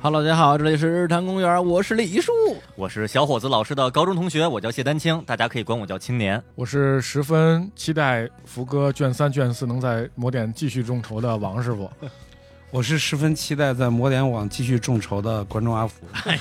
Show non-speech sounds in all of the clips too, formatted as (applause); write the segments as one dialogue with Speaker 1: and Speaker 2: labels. Speaker 1: Hello，大家好，这里是日坛公园，我是李叔。
Speaker 2: 我是小伙子老师的高中同学，我叫谢丹青，大家可以管我叫
Speaker 1: (laughs)
Speaker 2: 青年。
Speaker 3: 我是十分期待福哥卷三卷四能在某点继续众筹的王师傅。
Speaker 4: 我是十分期待在魔点网继续众筹的观众阿福。
Speaker 1: 哎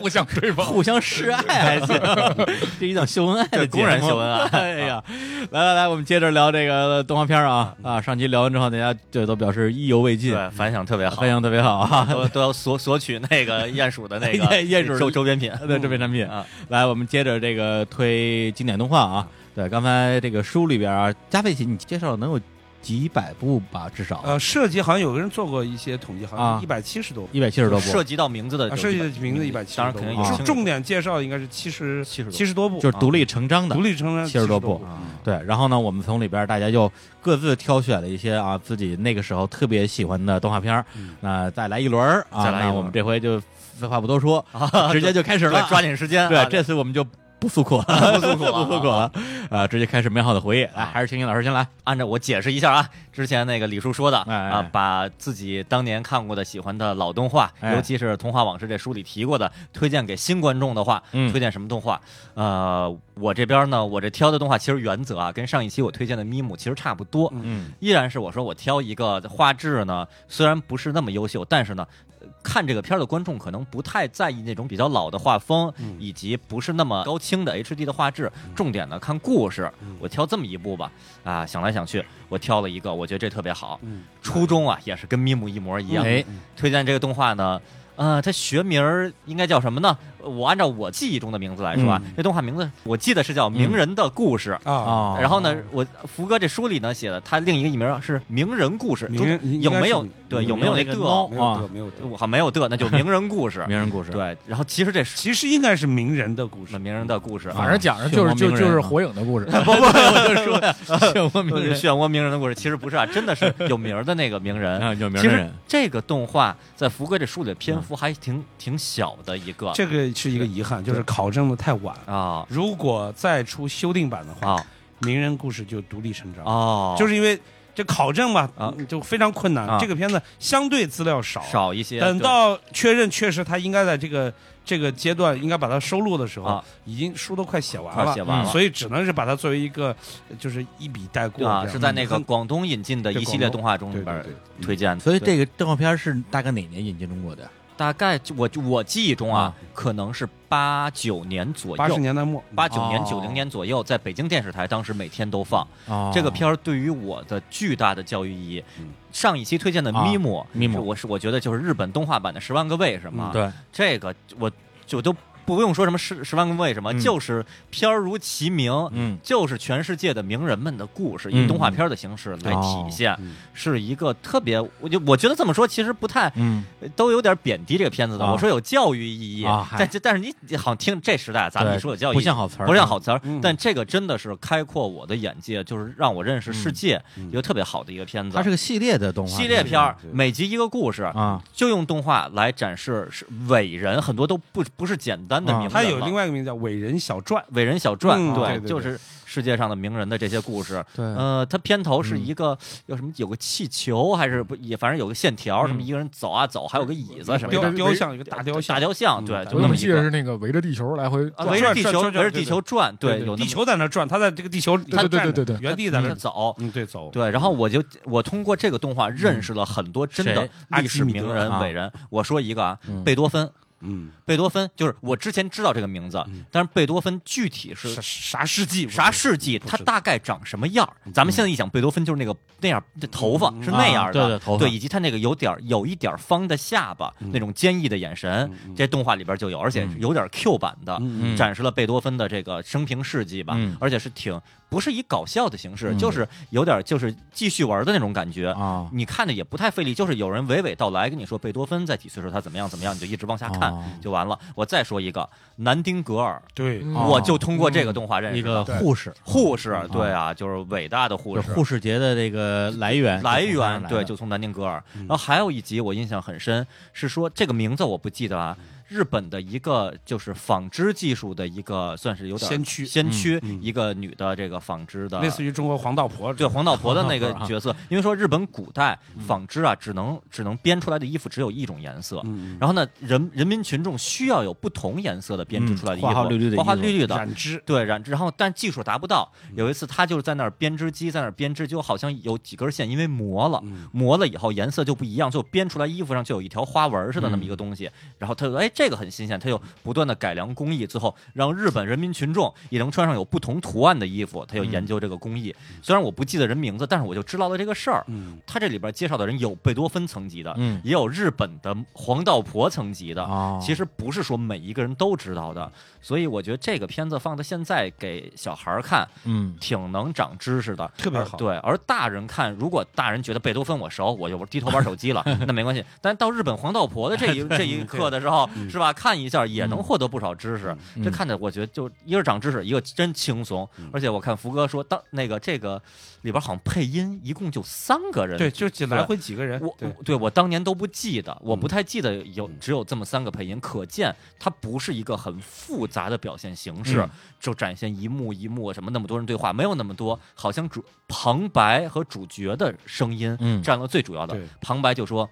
Speaker 3: 互相吹捧，
Speaker 1: 互相示爱，还行，
Speaker 2: (laughs)
Speaker 1: 这一档秀恩爱的
Speaker 2: 这公然秀恩爱啊
Speaker 1: 哎呀，来来来，我们接着聊这个动画片啊啊！上期聊完之后，大家这都表示意犹未尽，
Speaker 2: (laughs) 嗯对，反响特别好
Speaker 1: 反，响特别好啊。
Speaker 2: 都都要索索取
Speaker 1: (laughs)
Speaker 2: 那个鼹鼠的那个
Speaker 1: 鼹鼹鼠
Speaker 2: 周周边品。
Speaker 1: 对这边产品
Speaker 2: 啊，嗯
Speaker 1: 来，我们接着这个推经典动画啊。对，刚才这个书里边啊，加菲奇你介绍了能有几百部吧，至少
Speaker 4: 呃，设计好像有个人做过一些统计，好
Speaker 1: 啊
Speaker 4: 像一百七十多部。
Speaker 1: 一百七十多部
Speaker 2: 涉，及到名字的
Speaker 4: 啊，
Speaker 2: 就
Speaker 4: 设计的名字一
Speaker 2: 170
Speaker 4: 百七十
Speaker 2: 当然
Speaker 4: 多
Speaker 2: 肯定
Speaker 1: 有
Speaker 4: 部重
Speaker 2: 轻 (laughs)
Speaker 4: 重点介绍的应该是七十
Speaker 2: 70多
Speaker 4: 七十多部，
Speaker 1: 就是独立成章的
Speaker 4: 独。立成人
Speaker 1: 70多
Speaker 4: 多
Speaker 1: 部
Speaker 2: 啊
Speaker 1: 对，然后呢，我们从里边大家又各自挑选了一些啊自己那个时候特别喜欢的动画片儿
Speaker 4: 嗯，
Speaker 1: 那再来一轮儿啊，
Speaker 2: 再来一轮
Speaker 1: 那我们这回就废话不多说，直接就开始
Speaker 2: 啊对
Speaker 1: 了，
Speaker 2: 抓紧时间啊。
Speaker 1: 对，这次我们就不诉苦了，
Speaker 2: (laughs) 不诉苦了啊
Speaker 1: 不诉苦了， (laughs) 啊，直接开始美好的回忆。来，还是青青老师先来。
Speaker 2: 按照我解释一下啊，之前那个李叔说的
Speaker 1: 哎哎
Speaker 2: 啊，把自己当年看过的、喜欢的老动画，啊
Speaker 1: 哎
Speaker 2: 尤其是《童话往事》这书里提过的，推荐给新观众的话，
Speaker 1: 嗯
Speaker 2: 推荐什么动画？呃，我这边呢，我这挑的动画其实原则啊，跟上一期我推荐的《咪姆》其实差不多，
Speaker 4: 嗯
Speaker 1: 嗯
Speaker 2: 依然是我说我挑一个画质呢，虽然不是那么优秀，但是呢，呃看这个片儿的观众可能不太在意那种比较老的画风，
Speaker 4: 嗯
Speaker 2: 以及不是那么高清的 HD 的画质，重点呢看故事。
Speaker 4: 嗯
Speaker 2: 我挑这么一部吧，啊，想来想去，我挑了一个，我觉得这特别好。
Speaker 4: 嗯
Speaker 2: 初衷啊，也是跟咪姆一模一样。
Speaker 1: 哎
Speaker 2: 推荐这个动画呢，呃，它学名儿应该叫什么呢？我按照我记忆中的名字来说啊，
Speaker 4: 嗯
Speaker 2: 这动画名字我记得是叫《名人的故事》
Speaker 4: 啊，
Speaker 1: 哦
Speaker 2: 然后呢，我福哥这书里呢写的，他另一个艺名是《名人故事》，
Speaker 4: 名人
Speaker 2: 中
Speaker 4: 应
Speaker 2: 有
Speaker 4: 该
Speaker 2: 没
Speaker 4: 是
Speaker 2: 有
Speaker 4: 名
Speaker 2: 对
Speaker 4: 名
Speaker 2: 有没有那
Speaker 1: 人
Speaker 2: 个？
Speaker 1: 猫
Speaker 4: 没
Speaker 1: 啊
Speaker 4: 有的没有的。
Speaker 2: 我好没有的，那就《名人故事》
Speaker 1: 名人故事，，啊
Speaker 2: 对，然后其实这是
Speaker 4: 其实应该是名人的故事
Speaker 2: 那，名人的故事，
Speaker 3: 反正讲的就是就
Speaker 1: 啊
Speaker 3: 就
Speaker 1: (laughs)
Speaker 3: 是火影的故
Speaker 2: (laughs)
Speaker 3: 事。
Speaker 1: 不不，我就说呀，漩涡鸣
Speaker 2: 呃
Speaker 1: 人
Speaker 2: 漩涡鸣人的故事，其实不是啊，真的是有名儿的那个名人。
Speaker 1: 啊，有名
Speaker 2: 其
Speaker 1: 的
Speaker 2: 实
Speaker 1: 人，
Speaker 2: 这个动画在福哥这书里的篇幅还挺挺小的一个
Speaker 4: 这个是一个遗憾，就是考证的太晚。
Speaker 2: 啊
Speaker 4: 如果再出修订版的话，
Speaker 2: 啊
Speaker 4: 名人故事就独立成章。
Speaker 2: 哦，
Speaker 4: 就是是因为这考证嘛，
Speaker 2: 啊
Speaker 4: 嗯就非常困难。
Speaker 2: 啊
Speaker 4: 这个片子相对资料少，
Speaker 2: 少一些。
Speaker 4: 等
Speaker 2: 对
Speaker 4: 到确认确实他应该在这个这个阶段应该把它收录的时候，
Speaker 2: 啊
Speaker 4: 已经书都快写完
Speaker 2: 快
Speaker 4: 了，
Speaker 2: 写完
Speaker 1: 嗯
Speaker 2: 了，
Speaker 4: 所以只能是把它作为一个呃就是一笔带过嗯
Speaker 2: 啊
Speaker 4: 这样
Speaker 2: 是在那个
Speaker 4: 很
Speaker 2: 广东引进的一系列动画中里
Speaker 4: 对
Speaker 2: 边
Speaker 4: 对嗯
Speaker 2: 儿
Speaker 4: 对，
Speaker 2: 推荐的，
Speaker 1: 所以
Speaker 2: 对
Speaker 1: 这个动画片是大概哪年引进中国的？
Speaker 2: 大概就我就我记忆中啊
Speaker 1: 啊，
Speaker 2: 可能是八九年左
Speaker 4: 八十
Speaker 2: 右，
Speaker 4: 年代末
Speaker 2: 八九年
Speaker 1: 哦
Speaker 2: 九零年左右，在北京电视台当时每天都放
Speaker 1: 哦
Speaker 2: 这个片儿，对于我的巨大的教育意义
Speaker 4: 嗯。
Speaker 2: 上一期推荐的
Speaker 1: 啊
Speaker 2: 《咪姆》，
Speaker 1: 咪姆
Speaker 2: 是我是我觉得就是日本动画版的《十万个为什么》啊
Speaker 4: 嗯，
Speaker 1: 对，
Speaker 2: 这个我就都不用说什么十十万个为什么，
Speaker 1: 嗯
Speaker 2: 就是片儿如其名。
Speaker 1: 嗯，
Speaker 2: 就是全世界的名人们的故事，
Speaker 1: 嗯哦
Speaker 2: 以动画片的形式来体现，
Speaker 4: 嗯
Speaker 2: 是一个特别，我就我觉得这么说其实不太
Speaker 1: 嗯，
Speaker 2: 都有点贬低这个片子的。
Speaker 1: 啊
Speaker 2: 我说有教育意义，
Speaker 1: 啊嗨
Speaker 2: 但这但是你你好像听这时代，咱们
Speaker 1: 对
Speaker 2: 一说有教育意
Speaker 1: 不
Speaker 2: 义，
Speaker 1: 像好词儿，啊
Speaker 2: 不像好词儿。
Speaker 4: 嗯
Speaker 2: 但这个真的是开阔我的眼界，就是让我认识世界，
Speaker 4: 嗯嗯
Speaker 2: 一个特别好的一个片子。
Speaker 1: 它是个系列的动画
Speaker 2: 系列片儿
Speaker 4: 对，对
Speaker 2: 每集一个故事，
Speaker 1: 啊，
Speaker 2: 就用动画来展示是伟人，很多都不不是简单的
Speaker 1: 啊
Speaker 2: 名人了。
Speaker 4: 它有另外一个名字叫《伟人小传》，
Speaker 2: 伟人小传，
Speaker 4: 嗯对对对
Speaker 2: 就是世界上的名人的这些故事。
Speaker 1: 对
Speaker 2: 呃，它片头是一个有什么有个气球，还是不也反正有个线
Speaker 4: 嗯
Speaker 2: 条，什么一个人走啊走，还有个椅子什么
Speaker 4: 雕
Speaker 2: 的，
Speaker 4: 雕像有个大雕像
Speaker 2: 大，雕像，
Speaker 4: 嗯
Speaker 2: 对，
Speaker 4: 大
Speaker 2: 就那
Speaker 3: 我怎
Speaker 2: 么
Speaker 3: 么
Speaker 2: 一
Speaker 3: 记得
Speaker 2: 个
Speaker 3: 是那个围着地球来回
Speaker 2: 啊
Speaker 3: 转？
Speaker 2: 围着地球
Speaker 4: 转转
Speaker 2: 围
Speaker 4: 转
Speaker 2: 着地球转，
Speaker 4: 对
Speaker 2: 有那么
Speaker 4: 地球在那转，它在这个地球
Speaker 3: 对
Speaker 4: 它
Speaker 3: 对
Speaker 4: 站
Speaker 3: 对对
Speaker 4: 着
Speaker 3: 对对
Speaker 4: 原地在那
Speaker 2: 它走。
Speaker 4: 嗯对走
Speaker 2: 对，然后我就我通过这个动画
Speaker 4: 嗯
Speaker 2: 认识了很多真的
Speaker 1: 谁
Speaker 2: 历史
Speaker 1: 阿
Speaker 2: 名
Speaker 1: 基米德
Speaker 2: 人
Speaker 1: 啊
Speaker 2: 伟人。我说一个啊
Speaker 1: 嗯，
Speaker 2: 贝多芬，
Speaker 4: 嗯
Speaker 2: 贝多芬就是我之前知道这个名字
Speaker 4: 嗯，
Speaker 2: 但是贝多芬具体是
Speaker 4: 啥啥世纪
Speaker 2: 啥事迹，
Speaker 4: 不知
Speaker 2: 他
Speaker 4: 道
Speaker 2: 大概长什么样儿？咱们现在一想，贝多芬就是那个那样，这头发
Speaker 4: 嗯
Speaker 2: 是那样
Speaker 1: 嗯啊
Speaker 2: 的，
Speaker 1: 对对头发
Speaker 2: 以及他那个有点儿有一点儿方的下巴，
Speaker 4: 嗯
Speaker 2: 那种坚毅的眼神，
Speaker 4: 嗯
Speaker 2: 这动画里边就有，而且是有点 Q 版的，
Speaker 4: 嗯
Speaker 1: 嗯
Speaker 2: 展示了贝多芬的这个生平事迹吧，
Speaker 1: 嗯
Speaker 2: 而且是挺不是以搞笑的形式，
Speaker 1: 嗯
Speaker 2: 就是有点就是继续玩的那种感觉。
Speaker 1: 啊，
Speaker 2: 你看着也不太费力，就是有人娓娓道来跟你说贝多芬在几岁时候他怎么样怎么样，你就一直往下看、
Speaker 1: 哦
Speaker 2: 就完了。我再说一个南丁格尔，
Speaker 4: 对
Speaker 3: 嗯
Speaker 1: 哦
Speaker 2: 我就通过这个动画认识
Speaker 1: 一
Speaker 2: 的
Speaker 1: 个护士，
Speaker 2: 护士，对啊，就是伟大的护
Speaker 1: 就
Speaker 2: 士。
Speaker 1: 护士节的这个来源
Speaker 2: 来
Speaker 1: 就从那儿
Speaker 2: 源
Speaker 1: 来
Speaker 2: 对，
Speaker 1: 的
Speaker 2: 就从南丁格尔。
Speaker 4: 嗯
Speaker 1: 嗯
Speaker 2: 然后还有一集我印象很深，是说这个名字我不记得啊，日本的一个就是纺织技术的一个算是有点
Speaker 4: 先驱
Speaker 2: 先驱、
Speaker 4: 嗯嗯
Speaker 2: 一个女的这个纺织的
Speaker 4: 类似于中国黄道婆
Speaker 2: 对黄道婆的那个
Speaker 1: 黄道婆啊嗯
Speaker 2: 角色，因为说日本古代纺织啊，只能只能编出来的衣服只有一种颜色，
Speaker 4: 嗯，
Speaker 2: 然后呢，人人民群众需要有不同颜色的编织出来的衣服，
Speaker 1: 嗯花花绿绿的
Speaker 2: 花花
Speaker 1: 衣服
Speaker 2: 绿绿
Speaker 4: 嗯
Speaker 2: 的。
Speaker 4: 染织，
Speaker 2: 对，染然后但技术达不到。有一次他就是在那儿编织机在那儿编织，就好像有几根线因为磨了，
Speaker 4: 嗯
Speaker 2: 磨了以后颜色就不一样，就编出来衣服上就有一条花纹似的那么一个东西。然后他就哎，这个很新鲜，他就不断的改良工艺，最后让日本人民群众也能穿上有不同图案的衣服。他就研究这个工艺，虽然我不记得人名字，但是我就知道了这个事儿。
Speaker 4: 嗯，
Speaker 2: 他这里边介绍的人有贝多芬层级的，
Speaker 1: 嗯
Speaker 2: 也有日本的黄道婆层级的。
Speaker 1: 哦，
Speaker 2: 其实不是说每一个人都知道
Speaker 4: 嗯
Speaker 2: 的，所以我觉得这个片子放到现在给小孩儿看，
Speaker 1: 嗯
Speaker 2: 挺能长知识的，
Speaker 4: 特别好
Speaker 2: 而对，而大人看，如果大人觉得贝多芬我熟，我就低头玩手机
Speaker 4: (laughs)
Speaker 2: 了，那没关系。但到日本黄道婆的这一这一刻的时候，
Speaker 4: 嗯
Speaker 2: 是吧？看一下也能获得不少知识。这看着我觉得就一个是长知识，一个真轻松。
Speaker 4: 嗯
Speaker 2: 而且我看福哥说，当那个这个里边好像配音一共就三个人，
Speaker 4: 对，就几来回几个人，
Speaker 2: 我
Speaker 4: 哎对
Speaker 2: 我对我当年都不记得，我不太记得有
Speaker 4: 嗯
Speaker 2: 只有这么三个配音，可见它不是一个很复杂的表现形式
Speaker 1: 嗯，
Speaker 2: 就展现一幕一幕什么那么多人对话，没有那么多，好像主旁白和主角的声音
Speaker 1: 嗯
Speaker 2: 占了最主要的
Speaker 4: 对，
Speaker 2: 旁白就说。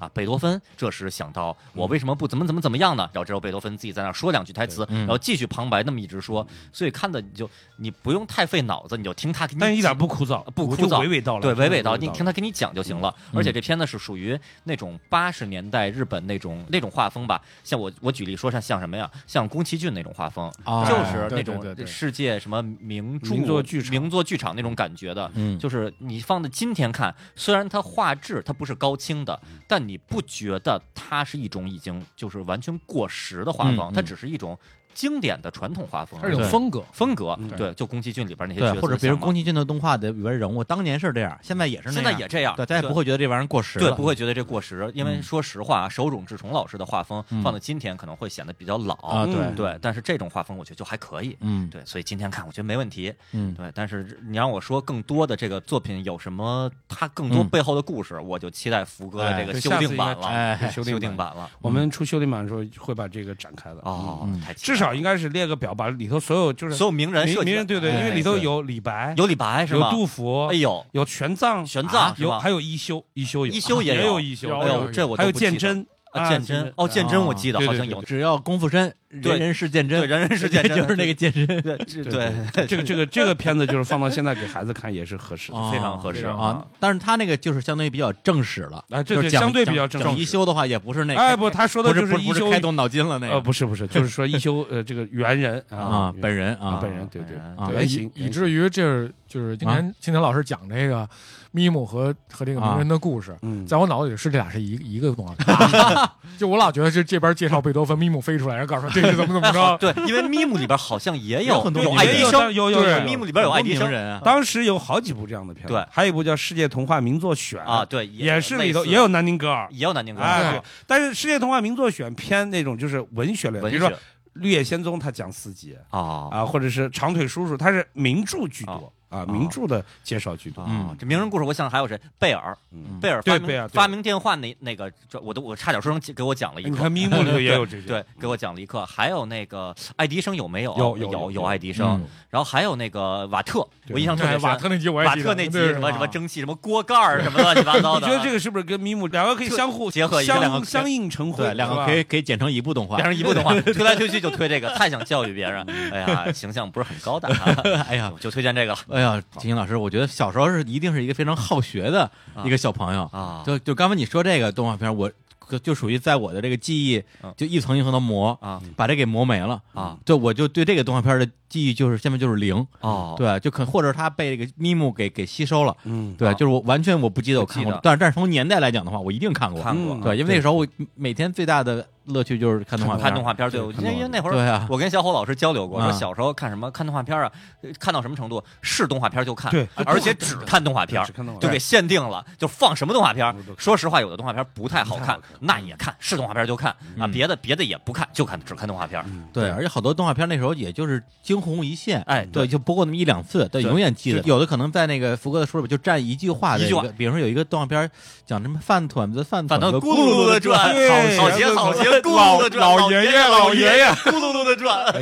Speaker 2: 啊，贝多芬这时想到
Speaker 4: 嗯
Speaker 2: 我为什么不怎么怎么怎么样呢？然后只有贝多芬自己在那儿说两句台
Speaker 1: 对
Speaker 2: 词，
Speaker 1: 嗯
Speaker 2: 然后继续旁白那么一直说，所以看的你就你不用太费脑子，你就听他给你
Speaker 4: 但一
Speaker 2: 讲
Speaker 4: 点不枯燥，
Speaker 2: 不枯
Speaker 4: 我就
Speaker 2: 燥
Speaker 4: 娓娓道来，
Speaker 2: 对，娓娓道，嗯
Speaker 4: 来
Speaker 2: 你听他给你讲就行了。而且这片子是属于那种八十年代日本那种那种画风吧，像我我举例说像像什么呀，像宫崎骏那种画风，
Speaker 1: 哦
Speaker 2: 就是
Speaker 3: 对
Speaker 2: 那
Speaker 3: 对
Speaker 2: 种
Speaker 3: 对对
Speaker 2: 世界什么名著
Speaker 4: 名作剧场
Speaker 2: 名作剧场那种感觉的。
Speaker 1: 嗯
Speaker 2: 就是你放在今天看，虽然它画质它不是高清的，但你不觉得它是一种已经就是完全过时的画风，
Speaker 1: 嗯嗯
Speaker 2: 它只是一种经典的传统画风
Speaker 3: 它是一种
Speaker 1: 对
Speaker 3: 风格，
Speaker 2: 风格。
Speaker 4: 嗯
Speaker 2: 对，就宫崎骏里边那些角
Speaker 1: 对，
Speaker 2: 色
Speaker 1: 或者比如
Speaker 2: 像嘛
Speaker 1: 宫崎骏的动画的里边人物，当年是这样，现在也是那
Speaker 2: 现
Speaker 1: 样，
Speaker 2: 在也这样，
Speaker 1: 对，大家不会觉得这玩意儿过时
Speaker 2: 对，
Speaker 1: 了
Speaker 2: 不会觉得这过时，因为
Speaker 1: 嗯
Speaker 2: 说实话，手冢治虫老师的画风
Speaker 1: 嗯
Speaker 2: 放到今天可能会显得比较老
Speaker 1: 啊，对
Speaker 4: 嗯，
Speaker 2: 对，但是这种画风我觉得就还可以。
Speaker 1: 嗯
Speaker 2: 对，所以今天看我觉得没问题。
Speaker 1: 嗯，
Speaker 2: 对，但是你让我说更多的这个作品有什么，它更多
Speaker 1: 嗯
Speaker 2: 背后的故事，我就期待福哥的这
Speaker 1: 哎
Speaker 2: 个
Speaker 4: 对
Speaker 2: 修
Speaker 4: 下次
Speaker 2: 订版
Speaker 4: 应
Speaker 2: 了，
Speaker 4: 该
Speaker 1: 哎，
Speaker 2: 修
Speaker 4: 修订版
Speaker 2: 订版了。
Speaker 4: 我们出修理版的时候会把这个展开的，
Speaker 2: 哦，
Speaker 1: 嗯
Speaker 2: 太期
Speaker 4: 至
Speaker 2: 待
Speaker 4: 少应该是列个表，把里头所有就是
Speaker 2: 所有名人
Speaker 4: 名
Speaker 2: 设计
Speaker 4: 名人对对，
Speaker 1: 哎
Speaker 4: 因为里头
Speaker 1: 是
Speaker 4: 有李白，
Speaker 2: 有李白是
Speaker 4: 有
Speaker 2: 吧？
Speaker 4: 杜甫
Speaker 2: 哎，呦，
Speaker 4: 有玄奘，
Speaker 2: 玄奘
Speaker 4: 啊
Speaker 2: 是
Speaker 4: 有
Speaker 2: 吧
Speaker 4: 还有一休，一休有，
Speaker 2: 一休也
Speaker 4: 也
Speaker 2: 有
Speaker 4: 一休，
Speaker 3: 有
Speaker 2: 哎
Speaker 4: 还
Speaker 3: 有
Speaker 2: 呦，这我
Speaker 4: 还有
Speaker 2: 都不记得
Speaker 4: 鉴真
Speaker 2: 啊，鉴真哦，鉴真我记得
Speaker 4: 对
Speaker 2: 好
Speaker 4: 对
Speaker 2: 像
Speaker 4: 对
Speaker 2: 有，
Speaker 1: 只要功夫深，
Speaker 2: 对
Speaker 1: 人人是健
Speaker 2: 对，
Speaker 1: 真，
Speaker 2: 人人是鉴真，
Speaker 1: (laughs) 就是那个啊健身
Speaker 2: 对这
Speaker 4: 对
Speaker 2: 对，
Speaker 4: 这个这个这个片子就是放到现在给孩子看也是合适的。
Speaker 1: 哦
Speaker 2: 非常合适
Speaker 1: 啊。但是他那个就是相对于比较正史了，
Speaker 4: 啊，
Speaker 1: 就
Speaker 4: 这这
Speaker 1: 是讲
Speaker 4: 相对比较
Speaker 1: 讲
Speaker 4: 正
Speaker 1: 讲
Speaker 4: 式
Speaker 1: 一。休的话也不是那，
Speaker 4: 哎，不，他说的
Speaker 1: 不
Speaker 4: 就是
Speaker 1: 不
Speaker 4: 一
Speaker 1: 不
Speaker 4: 休
Speaker 1: 是，开动脑筋了那
Speaker 4: 呃，
Speaker 1: 个
Speaker 4: 不是不是，就是说一休呃这个猿人
Speaker 1: 啊
Speaker 4: 啊，
Speaker 1: 本人
Speaker 4: 啊
Speaker 1: 啊，
Speaker 4: 本人对对哎
Speaker 2: 啊，
Speaker 1: 啊
Speaker 3: 对
Speaker 4: 原
Speaker 3: 以
Speaker 4: 型
Speaker 3: 以至于这就是今天青田老师讲这个咪姆和和这个名人的故事，
Speaker 4: 嗯
Speaker 3: 在我脑子里是这俩是一一个动画片，就我老觉得这这边介绍贝多芬，咪姆飞出来，然后告诉我这是怎么怎么着
Speaker 2: (laughs)
Speaker 4: (laughs)
Speaker 2: 对，因为咪姆里边好像也有
Speaker 1: 有很多
Speaker 2: 有
Speaker 1: 名
Speaker 2: 爱
Speaker 1: 人
Speaker 2: 迪生，
Speaker 4: 有有有
Speaker 2: 咪姆里边有爱迪
Speaker 1: 很多
Speaker 2: 生
Speaker 1: 名人啊，
Speaker 4: 当时有好几部这样的片子，
Speaker 2: 对
Speaker 4: 还有一部叫《世界童话名作选》
Speaker 2: 啊，，对，
Speaker 4: 也是里头
Speaker 2: 类似
Speaker 4: 也有南宁格尔。
Speaker 2: 也有南京哥，
Speaker 4: 哎，
Speaker 2: 对
Speaker 4: 对，但是《世界童话名作选》偏那种就是文学类的，
Speaker 2: 文
Speaker 4: 比
Speaker 2: 学
Speaker 4: 如说《绿野仙踪》，它讲四集
Speaker 2: 哦
Speaker 4: 啊，或者是《长腿叔叔》，它是名著居多啊，名著的介绍居多。
Speaker 2: 哦
Speaker 1: 嗯，
Speaker 2: 这名人故事，我想还有谁？贝尔，
Speaker 4: 嗯
Speaker 2: 贝尔
Speaker 4: 对
Speaker 2: 发明
Speaker 4: 贝尔对
Speaker 2: 发明电话那那个，这我都我差点说成给我讲了一
Speaker 4: 哎你
Speaker 2: 课
Speaker 4: 看，咪咕里头也有这些，
Speaker 2: 对，给我讲了一课。还有那个爱迪生有没有？
Speaker 4: 有有
Speaker 2: 有
Speaker 4: 有
Speaker 2: 爱迪生
Speaker 1: 嗯，
Speaker 2: 然后还有那个瓦特，
Speaker 4: 对
Speaker 2: 我印象特
Speaker 3: 哎
Speaker 2: 别
Speaker 3: 瓦
Speaker 2: 深。
Speaker 3: 特那集我也
Speaker 2: 瓦
Speaker 3: 记得
Speaker 2: 特那集
Speaker 3: 对
Speaker 2: 什么
Speaker 3: 啊
Speaker 2: 什么蒸汽什么锅盖儿什么乱七八糟
Speaker 4: (laughs) 你
Speaker 2: 的，啊
Speaker 4: 觉得这个是不是跟咪咕两个可以相互
Speaker 2: 结合一个两
Speaker 1: 个可
Speaker 4: 相
Speaker 1: 以
Speaker 4: 相映成辉？
Speaker 1: 对，两个可以可以剪成一部动画
Speaker 2: 变，成一
Speaker 1: (laughs)
Speaker 2: 部动画，推来推去就推这个，太想教育别人，哎呀，形象不是很高大，
Speaker 1: 嗯
Speaker 2: 啊
Speaker 1: (laughs) 哎呀。
Speaker 2: 就推荐这个了
Speaker 1: 哎呀，金星老师，我觉得小时候是一定是一个非常好学的一个小朋友。
Speaker 2: 啊。
Speaker 1: 就就刚才你说这个动画片，我就就属于在我的这个记忆
Speaker 4: 啊
Speaker 2: 嗯
Speaker 1: 就一层一层的磨，
Speaker 2: 啊
Speaker 1: 把这给磨没了
Speaker 2: 啊。
Speaker 1: 对，我就对这个动画片的记忆就是现在就是零，嗯
Speaker 2: 哦，
Speaker 1: 对，就可或者他被这个咪姆给给吸收了，
Speaker 4: 嗯，
Speaker 1: 对，
Speaker 2: 啊
Speaker 1: 就是我完全我不记得我看
Speaker 2: 不
Speaker 1: 过
Speaker 2: 记得，
Speaker 1: 但是但是从年代来讲的话，我一定看过，
Speaker 2: 看过
Speaker 4: 嗯
Speaker 1: 对，因为那时候我每天最大的乐趣就是看动画片，
Speaker 2: 看动画片儿，对，我因
Speaker 1: 看
Speaker 2: 为
Speaker 1: 动画
Speaker 2: 因为那会儿
Speaker 1: 对啊，
Speaker 2: 我跟小伙老师交流过，
Speaker 1: 啊
Speaker 2: 说小时候看什么看动画片儿啊，呃看到什么程度是动画片儿就看，
Speaker 4: 对
Speaker 2: 而且只看动画片儿
Speaker 4: 只。看动画
Speaker 2: 就
Speaker 4: 片
Speaker 2: 给限定了，就放什么动画片儿
Speaker 4: 我都看。
Speaker 2: 说实话，有的动画片儿不太好
Speaker 4: 不太
Speaker 2: 看
Speaker 4: 好看，
Speaker 2: 那也看，是动画片儿就看啊，
Speaker 1: 嗯
Speaker 2: 别的别的也不看，就看只看动画片儿。
Speaker 4: 嗯
Speaker 1: 对，而且好多动画片那时候也就是惊鸿一现，
Speaker 2: 哎，
Speaker 1: 对，，就播过那么一两次，对，
Speaker 2: 对
Speaker 1: 永远记得。
Speaker 2: 就
Speaker 1: 有的可能在那个福哥的书里边就占一句话的
Speaker 2: 一句话
Speaker 1: 个比如说有一个动画片讲什么饭团子，饭
Speaker 2: 反
Speaker 1: 团
Speaker 2: 正
Speaker 1: 子
Speaker 2: 咕噜噜的转，
Speaker 4: 对
Speaker 2: 好鞋好鞋咕噜的转，
Speaker 4: 老
Speaker 2: 老
Speaker 4: 老爷爷
Speaker 2: 老
Speaker 4: 老爷爷
Speaker 2: 咕噜噜的转。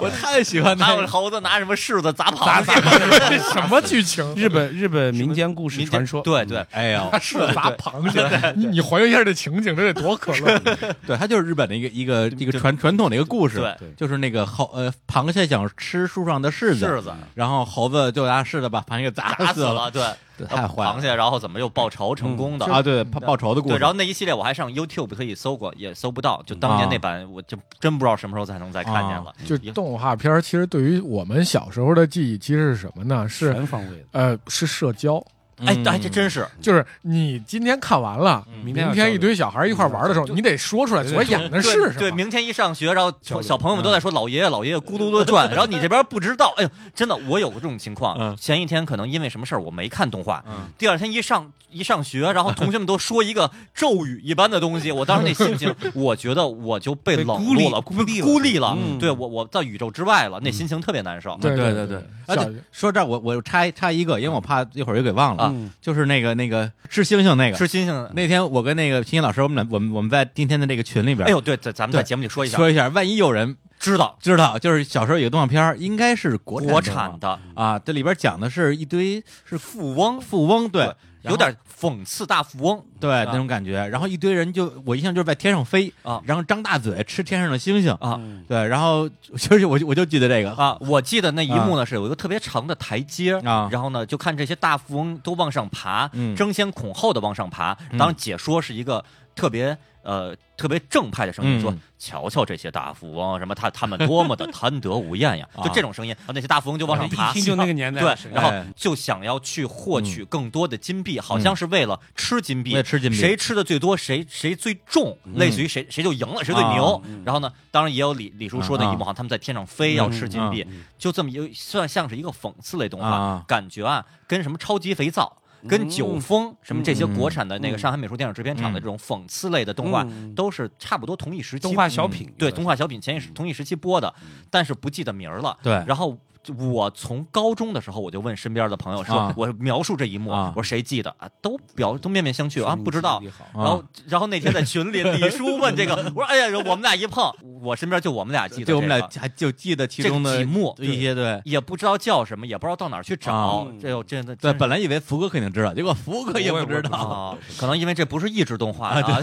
Speaker 1: 我太喜欢
Speaker 2: 还
Speaker 1: 他
Speaker 2: 有
Speaker 1: 了。
Speaker 2: 猴子 (laughs) 拿什么柿子砸螃蟹，
Speaker 3: (laughs) 什么剧
Speaker 2: (laughs)
Speaker 3: 情？
Speaker 4: 日本日本民间故事
Speaker 2: 民间
Speaker 4: 传说，
Speaker 2: 对对，
Speaker 1: 哎呦，
Speaker 3: 是砸螃蟹，你你还原一下这情景，这得多可
Speaker 2: (laughs)
Speaker 3: 乐！
Speaker 1: 对，它就是日本的一个一个一个传传统的一个故事，
Speaker 2: 对
Speaker 1: 就是那个猴呃，螃蟹想吃树上的嗯柿子，
Speaker 2: 柿子
Speaker 1: 然后猴子就拿柿子把螃蟹砸
Speaker 2: 打死
Speaker 1: 了，
Speaker 2: 了，对，
Speaker 1: 对太坏
Speaker 2: 螃
Speaker 1: 了
Speaker 2: 蟹，然后怎么又报仇成功的
Speaker 1: 啊！对，报报仇的故
Speaker 2: 嗯对，
Speaker 1: 事，
Speaker 2: 然后那一系列我还上 YouTube 特意搜过，也搜不到，就当年那版，我就真不知道什么时候才能再看见了。
Speaker 3: 就
Speaker 2: 也
Speaker 3: 动画片儿，其实对于我们小时候的记忆，其实是什么呢？是
Speaker 4: 全方位的。
Speaker 3: 呃，是社交，
Speaker 2: 哎，
Speaker 1: 嗯
Speaker 2: 哎，这真是
Speaker 3: 就是你今天看完了，
Speaker 1: 嗯
Speaker 4: 明
Speaker 3: 明
Speaker 4: 天要
Speaker 3: 天一堆小孩儿一块儿玩的时候，你得说出来
Speaker 4: 对
Speaker 3: 昨天演的
Speaker 2: 对
Speaker 3: 是
Speaker 2: 对，
Speaker 3: 什么。
Speaker 2: 明天一上学，然后
Speaker 3: 小
Speaker 2: 小小朋友们都在说老爷爷老爷爷咕噜噜地转，然后你这边不知道，哎呦，真的，我有过这种情况。
Speaker 1: 嗯
Speaker 2: 前一天可能因为什么事儿我没看动画，
Speaker 1: 嗯
Speaker 2: 第二天一上一上学，然后同学们都说一个咒语一般的东西，我当时那心情，我觉得我就被
Speaker 4: 被
Speaker 2: 冷
Speaker 4: 孤立
Speaker 2: 落了，孤
Speaker 4: 孤立了
Speaker 2: 孤立了。
Speaker 4: 嗯
Speaker 2: 对我，我在宇宙之外了，那心情特别难受。
Speaker 1: 对
Speaker 3: 对
Speaker 1: 对
Speaker 3: 小
Speaker 1: 啊，对说这儿我我插一插一个，因为我怕一会儿又给忘了，
Speaker 2: 嗯啊
Speaker 4: 嗯
Speaker 1: 就是那个那个吃星星那个，
Speaker 2: 吃星星，
Speaker 1: 那天我跟那个秦星老师，我们俩我们我们在今天的这个群里边，
Speaker 2: 哎呦，对，咱咱们在
Speaker 1: 对
Speaker 2: 节目里说一下，
Speaker 1: 说一下，万一有人
Speaker 2: 知道
Speaker 1: 知道，就是小时候有个动画片儿，应该是国
Speaker 2: 国
Speaker 1: 产的
Speaker 2: 产的
Speaker 1: 啊，这里边讲的是一堆是
Speaker 2: 富翁
Speaker 1: 富翁，对
Speaker 2: 对，有点讽刺大富翁，
Speaker 1: 对
Speaker 2: 吧
Speaker 1: 那种感觉，然后一堆人就我印象就是在天上飞
Speaker 2: 啊
Speaker 1: 然后张大嘴吃天上的星星，
Speaker 2: 啊
Speaker 4: 嗯
Speaker 1: 对，然后就是 (laughs) 我就我就记得这个，
Speaker 2: 啊！我记得那一幕呢是有一个特别长的台阶
Speaker 1: 啊
Speaker 2: 然后呢就看这些大富翁都往上爬，
Speaker 1: 嗯
Speaker 2: 争先恐后的往上爬。
Speaker 1: 嗯
Speaker 2: 当然，解说是一个特别呃特别正派的声音，
Speaker 1: 嗯
Speaker 2: 说：“瞧瞧这些大富翁，什么他他们多么的 (laughs) 贪得无厌呀！”
Speaker 1: 啊哦
Speaker 2: 就这种声音，哦那些大富翁就往上爬啊
Speaker 4: 一。听就那个年代
Speaker 2: 对
Speaker 4: 的声，音，
Speaker 2: 然
Speaker 1: 哎
Speaker 2: 后就想要去获取更多的金币，好像是为了吃金币
Speaker 1: 嗯为，了吃金币嗯
Speaker 2: 谁吃的最多，谁谁最重，类似于谁谁就赢了，谁最
Speaker 1: 啊
Speaker 2: 牛。然后呢，当然也有李李叔说的一幕，好像他们在天上飞
Speaker 1: 嗯
Speaker 2: 要吃金币，就这么一个算像是一个讽刺类动画
Speaker 1: 啊，
Speaker 2: 感觉啊，跟什么超级肥皂。
Speaker 1: 嗯
Speaker 2: 跟九峰什么这些国产的那个
Speaker 4: 嗯
Speaker 2: 上海美术电影制片厂的这种讽刺类的动
Speaker 1: 嗯
Speaker 2: 画，都是差不多同一时期
Speaker 4: 动画小品，
Speaker 2: 对，动画小品前一
Speaker 1: 嗯
Speaker 2: 时同一时期播的，但是不记得名儿了。
Speaker 1: 对
Speaker 2: 然后我从高中的时候我就问身边的朋友说
Speaker 1: 啊，
Speaker 2: 我描述这一幕，
Speaker 1: 啊
Speaker 2: 我说谁记得啊？都表都面面相觑啊，不知道。
Speaker 1: 啊
Speaker 2: 然后，然后那天在群里，李叔问这
Speaker 1: (laughs)
Speaker 2: 个，我说：“哎呀，我们俩一碰，我身边就我们俩记得、这个，
Speaker 1: 就我们俩还就记得其
Speaker 2: 这
Speaker 1: 中的
Speaker 2: 几幕
Speaker 1: 一些对。
Speaker 2: (laughs) 也不知道叫什么，也不知道到哪儿去找。
Speaker 1: 啊
Speaker 2: 这又真的
Speaker 1: 对，
Speaker 2: 真是
Speaker 1: 本来以为福哥肯定知道，结果福哥也
Speaker 4: 我也
Speaker 1: 知
Speaker 4: 不知
Speaker 1: 道。
Speaker 2: 啊，可能因为这不是益智动画啊， (laughs) 是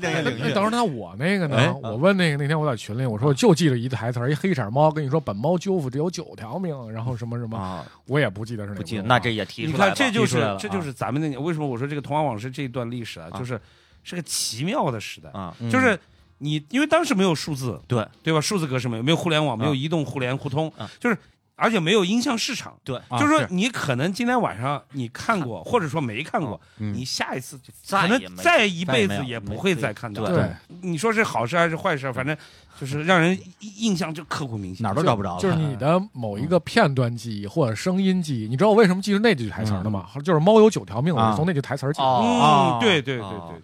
Speaker 2: 另一个领
Speaker 3: 那
Speaker 2: 域。
Speaker 3: 等会儿哎那我那个
Speaker 1: 哎
Speaker 3: 呢？我问那个那天我在群里，我说我就记着一台词儿，一黑色猫跟你说本猫纠复只有九条命，然后什么什么，
Speaker 2: 啊，
Speaker 3: 我也不记得是哪啊
Speaker 2: 不
Speaker 3: 部
Speaker 2: 记
Speaker 3: 动
Speaker 2: 得，
Speaker 3: 画。
Speaker 1: 啊
Speaker 2: 那这也提
Speaker 4: 你
Speaker 2: 出来
Speaker 4: 看
Speaker 2: 吧
Speaker 4: 这就
Speaker 1: 提出来了
Speaker 4: 是
Speaker 1: 啊
Speaker 4: 这就是咱们那为什么我说这个童话往事这一段历史啊，
Speaker 2: 啊
Speaker 4: 就是是个奇妙的时代，
Speaker 2: 啊，
Speaker 1: 嗯
Speaker 4: 就是你因为当时没有数字，
Speaker 2: 对
Speaker 4: 对吧？数字格式没有，没有互联网，没有移动互联互通，就是而且没有音像市场。
Speaker 2: 对，
Speaker 1: 啊
Speaker 4: 就是说
Speaker 1: 是，
Speaker 4: 你可能今天晚上你看过，或者说没看过，
Speaker 1: 嗯
Speaker 4: 你下一次就
Speaker 2: 再
Speaker 4: 可
Speaker 2: 也
Speaker 4: 能
Speaker 2: 没
Speaker 4: 再一辈
Speaker 1: 再也
Speaker 4: 子
Speaker 1: 没有
Speaker 4: 也不会再看到。
Speaker 2: 对
Speaker 3: 对，
Speaker 4: 你说是好事还是坏事，反正就是让人印象就刻骨铭心。
Speaker 1: 哪儿都找不着了。嗯
Speaker 3: 就是你的某一个片段记忆或者声音记忆，你知道我为什么记住那句台词儿的吗？就是猫有九条命，我
Speaker 1: 啊
Speaker 3: 是从那句台词儿记的。
Speaker 2: 哦
Speaker 1: 哦
Speaker 4: 嗯，对对对
Speaker 2: 哦
Speaker 4: 对，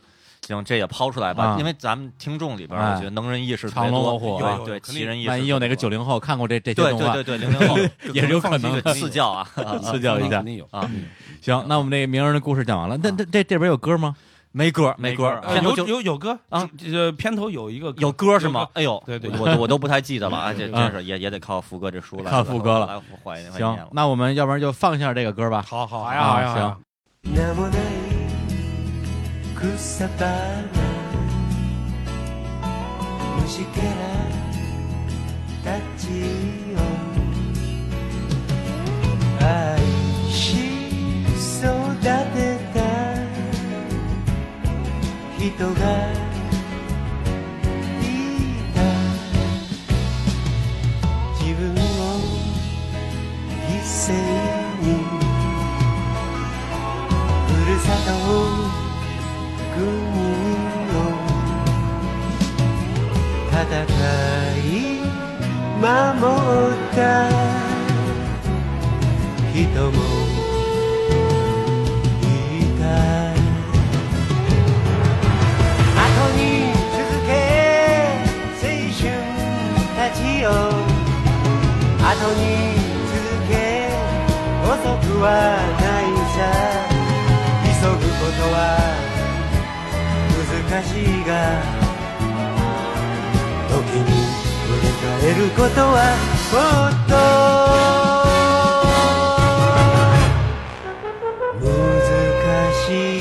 Speaker 2: 行，这也抛出来吧
Speaker 1: 啊，
Speaker 2: 因为咱们听众里边，
Speaker 1: 哎
Speaker 2: 我觉得能人异士特
Speaker 1: 藏
Speaker 2: 别
Speaker 1: 龙
Speaker 2: 多
Speaker 1: 卧虎
Speaker 2: 对
Speaker 1: 啊
Speaker 2: 对，
Speaker 4: 肯
Speaker 2: 奇
Speaker 4: 定
Speaker 2: 人异士，
Speaker 1: 万一有哪个九零后看过这这些
Speaker 2: 对
Speaker 1: 动
Speaker 2: 对
Speaker 1: 画
Speaker 2: 对，对零零后
Speaker 1: (laughs) 也是有可能
Speaker 4: 放心
Speaker 1: 的
Speaker 4: 对嗯
Speaker 2: 赐
Speaker 1: (laughs)
Speaker 2: 教啊，啊
Speaker 1: 赐教一下
Speaker 4: 肯。定有。
Speaker 2: 啊，
Speaker 1: 行，那我们这个名人的故事讲完了，那那这这边有歌吗？
Speaker 2: 没歌没歌，
Speaker 4: 呃
Speaker 2: 片头
Speaker 4: 有
Speaker 2: 就
Speaker 4: 有有歌
Speaker 2: 啊，
Speaker 4: 呃，片头有一个
Speaker 2: 有歌是吗？？哎呦，
Speaker 4: 对对
Speaker 1: (laughs)
Speaker 2: 我我都我都不太记得了啊，这真是也也得靠福哥这书来，
Speaker 1: 嗯靠福哥了
Speaker 2: 来怀念怀念
Speaker 1: 行
Speaker 2: 了，。
Speaker 1: 那我们要不然就放一下这个歌吧。
Speaker 4: 好好
Speaker 3: 好
Speaker 4: 好
Speaker 3: 呀好呀，
Speaker 1: 啊
Speaker 3: 好呀
Speaker 5: 名もない草花虫けらたちを愛し育てた人がいた自分を犠牲にふるさと国を戦い守った人もいた後に続け青春たちよ後に続け遅くはないさ急ぐことは難しいがに振り返ることはもっと難しい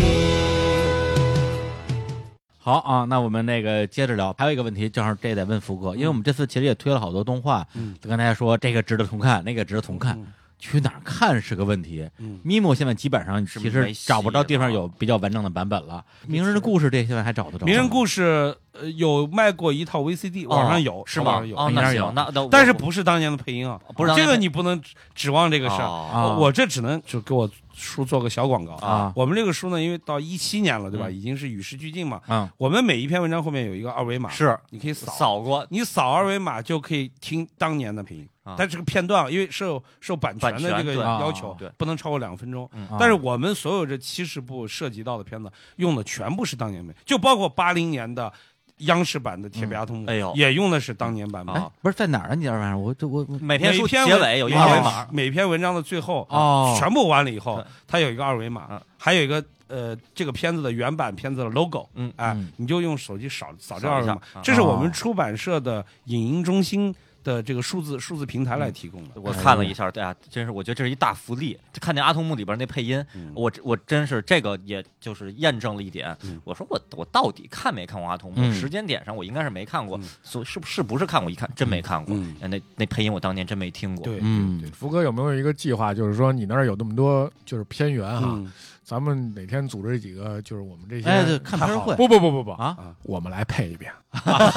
Speaker 1: 好啊，那我们那个接着聊，还有一个问题，正好这得问福哥，因为我们这次其实也推了好多动画，
Speaker 4: 嗯
Speaker 1: 就刚才说这个值得重看，那个值得重看，去哪儿看是个问题。
Speaker 4: 嗯
Speaker 1: 咪姆现在基本上其
Speaker 2: 是没
Speaker 1: 实
Speaker 2: 戏
Speaker 1: 找不着地方
Speaker 2: 了
Speaker 1: 有比较完整的版本了，《名人的故事》这现在还找得着吗，
Speaker 4: 名人故事呃有卖过一套 VCD，网上有，
Speaker 2: 是吗
Speaker 4: 网上？有，
Speaker 2: 哦，
Speaker 1: 应
Speaker 2: 那
Speaker 1: 该是有
Speaker 2: 行，那那我
Speaker 4: 但是不是当年的配音啊，
Speaker 2: 哦不是当
Speaker 4: 这
Speaker 2: 年
Speaker 4: 个
Speaker 2: 配
Speaker 4: 你不能指指望这
Speaker 2: 这
Speaker 4: 个事儿。
Speaker 1: 啊
Speaker 4: 我这只能就给我书做个小广告
Speaker 2: 啊
Speaker 1: 啊，
Speaker 4: 我们这个书呢，因为到一七年了，对吧？
Speaker 2: 嗯
Speaker 4: 已经是与时俱进嘛。
Speaker 1: 嗯，
Speaker 4: 我们每一篇文章后面有一个二
Speaker 1: 啊
Speaker 4: 维码，
Speaker 2: 是
Speaker 4: 你可以扫，
Speaker 2: 扫过
Speaker 4: 你扫二维码就可以听当年的配音
Speaker 2: 啊，
Speaker 4: 但这个片段因为受受版权
Speaker 2: 版
Speaker 4: 的
Speaker 2: 权
Speaker 4: 这个
Speaker 2: 对
Speaker 4: 要求
Speaker 2: 啊对，
Speaker 4: 不能超过两分钟。
Speaker 1: 啊
Speaker 4: 但是我们所有这七十部涉及到的片子，用的全部是当年配，就包括八零年的央视版的《铁臂阿童木》
Speaker 2: 嗯哎呦
Speaker 4: 也用的是当年版本。
Speaker 1: 哎，不是在哪儿啊？你这玩意儿，我这我我
Speaker 2: 每篇
Speaker 4: 每
Speaker 2: 书
Speaker 4: 篇
Speaker 2: 结
Speaker 4: 文
Speaker 2: 尾有一
Speaker 4: 每
Speaker 2: 个二维
Speaker 4: 篇
Speaker 2: 码，
Speaker 4: 每篇文章的最后啊
Speaker 1: 哦
Speaker 4: 全部完了以后
Speaker 2: 嗯，
Speaker 4: 它有一个二维码
Speaker 2: 嗯，
Speaker 4: 还有一个呃这个片子的原版片子的 logo，
Speaker 2: 嗯
Speaker 4: 哎
Speaker 1: 嗯，
Speaker 4: 你就用手机扫扫
Speaker 2: 扫
Speaker 4: 这
Speaker 2: 一
Speaker 4: 二维
Speaker 2: 下
Speaker 4: 码
Speaker 2: 啊，
Speaker 4: 这是我们出版社的影音中心的这个数字数字平台来提供的。
Speaker 2: 我看了一下，对啊，真是我觉得这是一大福利。看见《阿童木》里边那配音，
Speaker 4: 嗯
Speaker 2: 我我真是这个，也就是验证了一点。
Speaker 4: 嗯
Speaker 2: 我说我我到底看没看过《阿童木》
Speaker 1: 嗯
Speaker 2: 时间点上我应该是没看过
Speaker 4: 嗯，
Speaker 2: 所、是是不是看过？一看真没看过。哎
Speaker 4: 嗯，
Speaker 2: 那那配音我当年真没听过。
Speaker 4: 对，
Speaker 1: 嗯
Speaker 3: 对，福哥有没有一个计划？就是说你那儿有那么多就是片源哈，
Speaker 4: 嗯
Speaker 3: 咱们哪天组织几个，就是我们这些
Speaker 1: 哎对看片儿会
Speaker 3: 不不不不不
Speaker 1: 啊，
Speaker 3: 我们来配一遍，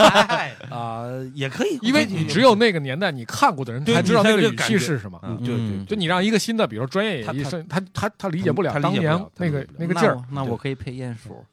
Speaker 4: (laughs) 啊也可以，
Speaker 3: 因为你只有那个年代你看过的人
Speaker 4: 对
Speaker 3: 才知道
Speaker 4: 你才
Speaker 3: 那
Speaker 4: 有
Speaker 3: 个
Speaker 4: 这
Speaker 3: 语
Speaker 4: 感
Speaker 3: 气
Speaker 4: 觉
Speaker 3: 是什么。
Speaker 2: 嗯
Speaker 4: 嗯对对，
Speaker 3: 就你让一个新的，比如说专业医生，他他他理解不了
Speaker 4: 他理
Speaker 3: 当
Speaker 4: 解不
Speaker 3: 年
Speaker 4: 了他
Speaker 3: 那
Speaker 4: 理
Speaker 3: 个
Speaker 4: 解不了
Speaker 3: 那个劲儿
Speaker 1: 那我，那
Speaker 4: 对
Speaker 1: 我可以配鼹鼠，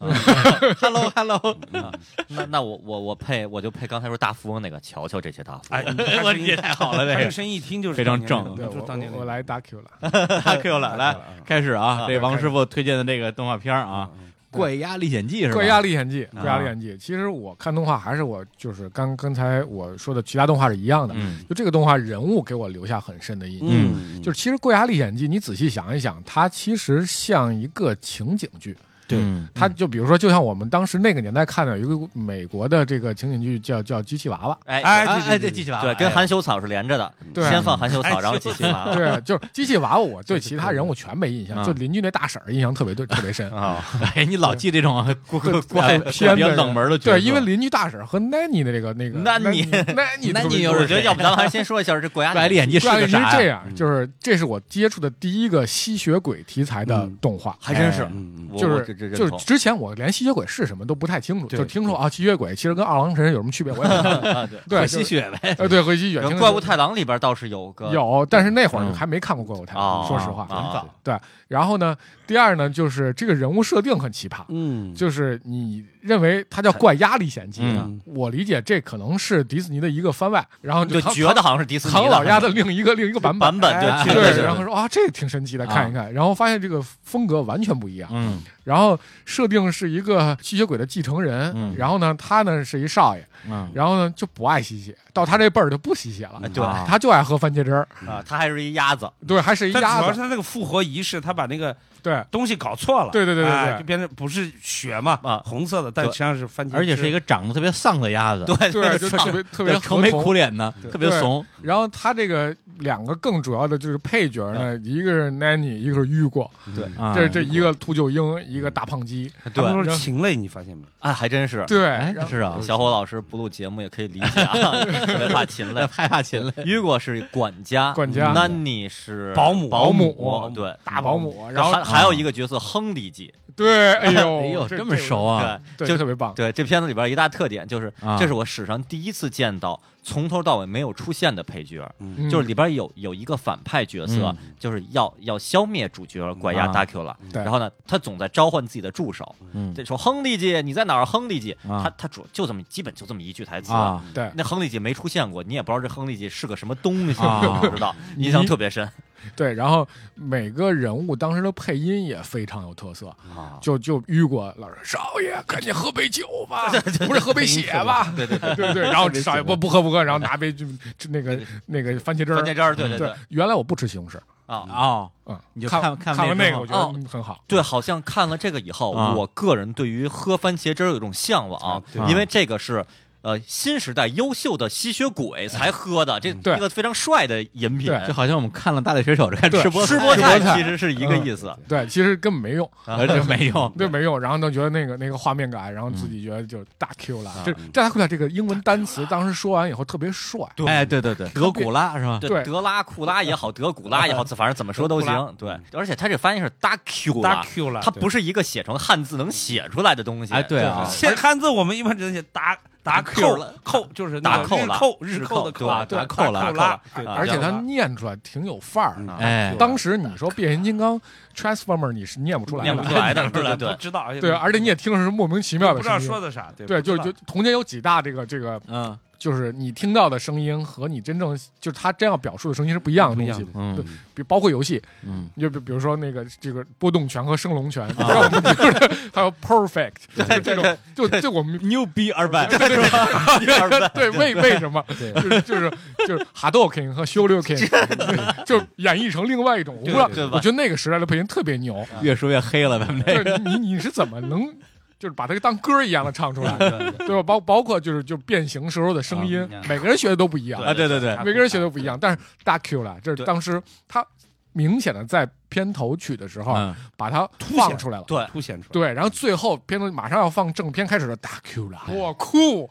Speaker 2: Hello Hello，、啊、那那我我我配我就配刚才说大富翁那个，瞧瞧这些大富翁。
Speaker 4: 哎，我也太好了，这个声音一听就是
Speaker 1: 非常
Speaker 4: 当年那
Speaker 1: 正
Speaker 4: 个
Speaker 3: 对
Speaker 4: 就是
Speaker 3: 我
Speaker 4: 当年
Speaker 3: 我我来打 Q 了，
Speaker 1: 大 Q 了，来
Speaker 4: 啊
Speaker 1: 开始啊，这王
Speaker 3: 嗯开始
Speaker 1: 师傅推荐的这个动画片儿啊，《怪鸭历险记》是吧？
Speaker 3: 《怪鸭历险记》
Speaker 1: 啊
Speaker 3: 《怪鸭历险记》，其实我看动画还是我就是刚刚才我说的其他动画是一样的，
Speaker 1: 嗯
Speaker 3: 就这个动画人物给我留下很深的印象。
Speaker 1: 嗯
Speaker 3: 就是其实《怪鸭历险记》，你仔细想一想，它其实像一个情景剧。
Speaker 4: 对
Speaker 1: 嗯
Speaker 3: 它就比如说，就像我们当时那个年代看的有一个美国的这个情景剧叫叫《机器娃娃
Speaker 2: 哎
Speaker 1: 哎哎，
Speaker 4: 哎对对对
Speaker 1: 这记起来了，
Speaker 2: 对，跟
Speaker 1: 哎
Speaker 2: 含羞草是连着的，
Speaker 3: 对啊
Speaker 2: 先放含羞草，
Speaker 4: 哎
Speaker 2: 然后继续
Speaker 3: (laughs)
Speaker 2: 娃》。娃
Speaker 3: 对，就是《机器娃
Speaker 1: (laughs)
Speaker 3: 娃》，我对其他人物全没印象，
Speaker 1: 嗯
Speaker 3: 就邻居那大婶儿印象特别对，特别
Speaker 1: (laughs)
Speaker 3: 深。
Speaker 2: 啊，
Speaker 1: 哎，你老记这种 (laughs) 怪怪怪比
Speaker 3: 偏的
Speaker 1: 较
Speaker 3: 人
Speaker 1: 冷门的角色，
Speaker 3: 对，因为邻居大婶儿和 Nanny 的这个那个
Speaker 1: 那你 (laughs)
Speaker 3: Nanny
Speaker 1: 那
Speaker 3: 特
Speaker 1: 你
Speaker 3: 别
Speaker 1: 又
Speaker 2: 我
Speaker 1: 是
Speaker 2: 觉得要
Speaker 3: (laughs)
Speaker 2: 不咱们还是先说一下这国家
Speaker 1: 怪脸你是
Speaker 3: 对，
Speaker 1: 个
Speaker 3: 其实
Speaker 1: 啥
Speaker 3: 这
Speaker 1: 呀？嗯
Speaker 3: 样，就是这是我接触的第一个吸血鬼题材的
Speaker 1: 嗯
Speaker 3: 动画，
Speaker 2: 还真是
Speaker 3: 哎
Speaker 4: 嗯
Speaker 2: 我
Speaker 3: 就
Speaker 2: 我这
Speaker 3: 是
Speaker 2: 这
Speaker 3: 就
Speaker 2: 认
Speaker 3: 是
Speaker 2: 同
Speaker 3: 之前我连吸血鬼是什么都不太清楚，
Speaker 4: 对
Speaker 3: 就听说啊吸血鬼其实跟二郎神有什么区别，我也不
Speaker 2: (laughs)
Speaker 3: 知道
Speaker 2: 啊，
Speaker 3: (laughs)
Speaker 2: 对。
Speaker 3: 对
Speaker 1: 会吸，血呗，
Speaker 3: 就是呃对，回吸血
Speaker 2: 然后
Speaker 3: 听
Speaker 2: 怪
Speaker 3: 说
Speaker 2: 物太郎里边倒是有个
Speaker 3: 有，但是那会儿
Speaker 1: 嗯
Speaker 3: 就还没看过怪物太
Speaker 2: 啊
Speaker 3: 郎，，说实话。
Speaker 2: 啊
Speaker 1: 啊
Speaker 3: 然后呢，第二呢就是这个人物设定很奇葩，
Speaker 4: 嗯
Speaker 3: 就是你认为它叫怪鸭历险记啊
Speaker 1: 嗯，
Speaker 3: 我理解这可能是迪士尼的一个番外，然后
Speaker 2: 你就
Speaker 3: 唐
Speaker 2: 觉得好像是迪士尼
Speaker 3: 唐老鸭的另一个另一个版本。
Speaker 2: 版本，
Speaker 4: 哎
Speaker 2: 对
Speaker 3: 对
Speaker 2: 对
Speaker 3: 然后说啊，这个挺神奇的，
Speaker 1: 啊
Speaker 3: 看一看，然后发现这个风格完全不一样。
Speaker 1: 嗯
Speaker 3: 然后设定是一个吸血鬼的继承人，
Speaker 1: 嗯
Speaker 3: 然后呢，他呢是一少爷，
Speaker 1: 嗯，
Speaker 3: 然后呢就不爱吸血，到他这辈儿就不吸血了，
Speaker 2: 对
Speaker 1: 啊
Speaker 3: 他就爱喝番茄汁儿，
Speaker 2: 啊，他还是一鸭子，
Speaker 3: 对，还是一
Speaker 4: 但主
Speaker 3: 鸭
Speaker 4: 要是
Speaker 3: 子，
Speaker 4: 他那个复活仪式，他把那个
Speaker 3: 对
Speaker 4: 东西搞错了，
Speaker 3: 对对对对
Speaker 4: 哎
Speaker 3: 对
Speaker 4: 就变成不是血嘛，
Speaker 2: 啊
Speaker 4: 红色的，但
Speaker 2: 对
Speaker 4: 实际上是番茄，
Speaker 1: 而且是一个长得特别丧的鸭子，
Speaker 2: 对
Speaker 3: (laughs) 对，就
Speaker 2: 上
Speaker 3: 特别特
Speaker 1: (laughs)
Speaker 3: 别
Speaker 1: 对，
Speaker 3: 合
Speaker 1: 愁眉哎苦
Speaker 3: 同。
Speaker 1: 脸的，特别
Speaker 3: 对
Speaker 1: 怂，
Speaker 3: 然后他这个两个更主要的就是配角呢，一个是 Nanny，一个是雨果，
Speaker 4: 对，
Speaker 1: 嗯啊
Speaker 3: 这这一个秃鹫鹰，一个大胖鸡，
Speaker 4: 他们
Speaker 2: 对，
Speaker 4: 说是禽类，你发现没？
Speaker 2: 哎，还真是。
Speaker 3: 对，
Speaker 1: 哎
Speaker 3: 然后
Speaker 1: 是啊，
Speaker 2: 小伙老师不录节目也可以理解啊，
Speaker 3: (laughs)
Speaker 2: 特别怕禽类。
Speaker 1: 害怕禽类，
Speaker 2: 雨果是管家，
Speaker 3: 管家
Speaker 2: Nanny 是
Speaker 4: 保姆
Speaker 2: 保
Speaker 3: 保姆
Speaker 2: 对，
Speaker 3: 大保姆，然
Speaker 2: 然后
Speaker 3: 后啊
Speaker 2: 还还有一个角色亨利基，
Speaker 3: 对，哎
Speaker 1: (laughs)
Speaker 3: 呦，
Speaker 1: 哎呦，
Speaker 3: 这
Speaker 1: 这么熟，啊，
Speaker 2: 对，
Speaker 3: 对，
Speaker 2: 就
Speaker 3: 特别棒，
Speaker 2: 对，这片子里边一大特点就是
Speaker 1: 啊，
Speaker 2: 这是我史上第一次见到从头到尾没有出现的配角，
Speaker 3: 嗯
Speaker 2: 就是里边有有一个反派角色，就是要要消灭主角拐
Speaker 1: 嗯啊
Speaker 2: 压达 Q 了，
Speaker 3: 对
Speaker 2: 然后呢，他总在召唤自己的助手，
Speaker 1: 嗯
Speaker 2: 这说亨利姐你在哪儿？亨利姐，
Speaker 1: 啊
Speaker 2: 他他主就这么基本就这么一句台词。
Speaker 1: 啊，
Speaker 3: 嗯对。
Speaker 2: 那亨利姐没出现过，你也不知道这亨利姐是个什么东西，
Speaker 1: 啊
Speaker 2: 不知道，印象特别深
Speaker 3: 对，然后每个人物当时的配音也非常有特色，
Speaker 2: 啊。
Speaker 3: 就就雨果老师，少爷，赶紧喝杯酒 (laughs) 吧，不是喝杯血吧？对对对对然后少爷不不喝不喝，然后拿杯就就那个那个番茄汁
Speaker 2: 关
Speaker 3: 儿。
Speaker 2: 键这儿，对对
Speaker 3: 对，原来我不吃西红柿，
Speaker 2: 啊，
Speaker 1: 哦，
Speaker 3: 嗯，
Speaker 1: 你就
Speaker 3: 看
Speaker 1: 看
Speaker 3: 完
Speaker 1: 看那
Speaker 3: 那
Speaker 1: 个
Speaker 3: 个，我觉得嗯很好。
Speaker 2: 对，好像看了这个以后，
Speaker 1: 啊
Speaker 2: 我个人对于喝番茄汁儿有一种向往
Speaker 4: 啊，对
Speaker 2: 因为这个是呃新时代优秀的吸血鬼才喝的，这
Speaker 3: 对
Speaker 2: 一个非常帅的饮品。
Speaker 3: 对
Speaker 1: 就好像我们看了《大力水手》这看
Speaker 3: 对
Speaker 1: 吃播
Speaker 2: 吃
Speaker 1: 播
Speaker 2: 菠
Speaker 1: 菜
Speaker 2: 菜
Speaker 3: 菠菜嗯
Speaker 2: 其实是一个意思，
Speaker 3: 对，其实根本没用，
Speaker 1: 呃这没用，
Speaker 3: 对，没用。然后呢，觉得那个那个画面感，然后自己觉得就大 Q 了。这大 Q 了这个英文单词，当时说完以后特别帅，
Speaker 1: 哎，对对对，德古拉是吧？
Speaker 2: 对
Speaker 3: 对
Speaker 2: 德拉库拉也好，德古拉也好，反正怎么说都
Speaker 4: 德
Speaker 2: 行。对，而且它这发音是大 Q
Speaker 4: 大
Speaker 2: 拉，
Speaker 4: Q 了，
Speaker 2: 它不是一个写成汉字能写出来的东西。
Speaker 1: 哎，对啊，
Speaker 4: 对
Speaker 2: 对
Speaker 4: 现汉字，我们一般只能写达达
Speaker 2: 扣
Speaker 4: 扣
Speaker 2: 了
Speaker 4: 扣，就是
Speaker 2: 打
Speaker 4: 那个
Speaker 2: 扣
Speaker 4: 日
Speaker 2: 了
Speaker 4: 扣
Speaker 2: 日
Speaker 4: 日
Speaker 2: 扣
Speaker 4: 的
Speaker 2: 对
Speaker 4: 扣
Speaker 2: 吧，
Speaker 4: 对
Speaker 2: 打
Speaker 4: 扣
Speaker 2: 扣了
Speaker 4: 扣
Speaker 2: 打扣了
Speaker 4: 对
Speaker 2: 啊
Speaker 4: 打
Speaker 3: 而且
Speaker 4: 扣
Speaker 3: 他
Speaker 4: 了
Speaker 3: 念出来挺有范儿的。
Speaker 1: 哎
Speaker 3: 当时你说变形金刚 Transformer，你是念不出来
Speaker 2: 念不出
Speaker 3: 的，
Speaker 2: 来的，对对
Speaker 4: 不
Speaker 2: 对。
Speaker 4: 知道，
Speaker 3: 对，而且你也听着是莫名其妙
Speaker 4: 不
Speaker 3: 的
Speaker 4: 知道
Speaker 3: 声音
Speaker 4: 说。的啥，对
Speaker 3: 对，
Speaker 4: 不知
Speaker 3: 就
Speaker 4: 道
Speaker 3: 就同间有几大这个这个，
Speaker 1: 嗯
Speaker 3: 就是你听到的声音和你真正就是他真要表述的声音是不一样的
Speaker 4: 不一
Speaker 3: 东
Speaker 4: 样
Speaker 3: 西
Speaker 4: 的，
Speaker 1: 嗯
Speaker 3: 比包括游戏，
Speaker 1: 嗯，
Speaker 3: 就比比如说那个这个波动拳和升龙拳，你知道吗？ (laughs) 就是还有 perfect，就是这种，就就我们
Speaker 1: 牛逼 (laughs) 二
Speaker 2: (laughs)
Speaker 1: 百，
Speaker 3: (laughs) 对为为什么就是就是就是 Hadouken 和 Shoryuken，就演绎成另外一种，我不知道
Speaker 2: 对对，吧
Speaker 3: 我觉得那个时代的配音特别牛，
Speaker 1: 越说越黑了，咱们
Speaker 3: 就
Speaker 1: 这
Speaker 3: 是
Speaker 1: 个，
Speaker 3: 你你是怎么能就是把它当歌一样的唱出来，对吧？包包括就是就变形时候的声音，每个人学的都不一样，
Speaker 1: 啊，对对对，
Speaker 3: 每个人学的不一样，但是大 Q 了，这是当时他明显的在片头曲的时候
Speaker 1: 嗯，
Speaker 3: 把它
Speaker 4: 显
Speaker 3: 放出来了。
Speaker 2: 对
Speaker 4: 凸显出来。
Speaker 3: 对，然后最后片头马上要放正片开始的大 Q 了，哇酷！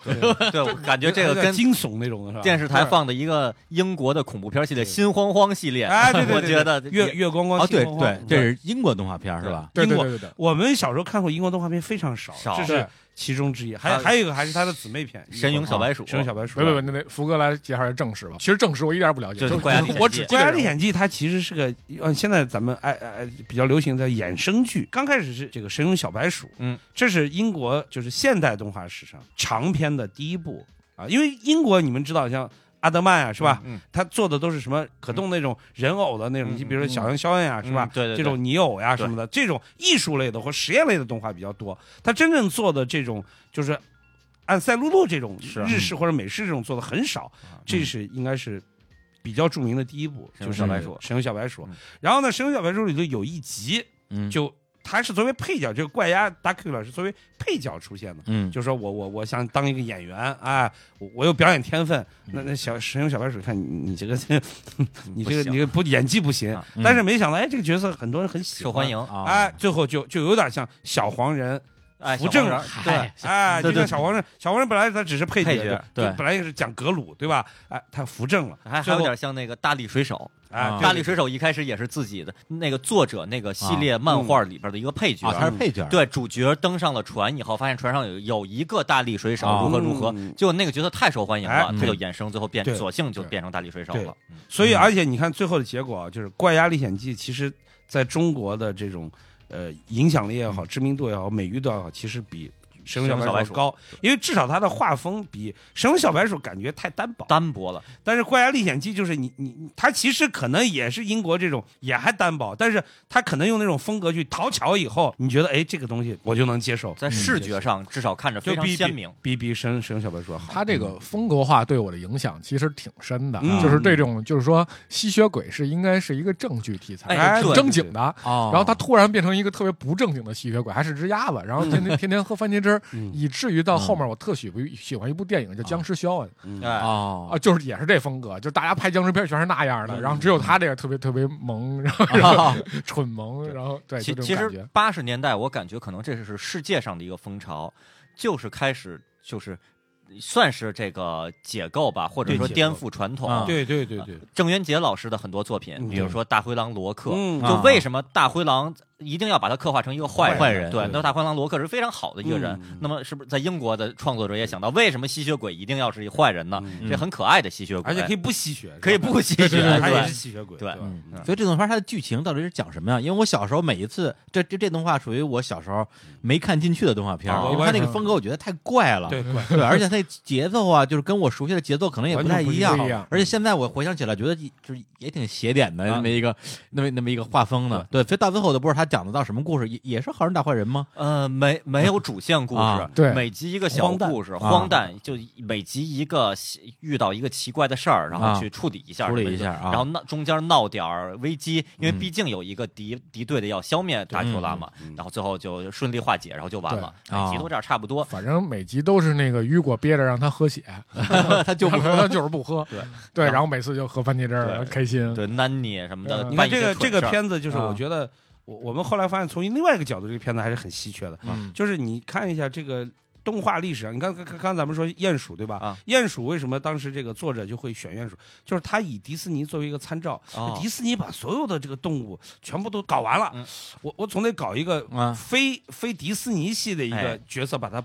Speaker 2: 对，我感觉这个
Speaker 4: 有点
Speaker 2: 跟
Speaker 4: 惊悚那种的是吧？
Speaker 2: 电视台放的一个英国的恐怖片系列《心慌慌》系列，(laughs)
Speaker 4: 哎，对对对，
Speaker 2: 我觉得
Speaker 4: 对月月光光
Speaker 1: 哦，
Speaker 4: 心
Speaker 1: 对
Speaker 4: 慌
Speaker 1: 对
Speaker 4: 慌，
Speaker 1: 这是英国动画片是吧？
Speaker 3: 对
Speaker 4: 英
Speaker 3: 对
Speaker 4: 国
Speaker 3: 对对对，
Speaker 4: 我们小时候看过英国动画片非常少，
Speaker 2: 少
Speaker 4: 这
Speaker 3: 对
Speaker 4: 是其中之一。
Speaker 2: 还
Speaker 4: 还有
Speaker 2: 有
Speaker 4: 还有一个还是他的姊妹片《
Speaker 2: 神勇小白鼠
Speaker 4: 神勇小白鼠
Speaker 3: 别》。别别，那那福哥来介绍一下正史吧。其实正史我一点也不了解，
Speaker 2: 就是
Speaker 3: 就
Speaker 2: 怪侠历险
Speaker 3: 我
Speaker 2: 记
Speaker 3: 只记
Speaker 4: 《
Speaker 3: 得
Speaker 4: 国家历险记》它其实是个，呃，现在咱们爱爱爱比较流行的衍生剧。刚开始是这个《神勇小白鼠》，
Speaker 2: 嗯，
Speaker 4: 这是英国就是现代动画史上长篇的第一部啊，因为英国你们知道，像阿德曼啊，是吧？
Speaker 2: 嗯，
Speaker 4: 他做的都是什么可动那种人偶的那种，
Speaker 2: 嗯
Speaker 4: 你比如说小羊肖恩呀，
Speaker 2: 嗯
Speaker 4: 是吧？
Speaker 2: 嗯对对对
Speaker 4: 这种泥偶呀什么的，这种艺术类的或实验类的动画比较多。他真正做的这种就是按赛璐璐这种
Speaker 2: 是啊嗯
Speaker 4: 日式或者美式这种做的很少，这是应该是。比较著名的第一部
Speaker 2: 神
Speaker 4: 就
Speaker 2: 勇
Speaker 4: 是
Speaker 2: 小白鼠
Speaker 4: 神勇小白鼠
Speaker 2: 嗯。
Speaker 4: 然后呢，神勇小白鼠里头有一集，
Speaker 1: 嗯
Speaker 4: 就他是作为配角，这个怪鸭达 Q 老师作为配角出现的。
Speaker 1: 嗯，
Speaker 4: 就说我我我想当一个演员啊，我我有表演天分。
Speaker 2: 嗯
Speaker 4: 那那小神勇小白鼠，看你你这个 (laughs)
Speaker 2: 不
Speaker 4: 你这个
Speaker 2: 行
Speaker 4: 你这个不演技不行
Speaker 2: 啊，
Speaker 1: 嗯
Speaker 4: 但是没想到哎，这个角色很多人很喜
Speaker 2: 受
Speaker 4: 欢
Speaker 2: 欢。迎，
Speaker 1: 啊，
Speaker 4: 哎，最后就就有点像小黄人，
Speaker 2: 哎，
Speaker 4: 扶正
Speaker 2: 小黄人对
Speaker 1: 嗨，
Speaker 4: 哎，
Speaker 1: 对
Speaker 4: 就
Speaker 1: 对
Speaker 4: 像小黄人，小黄人本来他只是配
Speaker 2: 配角
Speaker 4: 就
Speaker 1: 对
Speaker 4: 本来也是讲格鲁，对吧？哎，他扶正了，
Speaker 2: 还还
Speaker 4: 最
Speaker 2: 有
Speaker 4: 后
Speaker 2: 点像那个大力水手。
Speaker 4: 哎，
Speaker 1: 啊
Speaker 4: 对
Speaker 2: 大力水手一开始也是自己的那个作者那个系
Speaker 4: 啊
Speaker 2: 列漫画
Speaker 4: 嗯
Speaker 2: 里边的一个配角
Speaker 1: 啊，，他是配角，
Speaker 2: 对主角登上了船以后，发现船上有有一个大力水手，
Speaker 1: 啊
Speaker 2: 如何如何
Speaker 4: 嗯，
Speaker 2: 就那个角色太受欢迎
Speaker 4: 哎
Speaker 2: 了，他就衍生，最后变
Speaker 4: 对
Speaker 2: 索性就变成大力水手
Speaker 4: 对
Speaker 2: 了。嗯
Speaker 4: 所以，
Speaker 1: 嗯
Speaker 4: 而且你看最后的结果啊，就是《怪鸭历险记》，其实在中国的这种呃影响力也好、知名度也好、美誉度也好，其实比《神龙小白鼠》高，因为至少它的画风比《神龙小白鼠》感觉太单薄。
Speaker 2: 单薄了，
Speaker 4: 但是《怪鸭历险记》就是你你你它其实可能也是英国这种也还单薄，但是它可能用那种风格去讨巧以后，你觉得哎这个东西我就能接受，
Speaker 2: 在视觉上至少看着
Speaker 4: 嗯就
Speaker 2: 非常
Speaker 4: 比
Speaker 2: 鲜明。，
Speaker 4: 比比《神神龙小白鼠》好。
Speaker 3: 他这个风格化对我的影响其实挺深的，
Speaker 4: 嗯
Speaker 3: 就是这种就是说吸血鬼是应该是一个正剧题材，
Speaker 2: 哎
Speaker 3: 挺
Speaker 2: 对
Speaker 3: 正经的。
Speaker 1: 哦，
Speaker 3: 然后他突然变成一个特别不正经的吸血鬼，还是只鸭子，然后天
Speaker 2: (laughs)
Speaker 3: 天天天喝番茄汁儿，
Speaker 4: 嗯
Speaker 3: 以至于到后面我特喜不喜欢一部电影
Speaker 2: 哦
Speaker 3: 叫《僵尸肖恩》
Speaker 4: 嗯
Speaker 2: 哎，
Speaker 1: 哦
Speaker 3: 啊，就是也是这风格，就大家拍僵尸片全是那样的，然后只有他这个特别特别萌，然后 (laughs) 然
Speaker 1: 哦
Speaker 3: 后蠢萌，然后对，
Speaker 2: 其
Speaker 3: 就这
Speaker 2: 其
Speaker 3: 种感
Speaker 2: 实
Speaker 3: 觉。
Speaker 2: 八十年代，我感觉可能这是世界上的一个风潮，就是开始就是算是这个解构吧，或者
Speaker 4: 对
Speaker 2: 说
Speaker 4: 解构
Speaker 2: 颠覆传
Speaker 1: 啊
Speaker 2: 统。
Speaker 4: 对对对对，
Speaker 2: 郑渊洁老师的很多作品，
Speaker 4: 嗯
Speaker 2: 比如说《大灰狼罗克》，
Speaker 4: 嗯
Speaker 2: 就为什么大灰狼一定要把他刻画成一个坏
Speaker 1: 坏人
Speaker 2: 对，
Speaker 4: 对
Speaker 2: 那大灰狼罗克是非常好的一个人。
Speaker 4: 嗯
Speaker 2: 那么是不是在英国的创作者也想到，为什么吸血鬼一定要是一坏人呢？
Speaker 4: 嗯
Speaker 2: 这很可爱的吸血鬼，
Speaker 4: 而且可以不吸血，
Speaker 2: 可以
Speaker 4: 是吧
Speaker 2: 不吸血，
Speaker 4: 对
Speaker 2: 对
Speaker 4: 他也是吸血鬼，
Speaker 2: 对
Speaker 4: 吧
Speaker 1: 嗯
Speaker 4: 嗯，
Speaker 1: 所以这动画它的剧情到底是讲什么呀？因为我小时候每一次，这这这动画属于我小时候没看进去的动画片儿，
Speaker 2: 哦
Speaker 1: 因为它那个风格我觉得太怪了。
Speaker 4: 对怪
Speaker 1: 对，而且它节奏啊，就是跟我熟悉的节奏可能也不太一
Speaker 3: 完全不一样
Speaker 1: 而且现在我回想起来，觉得就是也挺邪点的
Speaker 2: 啊
Speaker 1: 那么一个那么那么一个画风的。对，所以到最后我都不知道它讲的到什么故事？也也是好人打坏人吗？
Speaker 2: 呃，没没有主线故事，
Speaker 1: 啊
Speaker 3: 对
Speaker 2: 每集一个小故事，
Speaker 1: 荒诞
Speaker 2: 荒诞，就每集一个遇到一个奇怪的事儿，然
Speaker 1: 啊
Speaker 2: 后去处理一下，
Speaker 1: 处理一下啊
Speaker 2: 然后闹中间闹点儿危机，因为
Speaker 1: 嗯
Speaker 2: 毕竟有一个敌、敌对的要消灭达丘拉嘛，
Speaker 4: 嗯嗯
Speaker 2: 然后最后就顺利化解，然后就完了，
Speaker 1: 对
Speaker 2: 每集都这样差不多。
Speaker 3: (laughs) 反正每集都是那个雨果憋着让他喝血，
Speaker 1: 他就不
Speaker 3: 不 (laughs) 喝，他就是不喝。
Speaker 2: 对
Speaker 3: 对，然后每次就喝番茄汁儿，
Speaker 2: 对
Speaker 3: 开心。
Speaker 2: 对南妮什么的，
Speaker 3: 嗯
Speaker 4: 你
Speaker 2: 办
Speaker 4: 看
Speaker 2: 一
Speaker 4: 这
Speaker 2: 些蠢
Speaker 4: 个这个
Speaker 2: 事儿
Speaker 4: 片子，就是
Speaker 1: 啊
Speaker 4: 我觉得我我们后来发现，从另外一个角度，这个片子还是很稀缺的。
Speaker 1: 嗯
Speaker 4: 就是你看一下这个动画历史上，你看刚刚刚咱们说鼹鼠对吧？
Speaker 2: 啊
Speaker 4: 鼹鼠为什么当时这个作者就会选鼹鼠？就是他以迪士尼作为一个参照，
Speaker 2: 哦
Speaker 4: 迪士尼把所有的这个动物全部都搞完了，
Speaker 2: 嗯
Speaker 4: 我我总得搞一个
Speaker 1: 啊，
Speaker 4: 非、非迪士尼系的一
Speaker 2: 哎
Speaker 4: 个角色把它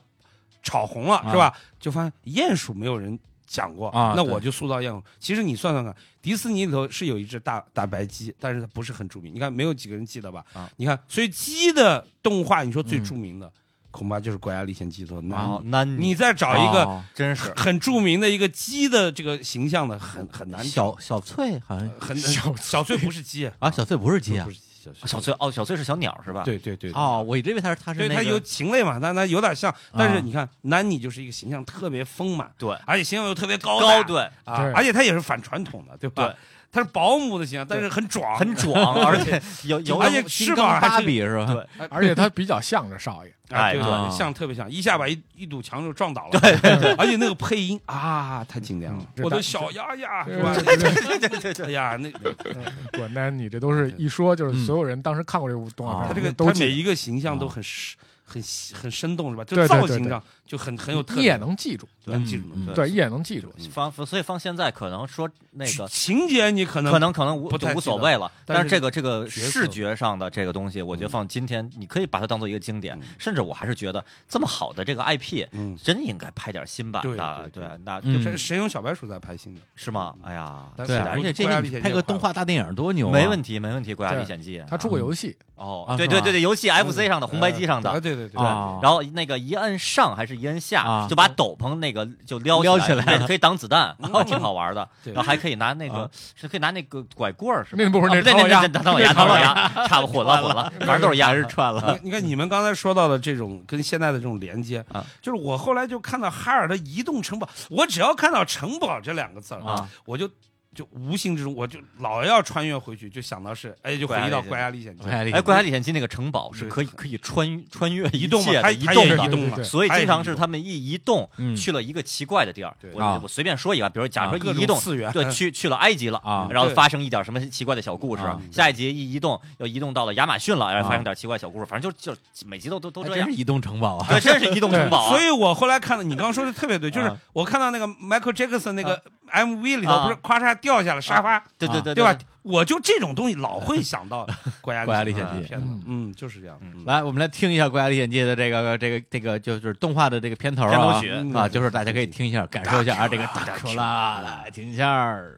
Speaker 4: 炒红了，
Speaker 1: 啊
Speaker 4: 是吧？就发现鼹鼠没有人讲过，
Speaker 1: 啊
Speaker 4: 那
Speaker 1: 对
Speaker 4: 我就塑造鼹鼠。其实你算算看，迪士尼里头是有一只大大白鸡，但是它不是很著名。你看，没有几个人记得吧？
Speaker 2: 啊
Speaker 4: 你看，所以鸡的动画，你说最
Speaker 1: 嗯啊
Speaker 4: 著名的，恐怕就是《国家历险记》做的。那、
Speaker 2: 然后南妮
Speaker 4: 你再找一个
Speaker 1: 哦
Speaker 2: 真是
Speaker 4: 很著名的一个鸡的这个形象的，很很难找。
Speaker 1: 小小翠好像
Speaker 4: 很
Speaker 3: 小
Speaker 4: 小翠不是鸡
Speaker 1: 啊，小翠不是鸡啊
Speaker 4: 不，是鸡小啊
Speaker 2: 小翠哦，小翠是小鸟是吧？，
Speaker 4: 对对对对
Speaker 1: 哦，我一直以为他是他是
Speaker 4: 对，
Speaker 1: 那
Speaker 4: 它
Speaker 1: 个
Speaker 4: 有禽类嘛，但它有点像。但
Speaker 1: 啊
Speaker 4: 是你看，南妮就是一个形象特别丰满，
Speaker 2: 对
Speaker 4: 而且形象又特别高
Speaker 2: 高
Speaker 4: 大
Speaker 2: 对，
Speaker 4: 啊
Speaker 3: 对，
Speaker 4: 而且它也是反传统的，对吧
Speaker 2: 对？
Speaker 4: 它是保姆的形象，但是很壮，
Speaker 2: 很壮，而且有有
Speaker 4: 而
Speaker 1: 金
Speaker 4: 且哎翅
Speaker 1: 刚
Speaker 4: 膀还
Speaker 1: 芭
Speaker 4: 是
Speaker 1: 比是吧？
Speaker 2: 对
Speaker 3: 而且他比较向着少爷，
Speaker 4: 哎，
Speaker 2: 哎
Speaker 4: 对
Speaker 1: 啊
Speaker 4: 对，像特别像，一下把一一堵墙就撞倒了。对对，而且那个配音啊，太经典了
Speaker 3: 嗯，这
Speaker 4: 我的
Speaker 3: 大
Speaker 4: 小丫丫是 (laughs) 吧？
Speaker 3: 对对
Speaker 2: 对对对
Speaker 4: 哎呀，那
Speaker 3: 对，那你这都是一说就是所有人当时看过这部动画
Speaker 1: 啊
Speaker 3: 片，
Speaker 4: 他这个
Speaker 3: 都
Speaker 4: 哦他
Speaker 3: 记
Speaker 4: 每
Speaker 3: 得
Speaker 4: 一个形象都很实很很生动是吧？就
Speaker 3: 对对
Speaker 4: 造
Speaker 3: 对
Speaker 4: 型
Speaker 3: 对
Speaker 4: 上就很很有特
Speaker 3: 你也
Speaker 4: 点，
Speaker 3: 能记住，
Speaker 4: 能记住
Speaker 1: 嗯
Speaker 4: 对
Speaker 3: 对，一眼能记住。
Speaker 2: 方所以方现在可能说那个
Speaker 4: 情节你可能
Speaker 2: 可能可能无
Speaker 4: 不太记得
Speaker 2: 无所谓了，
Speaker 4: 但
Speaker 2: 但
Speaker 4: 是
Speaker 2: 是这个这个
Speaker 4: 角色
Speaker 2: 视觉上的这个东西，我觉得放今天你可以把它当做一个经典
Speaker 4: 嗯，
Speaker 2: 甚至我还是觉得这么好的这个 IP，
Speaker 4: 嗯，
Speaker 2: 真应该拍点新版
Speaker 4: 对
Speaker 2: 的，
Speaker 4: 对
Speaker 2: 对
Speaker 4: 对，
Speaker 2: 那
Speaker 1: 嗯
Speaker 4: 这神勇小白鼠在拍新的，
Speaker 2: 是吗？哎呀，
Speaker 4: 嗯但
Speaker 1: 对，啊
Speaker 4: 是
Speaker 1: 而且这
Speaker 4: 国家
Speaker 1: 个
Speaker 4: 历险记
Speaker 1: 拍个
Speaker 4: 快
Speaker 1: 动
Speaker 4: 了
Speaker 1: 画大电影多牛啊，
Speaker 2: 没问题没问题，《国家
Speaker 3: 对
Speaker 2: 历险记》
Speaker 3: 他出过游戏，
Speaker 2: 哦
Speaker 1: 啊，
Speaker 2: 对
Speaker 1: 是
Speaker 2: 对
Speaker 1: 吧
Speaker 2: 对对，游
Speaker 4: 嗯
Speaker 2: 戏 FC 上的红白机上
Speaker 4: 啊，
Speaker 2: 的。
Speaker 4: 对对对
Speaker 2: 对，
Speaker 1: 啊
Speaker 2: 然后那个一摁上还是一摁
Speaker 1: 啊
Speaker 2: 下，就把斗篷那个就撩
Speaker 1: 撩起来
Speaker 2: 来
Speaker 1: 了
Speaker 2: 了，可以挡子弹，挺好玩的。
Speaker 4: 嗯对
Speaker 2: 然后还可以拿那个
Speaker 1: 啊
Speaker 2: 是可以拿那个拐棍儿，是吧
Speaker 3: 那不是
Speaker 2: 啊
Speaker 3: 那
Speaker 2: 对
Speaker 3: 唐
Speaker 2: 那
Speaker 3: 老鸭
Speaker 2: 那，唐老鸭，唐老鸭， (laughs) 差不多混了混了，反正都是鸭嗯
Speaker 1: 还是串了
Speaker 4: 你看你看你们刚才说到的这种跟现在的这种连接
Speaker 2: 啊，
Speaker 4: 就是我后来就看到哈尔的移动城堡，我只要看到城堡这两个字儿
Speaker 2: 啊，
Speaker 4: 我就就无形之中我就老要穿越回去，就想到是哎，就回到《
Speaker 2: 怪
Speaker 4: 怪鸭历险记》
Speaker 1: 怪。鸭历
Speaker 2: 哎，怪侠历险记那个城堡是可以可以穿穿越一
Speaker 4: 动嘛
Speaker 2: 切，
Speaker 4: 它
Speaker 2: 的，移
Speaker 4: 它
Speaker 2: 动
Speaker 4: 也
Speaker 3: 是
Speaker 2: 的
Speaker 4: 移。动嘛，
Speaker 3: 对
Speaker 2: 所以
Speaker 4: 它也
Speaker 2: 经常是
Speaker 4: 移动
Speaker 2: 他们一移动
Speaker 1: 嗯
Speaker 2: 去了一个奇怪的地儿，
Speaker 4: 对
Speaker 1: 啊
Speaker 2: 我我随便说一个，比如假如说
Speaker 4: 各种
Speaker 2: 一移动
Speaker 4: 次元
Speaker 2: 对，去去了埃及了
Speaker 1: 啊
Speaker 2: 然后
Speaker 4: 对
Speaker 2: 发生一点什么奇怪的小故事
Speaker 1: 啊，
Speaker 2: 下一集一移动又移动到了亚马逊了，然后
Speaker 1: 啊
Speaker 2: 发生点奇怪小故事，反正就就每集都都都
Speaker 1: 还
Speaker 2: 这
Speaker 1: 真
Speaker 2: 样
Speaker 1: 是，移动城堡
Speaker 2: (laughs)
Speaker 1: 啊，
Speaker 2: 对，真是移动城堡啊，
Speaker 4: (laughs) 所以我后来看到你刚刚说的特别对，就是
Speaker 2: 啊
Speaker 4: 我看到那个 Michael Jackson 那个 MV 里头
Speaker 2: 啊
Speaker 4: 不是咔嚓掉下了沙发，
Speaker 2: 对对对
Speaker 4: 啊对吧？？我就这种东西老会想到国家
Speaker 1: 国家历险
Speaker 4: 的
Speaker 1: 记
Speaker 4: 片子
Speaker 3: 嗯，
Speaker 4: 嗯，就是这样。
Speaker 2: 嗯
Speaker 1: 来，我们来听一下《怪侠历险记》的这个这个这个就是动画的这个片头
Speaker 2: 片头
Speaker 1: 啊
Speaker 2: 曲
Speaker 4: 嗯
Speaker 1: 啊，就是大家可以听一下，感受一下啊，这个大克拉，来听一下儿。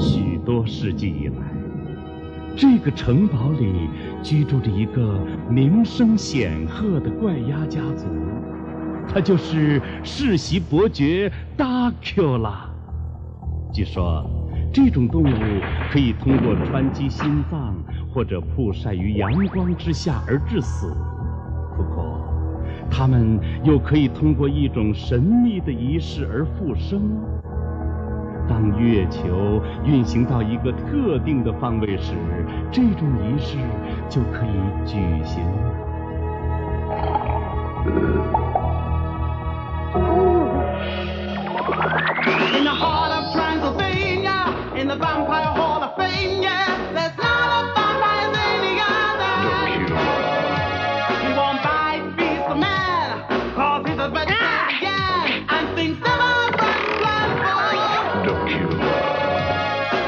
Speaker 6: 许多世纪以来，这个城堡里居住着一个名声显赫的怪鸭家族，他就是世袭伯爵达丘拉。据说，这种动物可以通过穿击心脏或者曝晒于阳光之下而致死。不过，它们又可以通过一种神秘的仪式而复生。当月球运行到一个特定的方位时，这种仪式就可以举行了。
Speaker 7: In the heart of Transylvania, in the Vampire Hall of Fame, yeah. There's not a vampire as any other. He won't bite beast of man, cause he's a vegetarian, and thinks of a blood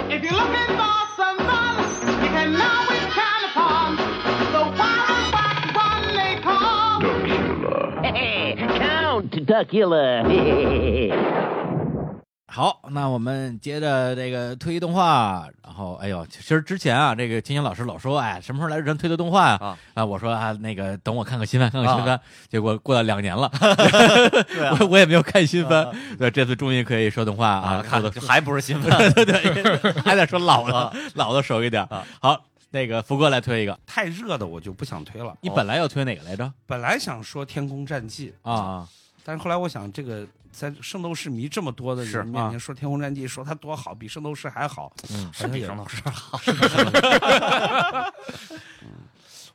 Speaker 7: If you're looking for some fun, you can always count upon the wild black one they call.
Speaker 8: Count Duckula.
Speaker 1: 好，那我们接着这个推动画，然后哎呦，其实之前啊，这个秦霄老师老说，哎，什么时候来咱推的动画呀、
Speaker 2: 啊
Speaker 1: 啊，我说啊，那个等我看看新番，看看新番。
Speaker 2: 啊
Speaker 1: 结果过了两年了， (laughs) 我我也没有看新番。对，这次终于可以说动画啊，
Speaker 2: 啊看
Speaker 1: 说的
Speaker 2: 还不是新闻，
Speaker 1: 对对，还得说老的、
Speaker 2: 啊
Speaker 1: 老的熟一点。
Speaker 2: 啊
Speaker 1: 好，那个福哥来推一个，
Speaker 4: 太热的我就不想推了。
Speaker 2: 哦
Speaker 1: 你本来要推哪个来着？
Speaker 4: 本来想说《天空战记》
Speaker 1: 啊，啊，
Speaker 4: 但是后来我想，这个在圣斗士迷这么多的
Speaker 2: 是
Speaker 4: 人面前说《天空战记》，说它多好，比圣斗士还好，
Speaker 2: 是比生老师好。
Speaker 4: 嗯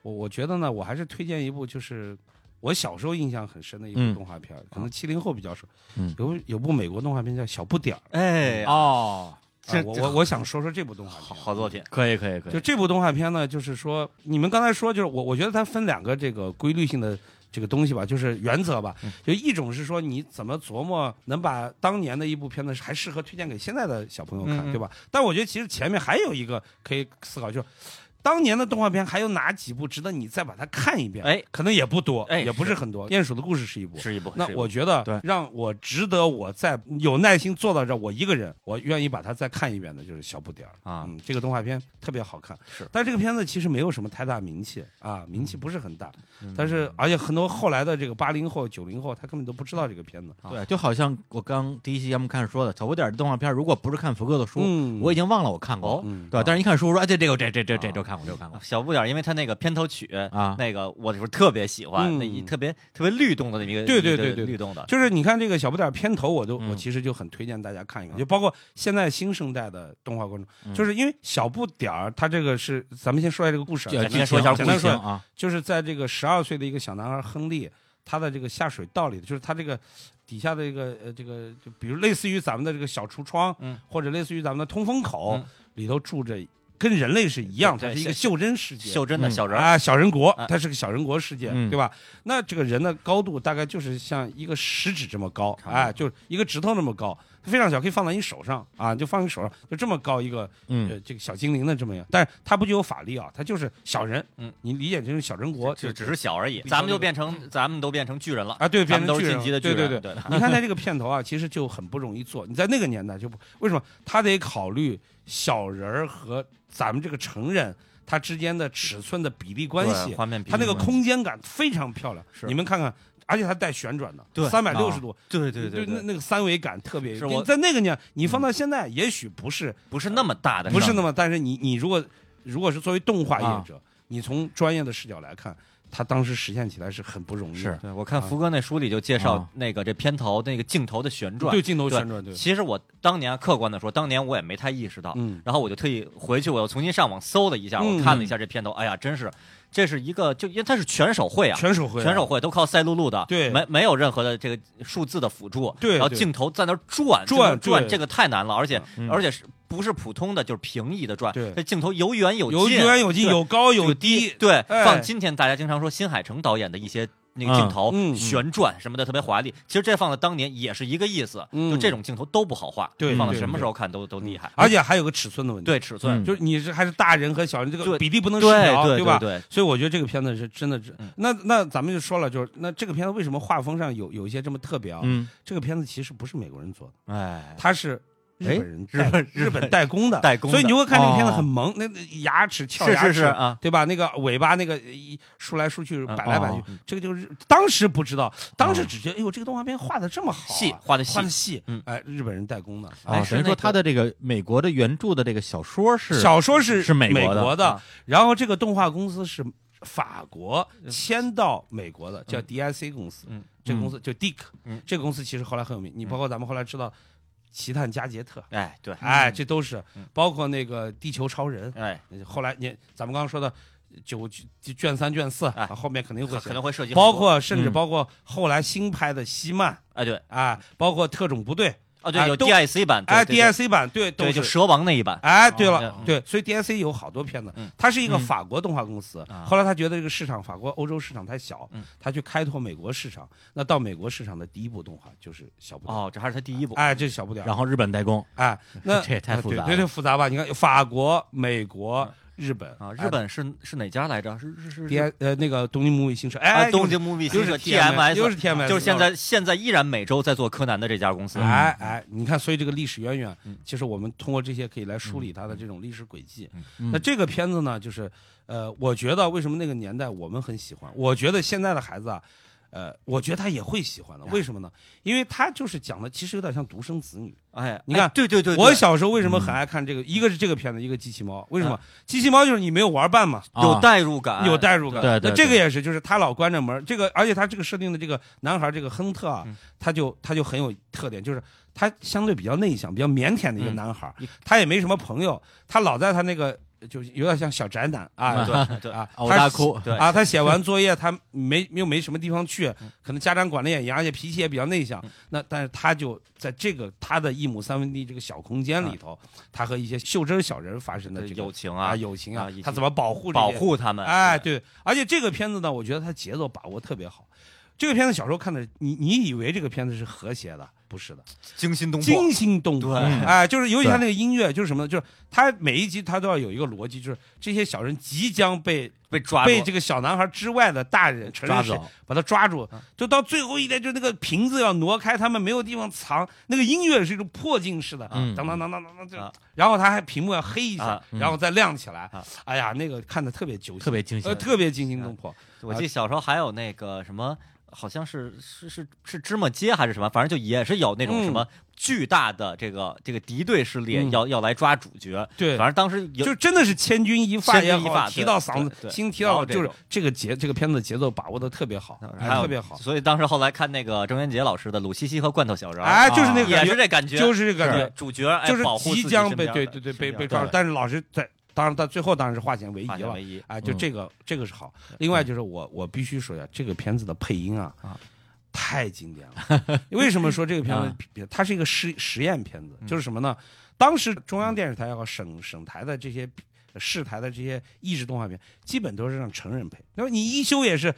Speaker 4: 我我觉得呢，我还是推荐一部就是我小时候印象很深的一部
Speaker 1: 嗯
Speaker 4: 动画片儿，可能七零后比较熟。
Speaker 1: 嗯
Speaker 4: 有有部美国动画片叫《小不点儿》
Speaker 2: 哎
Speaker 1: (laughs)
Speaker 2: 呀，
Speaker 1: 哦，
Speaker 4: 啊
Speaker 2: 这
Speaker 4: 我
Speaker 2: 这
Speaker 4: 我我想说说这部动画
Speaker 2: 好
Speaker 4: 片。
Speaker 2: 好作品，
Speaker 1: 可以可以可
Speaker 4: 就
Speaker 1: 以，
Speaker 4: 这部动画片呢，就是说你们刚才说，就是我我觉得它分两个这个规律性的。这个东西吧，就是原则吧，
Speaker 2: 嗯
Speaker 4: 就一种是说你怎么琢磨能把当年的一部片子还适合推荐给现在的小朋友看，
Speaker 2: 嗯嗯
Speaker 4: 对吧？但我觉得其实前面还有一个可以思考，就是当年的动画片还有哪几部值得你再把它看一遍？
Speaker 2: 哎，
Speaker 4: 可能也不多，
Speaker 2: 哎
Speaker 4: 也不
Speaker 2: 是
Speaker 4: 是很多。鼹鼠的故事是一部，
Speaker 2: 是一部。
Speaker 4: 那
Speaker 2: 是一部
Speaker 4: 我觉得
Speaker 1: 对
Speaker 4: 让我值得我再有耐心做到这儿，我一个人，我愿意把它再看一遍的就是小不点儿
Speaker 2: 啊
Speaker 4: 嗯，这个动画片特别好看，
Speaker 2: 是
Speaker 4: 但这个片子其实没有什么太大名气啊，名气不是很大，
Speaker 2: 嗯
Speaker 4: 但是而且很多后来的这个八零后、九零后，他根本都不知道这个片子。
Speaker 1: 对，就好像我刚第一期节目看说的，小不点儿的动画片，如果不是看福哥的书，
Speaker 4: 嗯
Speaker 1: 我已经忘了我看过了。
Speaker 2: 哦
Speaker 4: 嗯，
Speaker 1: 对吧，但是一看书说，哎，这这个这这这这
Speaker 2: 啊
Speaker 1: 周看过，周看过，
Speaker 2: 小不点儿，因为他那个片头曲
Speaker 1: 啊
Speaker 2: 那个我就是特别喜欢，
Speaker 4: 嗯
Speaker 2: 那一特别特别律动的那么一个，
Speaker 4: 对对
Speaker 2: 一个
Speaker 4: 对对对
Speaker 2: 律动的，
Speaker 4: 就是你看这个小不点儿片头，我都、
Speaker 1: 嗯
Speaker 4: 我其实就很推荐大家看一
Speaker 2: 啊
Speaker 4: 看，就包括现在新生代的动画观众，
Speaker 2: 嗯
Speaker 4: 就是因为小不点儿，他这个是咱们先说一下这个故事啊，
Speaker 1: 就
Speaker 2: 简单说一下
Speaker 1: 剧
Speaker 4: 简
Speaker 1: 情
Speaker 4: 单
Speaker 1: 剧情
Speaker 4: 说
Speaker 1: 啊，
Speaker 4: 就是在这个十二岁的一个小男孩亨利，他的这个下水道里，就是他这个底下的一个呃这个，就比如类似于咱们的这个小橱窗，
Speaker 2: 嗯，
Speaker 4: 或者类似于咱们的通风口、
Speaker 2: 嗯
Speaker 4: 里头住着，跟人类是一样，
Speaker 2: 对
Speaker 4: 它
Speaker 2: 对
Speaker 4: 是一个
Speaker 2: 像
Speaker 4: 袖珍世界，
Speaker 2: 袖珍的
Speaker 1: 嗯
Speaker 2: 小人儿，
Speaker 4: 啊，小人国
Speaker 2: 啊，
Speaker 4: 它是个小人国世界，
Speaker 1: 嗯
Speaker 4: 对吧？那这个人的高度大概就是像一个食指这么高，
Speaker 2: 差不多
Speaker 4: 哎，就是一个指头那么高，它非常小，可以放在你手上啊，就放你手上，就这么高一个，
Speaker 1: 嗯
Speaker 4: 呃，这个小精灵的这么样。但是它不具有法力啊，它就是小人，
Speaker 2: 嗯，
Speaker 4: 你理解成小人国，
Speaker 2: 就只
Speaker 4: 就是
Speaker 2: 小而已。
Speaker 4: 比
Speaker 2: 咱们就
Speaker 4: 较那个
Speaker 2: 变成咱们都变成巨人了，
Speaker 4: 啊，对，
Speaker 2: 咱
Speaker 4: 变
Speaker 2: 们
Speaker 4: 成
Speaker 2: 都
Speaker 4: 巨
Speaker 2: 是
Speaker 4: 人
Speaker 2: 晋级
Speaker 4: 了
Speaker 2: 的巨
Speaker 4: 对
Speaker 2: 人，
Speaker 4: 对对。
Speaker 2: 对
Speaker 4: 你看他这个片头啊，其实就很不容易做。你在那个年代就不为什么他得考虑小人儿和咱们这个成人他之间的尺寸的比例关系
Speaker 2: 对，画面比
Speaker 4: 它那个
Speaker 2: 例关系
Speaker 4: 空间感非常漂亮。
Speaker 2: 是
Speaker 4: 你们看看，而且它带旋转的，
Speaker 1: 对
Speaker 4: 三百六十度，
Speaker 2: 对对对
Speaker 4: 就那
Speaker 2: 对，
Speaker 4: 那个三维感特别。
Speaker 2: 是我嗯
Speaker 4: 在那个年，你放到现在，也许不是
Speaker 2: 不是那么大的，
Speaker 4: 不是那
Speaker 2: 么
Speaker 4: 么，但是你你如果如果是作为动画
Speaker 1: 啊
Speaker 4: 业者，你从专业的视角来看，它当时实现起来是很不容易的。
Speaker 1: 是
Speaker 2: 对我看福哥那书里就介绍
Speaker 1: 啊
Speaker 2: 那个这片头那个镜头的旋转
Speaker 4: 嗯对，镜头旋转，对，
Speaker 2: 其实我当年啊客观的说，当年我也没太意识到，
Speaker 4: 嗯，
Speaker 2: 然后我就特意回去，我又重新上网搜了一下，
Speaker 4: 嗯
Speaker 2: 我看了一下这片头，哎呀，真是，这是一个就因为它是全手绘啊，
Speaker 4: 全手绘，
Speaker 2: 全手绘都靠赛璐璐的，
Speaker 4: 对
Speaker 2: 没没有任何的这个数字的辅助，
Speaker 4: 对
Speaker 2: 然后
Speaker 4: 对
Speaker 2: 镜头在那儿转
Speaker 4: 转
Speaker 2: 这么转，
Speaker 4: 对
Speaker 2: 这个太难了，而且
Speaker 1: 嗯
Speaker 2: 而且是不是普通的就是平易的转，
Speaker 4: 对
Speaker 2: 这镜头有远有
Speaker 4: 有
Speaker 2: 近，
Speaker 4: 远有近，
Speaker 2: 对
Speaker 4: 有高有
Speaker 2: 低
Speaker 4: 低，，
Speaker 2: 对，
Speaker 4: 哎
Speaker 2: 放今天大家经常说新海诚导演的一些。那个镜头、
Speaker 4: 嗯嗯
Speaker 2: 旋转什么的特别华丽，其实这放在当年也是一个意思，
Speaker 4: 嗯
Speaker 2: 就这种镜头都不好画，
Speaker 4: 对
Speaker 2: 放到
Speaker 4: 对
Speaker 2: 什么
Speaker 4: 对嗯
Speaker 2: 时候看都都厉害，
Speaker 4: 而且还有个尺寸的问题，
Speaker 2: 对尺
Speaker 1: 嗯
Speaker 2: 寸，
Speaker 4: 就是你是还是大人和小人这
Speaker 2: 对
Speaker 4: 个比例不能失
Speaker 2: 对
Speaker 4: 调，
Speaker 2: 对
Speaker 4: 吧？
Speaker 2: 对，
Speaker 4: 所以我觉得这个片子是真的是，
Speaker 2: 嗯
Speaker 4: 那那咱们就说了，就是那这个片子为什么画风上有有一些这么特别啊？
Speaker 1: 嗯，
Speaker 4: 这个片子其实不是美国人做的，
Speaker 2: 哎，
Speaker 4: 它是日本人代
Speaker 2: 日本
Speaker 4: 哎日本代工的，
Speaker 2: 代工的
Speaker 4: 所以你就会看这个片子
Speaker 1: 哦
Speaker 4: 很萌，那那牙齿翘
Speaker 2: 是
Speaker 4: 牙齿
Speaker 2: 是是啊，
Speaker 4: 对吧？那个尾巴那个一梳来梳去，
Speaker 2: 嗯哦
Speaker 4: 摆来摆去，这个就是当时不知道，当时只觉得哎呦这个动画片画的这么好啊、
Speaker 2: 细画的细
Speaker 4: 画的细，
Speaker 2: 嗯
Speaker 4: 哎，日本人代工的。
Speaker 2: 哎
Speaker 1: 啊，
Speaker 2: 是
Speaker 1: 等于
Speaker 2: 那
Speaker 1: 说
Speaker 2: 个
Speaker 1: 他的这个美国的原著的这个小说是
Speaker 4: 小说是
Speaker 1: 是美
Speaker 4: 美
Speaker 1: 国的
Speaker 2: 啊
Speaker 4: 然后这个动画公司是法国迁到美国的，叫 DIC 公司，
Speaker 2: 嗯
Speaker 4: 这个公司就 Dick，、
Speaker 2: 嗯
Speaker 4: 这个公司其实后来很有名，你包括咱们后来知道《奇探加杰特》
Speaker 2: 哎，对，
Speaker 4: 哎，这都是
Speaker 2: 嗯，
Speaker 4: 包括那个《地球超人
Speaker 2: 哎，》，
Speaker 4: 后来你咱们刚刚说的九卷三卷四，
Speaker 2: 哎
Speaker 4: 啊后面肯定会
Speaker 2: 可能会涉及很
Speaker 4: 包
Speaker 2: 多
Speaker 4: 括甚至
Speaker 1: 嗯
Speaker 4: 包括后来新拍的《西曼
Speaker 2: 哎对》
Speaker 4: 啊，包括《特种部队》
Speaker 2: 哦对
Speaker 4: 哎
Speaker 2: 有
Speaker 4: 都
Speaker 2: DIC 版，对
Speaker 4: 哎
Speaker 2: 对对
Speaker 4: ，DIC 版对，都
Speaker 2: 对就是蛇王那一版，
Speaker 4: 哎，对
Speaker 2: 对
Speaker 4: 了
Speaker 2: 嗯，
Speaker 4: 对，所以 DIC 有好多片子
Speaker 2: 嗯，
Speaker 4: 它是一个
Speaker 1: 嗯
Speaker 4: 法国动画公司
Speaker 2: 啊。
Speaker 4: 后来他觉得这个市场，法国欧洲市场太小
Speaker 2: 嗯，
Speaker 4: 他去开拓美国市场。那到美国市场的第一部动画就是小不点儿，
Speaker 2: 哦，这还是他第一部，
Speaker 4: 哎，这是小不点
Speaker 2: (laughs)
Speaker 4: 儿。
Speaker 1: 然后日本代工，
Speaker 4: 哎，那
Speaker 1: 这也太复杂了
Speaker 4: 对对对，复杂吧？你看，法国、美国、日本
Speaker 2: 啊，日本是是哪家来着？是是是
Speaker 4: D
Speaker 2: 是
Speaker 4: I 呃那个东京木卫星社，
Speaker 2: 啊
Speaker 4: 哎，
Speaker 2: 东京 movie
Speaker 4: 又
Speaker 2: 新
Speaker 4: 是
Speaker 2: 社
Speaker 4: TMS 又是 TMS
Speaker 2: 就是现在现在依然每周在做柯南的这家公司。
Speaker 4: 哎哎，你看，所以这个历史渊源
Speaker 2: 嗯，
Speaker 4: 其实我们通过这些可以来梳理它的这种历史轨迹。
Speaker 1: 嗯
Speaker 4: 那这个片子呢，就是呃，我觉得为什么那个年代我们很喜欢？我觉得现在的孩子啊，呃，我觉得他也会喜欢的。为什么呢？因为他就是讲的其实有点像独生子女。
Speaker 2: 哎，
Speaker 4: 你看
Speaker 2: 哎对对对，
Speaker 4: 我
Speaker 2: 对
Speaker 4: 小时候为什么很爱看这个？一个是这个片子，一个机器猫。为什么
Speaker 2: 啊？
Speaker 4: 机器猫就是你没有玩伴嘛，
Speaker 2: 有代入感，
Speaker 4: 啊有代入感。
Speaker 1: 啊对对
Speaker 4: 那
Speaker 1: 对
Speaker 4: 这个也是，就是他老关着门儿，这个而且他这个设定的这个男孩儿这个亨特啊，
Speaker 2: 嗯
Speaker 4: 他就他就很有特点，就是他相对比较内向、比较腼腆的一个
Speaker 2: 嗯
Speaker 4: 男孩儿，
Speaker 2: 你
Speaker 4: 他也没什么朋友，他老在他那个就是有点像小宅男
Speaker 2: (laughs)
Speaker 4: 啊。
Speaker 2: 对对
Speaker 4: 啊，
Speaker 1: 偶
Speaker 4: 他
Speaker 1: 大哭，
Speaker 2: 对
Speaker 4: 啊，他写完作业，他没又没什么地方去，可能家长管的也严，而且脾气也比较内向
Speaker 2: 嗯。
Speaker 4: 那但是他就在这个他的一亩三分地这个小空间里头，他和一些袖珍小人发生的
Speaker 2: 对
Speaker 4: 这个
Speaker 2: 友情
Speaker 4: 啊
Speaker 2: 啊，
Speaker 4: 友情啊
Speaker 2: 啊以及，
Speaker 4: 他怎么保护这
Speaker 2: 保
Speaker 4: 些
Speaker 2: 护他们。
Speaker 4: 哎，，对，而且这个片子呢，我觉得它节奏把握特别好。这个片子小时候看的，你你以为这个片子是和谐的，不是的，
Speaker 2: 惊心动魄，
Speaker 4: 惊心动魄。
Speaker 2: 对
Speaker 4: 哎，就是尤其
Speaker 1: 对
Speaker 4: 它那个音乐，就是什么呢？就是它每一集它都要有一个逻辑，就是这些小人即将被
Speaker 2: 被抓住
Speaker 4: 被这个小男孩之外的大人成人
Speaker 1: 抓
Speaker 4: 是
Speaker 1: 走
Speaker 4: 把他抓住
Speaker 2: 嗯，
Speaker 4: 就到最后一点，就那个瓶子要挪开，他们没有地方藏。那个音乐是一种破镜式的，
Speaker 1: 嗯
Speaker 4: 当当当当当当，就
Speaker 2: 啊
Speaker 4: 然后他还屏幕要黑一下
Speaker 2: 啊，
Speaker 1: 嗯
Speaker 4: 然后再亮起来
Speaker 2: 啊。
Speaker 4: 哎呀，那个看的特别揪心，
Speaker 1: 特别惊喜
Speaker 4: 呃，。特别惊心动魄。
Speaker 2: 我记得小时候还有那个什么，好像是是是是芝麻街还是什么，反正就也是有那种什么巨大的这个这个敌对势力
Speaker 4: 嗯
Speaker 2: 要要来抓主角，
Speaker 4: 对
Speaker 2: 反，正当时有
Speaker 4: 就真的是千钧一发也
Speaker 2: 千钧一发
Speaker 4: 好，提到嗓
Speaker 2: 对对
Speaker 4: 子，心提
Speaker 2: 然
Speaker 4: 到
Speaker 2: 后
Speaker 4: 就是
Speaker 2: 这种
Speaker 4: 这个节这个片子节奏把握的特别好，哎
Speaker 2: 还有
Speaker 4: 特别好。
Speaker 2: 所以当时后来看那个郑渊洁老师的《鲁西西和罐头小人》，
Speaker 4: 哎，就是那个
Speaker 2: 啊也
Speaker 4: 感
Speaker 2: 是
Speaker 4: 觉，
Speaker 2: 这感觉，
Speaker 4: 就是这个感
Speaker 2: 对
Speaker 4: 觉，
Speaker 2: 主角哎
Speaker 4: 就是
Speaker 2: 保护
Speaker 4: 即
Speaker 2: 自己
Speaker 4: 将
Speaker 2: 身
Speaker 4: 被
Speaker 2: 边
Speaker 4: 对
Speaker 2: 的
Speaker 4: 对对
Speaker 2: 身
Speaker 4: 被被
Speaker 2: 边
Speaker 4: 抓
Speaker 2: 的
Speaker 4: 住，但是老师在，当然到最后当然是化险为夷
Speaker 2: 化险
Speaker 4: 了
Speaker 2: 为。夷。
Speaker 4: 哎，就
Speaker 1: 嗯
Speaker 4: 这个这个是好。另外就是我我必须说一下，这个片子的配音啊
Speaker 2: 啊，
Speaker 4: 太经典了。为什么说这个片
Speaker 1: 啊
Speaker 4: 子它是一个实实验片子？
Speaker 2: 嗯
Speaker 4: 就是什么呢？当时中央电视台也好，省省台的这些。市台的这些益智动画片，基本都是让成人配。那么你一休也是，